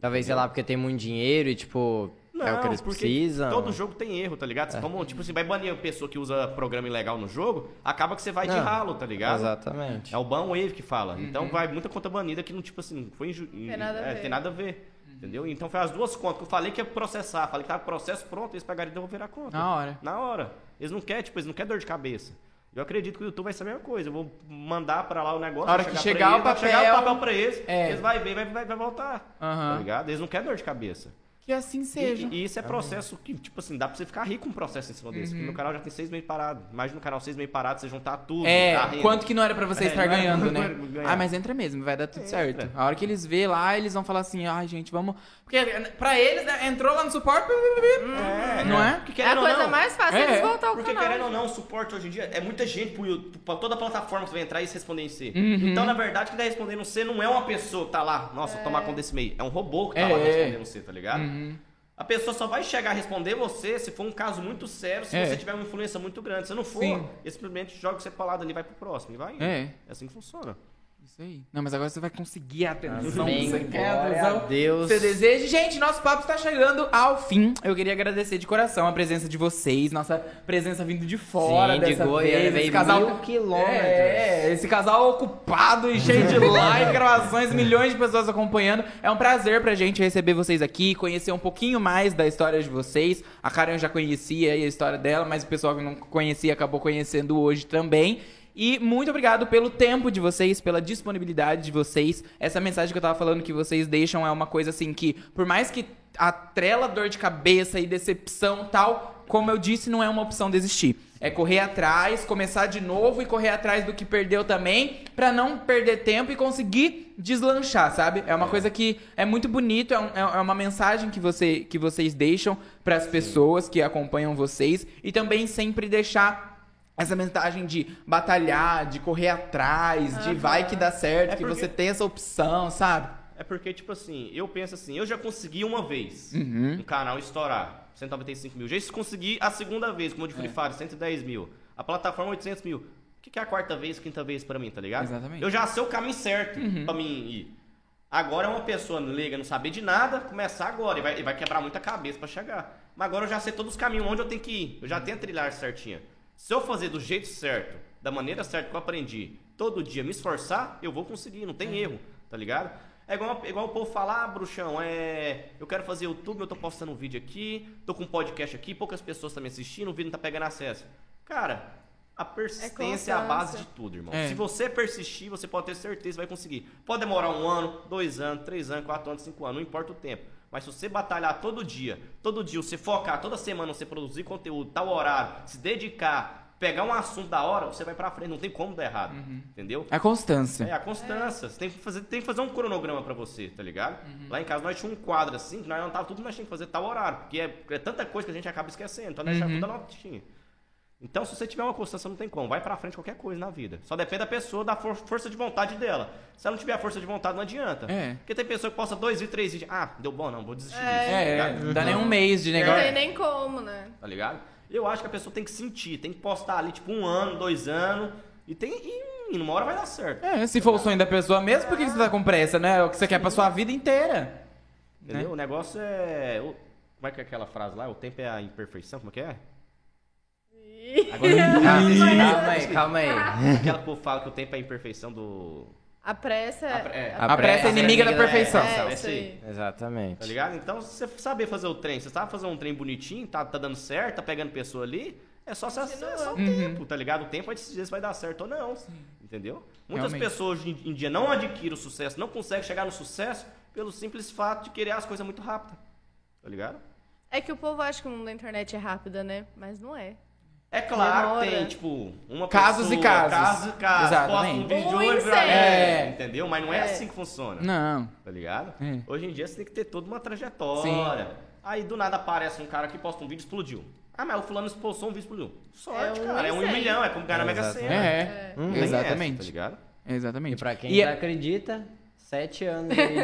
[SPEAKER 2] Talvez, sei lá, porque tem muito dinheiro e, tipo, é o que eles
[SPEAKER 4] porque
[SPEAKER 2] precisam. É.
[SPEAKER 4] Todo jogo tem erro, tá ligado? Você Como, tipo, você vai banir uma pessoa que usa programa ilegal no jogo, acaba que você vai de
[SPEAKER 2] Não.
[SPEAKER 4] ralo, tá ligado?
[SPEAKER 2] Exatamente.
[SPEAKER 4] É o ban wave que fala.
[SPEAKER 1] Uhum.
[SPEAKER 4] Então vai muita conta banida que não, tipo assim, não foi inju...
[SPEAKER 3] Tem nada a
[SPEAKER 4] é,
[SPEAKER 3] ver.
[SPEAKER 4] tem nada a ver.
[SPEAKER 1] Uhum.
[SPEAKER 4] Entendeu? Então foi as duas contas que eu falei que ia processar. Falei que tava processo pronto, eles pegaram e devolveram a conta.
[SPEAKER 1] Na hora.
[SPEAKER 4] Na hora. Eles não querem, tipo, eles não querem dor de cabeça. Eu acredito que o YouTube vai ser a mesma coisa. Eu vou mandar pra lá o negócio.
[SPEAKER 1] A hora
[SPEAKER 4] vai
[SPEAKER 1] que
[SPEAKER 4] pra
[SPEAKER 1] chegar o
[SPEAKER 4] eles, vai chegar
[SPEAKER 1] papel-
[SPEAKER 4] o papel pra eles,
[SPEAKER 1] É.
[SPEAKER 4] eles vai ver, vai, vai, vai voltar.
[SPEAKER 1] Aham.
[SPEAKER 4] Tá ligado? Eles não querem dor de cabeça.
[SPEAKER 1] Que assim
[SPEAKER 4] E,
[SPEAKER 1] seja.
[SPEAKER 4] e isso é processo que, tipo assim, dá pra você ficar rico com um processo em cima desse.
[SPEAKER 1] Uhum.
[SPEAKER 4] Porque meu canal já tem seis meses parado. Imagina o canal seis meses parado, você juntar tudo. a
[SPEAKER 1] É,
[SPEAKER 4] renda.
[SPEAKER 1] quanto que não era pra você
[SPEAKER 4] É,
[SPEAKER 1] estar
[SPEAKER 4] não era
[SPEAKER 1] ganhando,
[SPEAKER 4] pra
[SPEAKER 1] né?
[SPEAKER 4] ganhar.
[SPEAKER 1] Ah, mas entra mesmo, vai dar tudo certo.
[SPEAKER 4] Entra.
[SPEAKER 1] A hora que eles vê lá, eles vão falar assim, ai, gente, vamos... Porque pra eles, né, entrou lá no suporte,
[SPEAKER 4] É,
[SPEAKER 1] não é?
[SPEAKER 4] Porque
[SPEAKER 3] É a
[SPEAKER 4] querendo ou
[SPEAKER 3] coisa
[SPEAKER 4] não,
[SPEAKER 3] mais fácil é,
[SPEAKER 1] É,
[SPEAKER 3] eles voltar ao
[SPEAKER 4] Porque
[SPEAKER 3] canal.
[SPEAKER 4] querendo ou não, o suporte hoje em dia é muita gente pro YouTube, pra toda plataforma que você vai entrar e se responder em C.
[SPEAKER 1] Uhum.
[SPEAKER 4] Então, na verdade, quem tá respondendo C não é uma pessoa que tá lá, nossa, tomar conta desse meio. É um robô que tá
[SPEAKER 1] É, Uhum.
[SPEAKER 4] lá
[SPEAKER 1] é.
[SPEAKER 4] respondendo C, tá ligado? A pessoa só vai chegar a responder você se for um caso muito sério, se
[SPEAKER 1] É.
[SPEAKER 4] você tiver uma influência muito grande. Se não for,
[SPEAKER 1] Sim.
[SPEAKER 4] ele simplesmente joga você pra lá ali, vai pro próximo e vai. indo.
[SPEAKER 1] É.
[SPEAKER 4] É assim que funciona.
[SPEAKER 1] Isso aí. Não, mas agora você vai conseguir a atenção.
[SPEAKER 2] Amém.
[SPEAKER 1] que Você quer a
[SPEAKER 2] Glória
[SPEAKER 1] atenção.
[SPEAKER 2] a Deus.
[SPEAKER 1] Você deseja. Gente, nosso papo está chegando ao fim. Eu queria agradecer de coração a presença de vocês, nossa presença vindo de fora
[SPEAKER 2] Sim, de
[SPEAKER 1] dessa
[SPEAKER 2] Goiânia,
[SPEAKER 1] vez.
[SPEAKER 2] veio
[SPEAKER 4] tá
[SPEAKER 2] mil quilômetros.
[SPEAKER 1] É, esse casal ocupado e cheio de like, gravações, milhões de pessoas acompanhando. É um prazer pra gente receber vocês aqui, conhecer um pouquinho mais da história de vocês. A Karen eu já conhecia aí a história dela, mas o pessoal que não conhecia acabou conhecendo hoje também. E muito obrigado pelo tempo de vocês, pela disponibilidade de vocês. Essa mensagem que eu tava falando que vocês deixam é uma coisa assim que, por mais que atrela dor de cabeça e decepção tal, como eu disse, não é uma opção desistir. É correr atrás, começar de novo e correr atrás do que perdeu também, pra não perder tempo e conseguir deslanchar, sabe? É uma coisa que é muito bonito, é, um- é- é uma mensagem que, você, que vocês deixam pras pessoas que acompanham vocês e também sempre deixar essa mensagem de batalhar, de correr atrás, de vai que dá certo,
[SPEAKER 4] É
[SPEAKER 1] que
[SPEAKER 4] porque-
[SPEAKER 1] você tem essa opção, sabe?
[SPEAKER 4] É porque, tipo assim, eu penso assim, eu já consegui uma vez um canal estourar 195 mil. Já se consegui a segunda vez, como o de Free Fire, 110 mil. A plataforma, 800 mil. O que, que é a quarta vez, quinta vez pra mim, tá ligado?
[SPEAKER 1] Exatamente.
[SPEAKER 4] Eu já sei o caminho certo pra mim ir. Agora é uma pessoa leiga, não saber de nada, começar agora e vai, e vai quebrar muita cabeça pra chegar. Mas agora eu já sei todos os caminhos onde eu tenho que ir. Eu já tenho a trilhar certinha. Se eu fazer do jeito certo, da maneira certa que eu aprendi, todo dia me esforçar, eu vou conseguir, não tem erro, tá ligado? É igual, igual o povo falar, ah, bruxão, é. Eu quero fazer YouTube, eu tô postando um vídeo aqui, tô com um podcast aqui, poucas pessoas estão me assistindo, o vídeo não tá pegando acesso. Cara, a persistência é, a base de tudo, irmão.
[SPEAKER 1] É.
[SPEAKER 4] Se você persistir, você pode ter certeza que vai conseguir. Pode demorar um ano, dois anos, três anos, quatro anos, cinco anos, não importa o tempo. Mas se você batalhar todo dia, todo dia, você focar, toda semana você produzir conteúdo, tal horário, se dedicar, pegar um assunto da hora, você vai pra frente, não tem como dar errado. Entendeu?
[SPEAKER 1] A constância.
[SPEAKER 4] É, a constância. Você tem que, fazer, tem que fazer um cronograma pra você, tá ligado?
[SPEAKER 1] Uhum.
[SPEAKER 4] Lá em casa nós tínhamos um quadro assim, que nós não tava tudo, que nós tínhamos que fazer tal horário. Porque é, é tanta coisa que a gente acaba esquecendo. Então nós uhum. tudo na notinha. Então, se você tiver uma constância, não tem como. Vai pra frente qualquer coisa na vida. Só depende da pessoa, da for- força de vontade dela. Se ela não tiver a força de vontade, não adianta.
[SPEAKER 1] É.
[SPEAKER 4] Porque tem pessoa que posta dois vídeos, três vídeos. Ah, deu bom, não, vou desistir disso.
[SPEAKER 1] É,
[SPEAKER 4] tá
[SPEAKER 1] é,
[SPEAKER 4] ligado?
[SPEAKER 1] não dá nem um mês de
[SPEAKER 3] Não
[SPEAKER 4] É.
[SPEAKER 1] negócio.
[SPEAKER 3] tem nem como, né?
[SPEAKER 4] tá ligado? Eu acho que a pessoa tem que sentir, tem que postar ali, tipo, um ano, dois anos. E tem. E, numa hora vai dar certo.
[SPEAKER 1] É, se for o sonho da pessoa mesmo, por que você tá com pressa, né? É o que você quer pra sua vida inteira.
[SPEAKER 4] Entendeu? O negócio é. o- Como é que é aquela frase lá? O tempo é a imperfeição? Como é que é?
[SPEAKER 3] Ih, Ah,
[SPEAKER 2] Calma aí, calma aí.
[SPEAKER 4] Aquela que o povo fala que o tempo é a imperfeição do.
[SPEAKER 3] A pressa é.
[SPEAKER 4] É,
[SPEAKER 1] A pressa é inimiga da perfeição.
[SPEAKER 3] É,
[SPEAKER 4] é
[SPEAKER 3] isso
[SPEAKER 4] isso
[SPEAKER 3] aí.
[SPEAKER 4] aí. Tá
[SPEAKER 2] Exatamente.
[SPEAKER 4] ligado? Então, se você saber fazer o trem, você sabe fazer um trem bonitinho, tá, tá dando certo, tá pegando pessoa ali, é só, se- é só o tempo, tá ligado? O tempo vai decidir se vai dar certo ou não, entendeu? Muitas
[SPEAKER 1] Realmente.
[SPEAKER 4] pessoas hoje em dia não adquirem o sucesso, não conseguem chegar no sucesso pelo simples fato de querer as coisas muito rápido, tá ligado?
[SPEAKER 3] É que o povo acha que o mundo da internet é rápido, né? Mas não é.
[SPEAKER 4] É claro,
[SPEAKER 3] Demora.
[SPEAKER 4] que tem, tipo, uma
[SPEAKER 1] Casos e
[SPEAKER 4] pessoa,
[SPEAKER 1] casos.
[SPEAKER 4] Casos e casos.
[SPEAKER 1] Exatamente.
[SPEAKER 4] Posta um vídeo
[SPEAKER 3] Um
[SPEAKER 4] hoje,
[SPEAKER 3] em
[SPEAKER 4] vira-
[SPEAKER 3] cem.
[SPEAKER 1] É.
[SPEAKER 4] Entendeu? Mas não é,
[SPEAKER 3] É.
[SPEAKER 4] assim que funciona.
[SPEAKER 1] Não.
[SPEAKER 4] Tá ligado?
[SPEAKER 1] É.
[SPEAKER 4] Hoje em dia você tem que ter toda uma trajetória. Aí do nada aparece um cara que posta um vídeo e explodiu. Ah, mas o fulano expulsou um vídeo e explodiu. Sorte,
[SPEAKER 3] É um
[SPEAKER 4] cara. É
[SPEAKER 3] em
[SPEAKER 4] um
[SPEAKER 3] cem.
[SPEAKER 4] milhão, é como ganhar na Mega
[SPEAKER 2] Exato.
[SPEAKER 4] Sena.
[SPEAKER 1] É, é.
[SPEAKER 4] Não tem essa, tá
[SPEAKER 1] Exatamente.
[SPEAKER 4] ligado?
[SPEAKER 1] Exatamente.
[SPEAKER 2] E pra quem tá-
[SPEAKER 1] E
[SPEAKER 2] não
[SPEAKER 1] é-
[SPEAKER 2] acredita, sete anos aí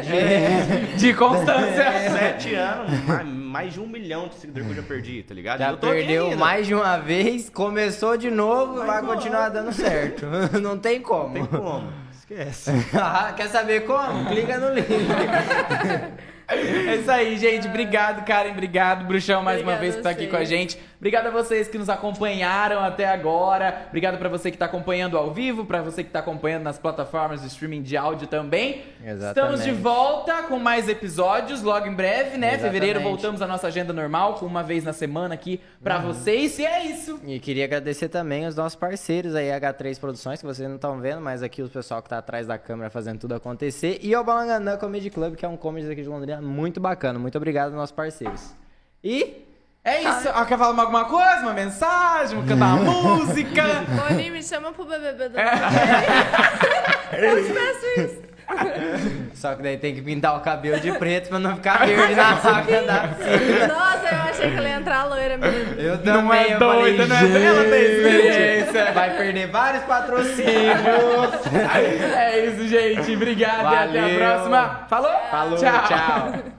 [SPEAKER 2] de...
[SPEAKER 1] de constância.
[SPEAKER 4] Sete anos, mais, mais de um milhão de seguidores que eu já perdi, tá ligado? E
[SPEAKER 2] Já
[SPEAKER 4] eu tô aqui
[SPEAKER 2] perdeu
[SPEAKER 4] ainda.
[SPEAKER 2] mais de uma vez, começou de novo e vai
[SPEAKER 4] embora.
[SPEAKER 2] continuar dando certo. Não tem como.
[SPEAKER 4] Não tem como. Esquece.
[SPEAKER 2] Ah, Quer saber como? Clica no link.
[SPEAKER 1] É isso aí, gente. Obrigado, Karen. Obrigado, Bruxão, mais uma
[SPEAKER 3] Obrigada
[SPEAKER 1] vez por estar aqui
[SPEAKER 3] vocês.
[SPEAKER 1] com a gente. Obrigado a vocês que nos acompanharam até agora. Obrigado pra você que tá acompanhando ao vivo, pra você que tá acompanhando nas plataformas de streaming de áudio também.
[SPEAKER 2] Exatamente.
[SPEAKER 1] Estamos de volta com mais episódios logo em breve, né?
[SPEAKER 2] Exatamente.
[SPEAKER 1] Fevereiro voltamos à nossa agenda normal, com uma vez na semana aqui pra
[SPEAKER 2] Uhum.
[SPEAKER 1] vocês. E é isso.
[SPEAKER 2] E queria agradecer também os nossos parceiros aí, H3 Produções, que vocês não estão vendo, mas aqui o pessoal que tá atrás da câmera fazendo tudo acontecer. E ao Balanganã Comedy Club, que é um comedy aqui de Londrina muito bacana. Muito obrigado aos nossos parceiros. E
[SPEAKER 1] É
[SPEAKER 3] Tá.
[SPEAKER 1] isso. Ah, quer falar alguma coisa? Uma mensagem? Cantar uma música?
[SPEAKER 3] Boninho, me chama pro BBB
[SPEAKER 1] É.
[SPEAKER 3] do ano. Eu te peço isso.
[SPEAKER 2] só que daí tem que pintar o cabelo de preto pra não ficar verde na saca da piscina.
[SPEAKER 3] Nossa, eu achei que ela ia entrar loira mesmo.
[SPEAKER 2] Eu também,
[SPEAKER 1] Não é
[SPEAKER 2] eu falei,
[SPEAKER 1] doida, não é? Ela tem experiência.
[SPEAKER 2] "Gente, Vai perder vários patrocínios.
[SPEAKER 1] É isso, gente. Obrigado e até a
[SPEAKER 2] Valeu.
[SPEAKER 1] próxima. Falou?
[SPEAKER 2] Falou,
[SPEAKER 1] tchau.
[SPEAKER 2] tchau.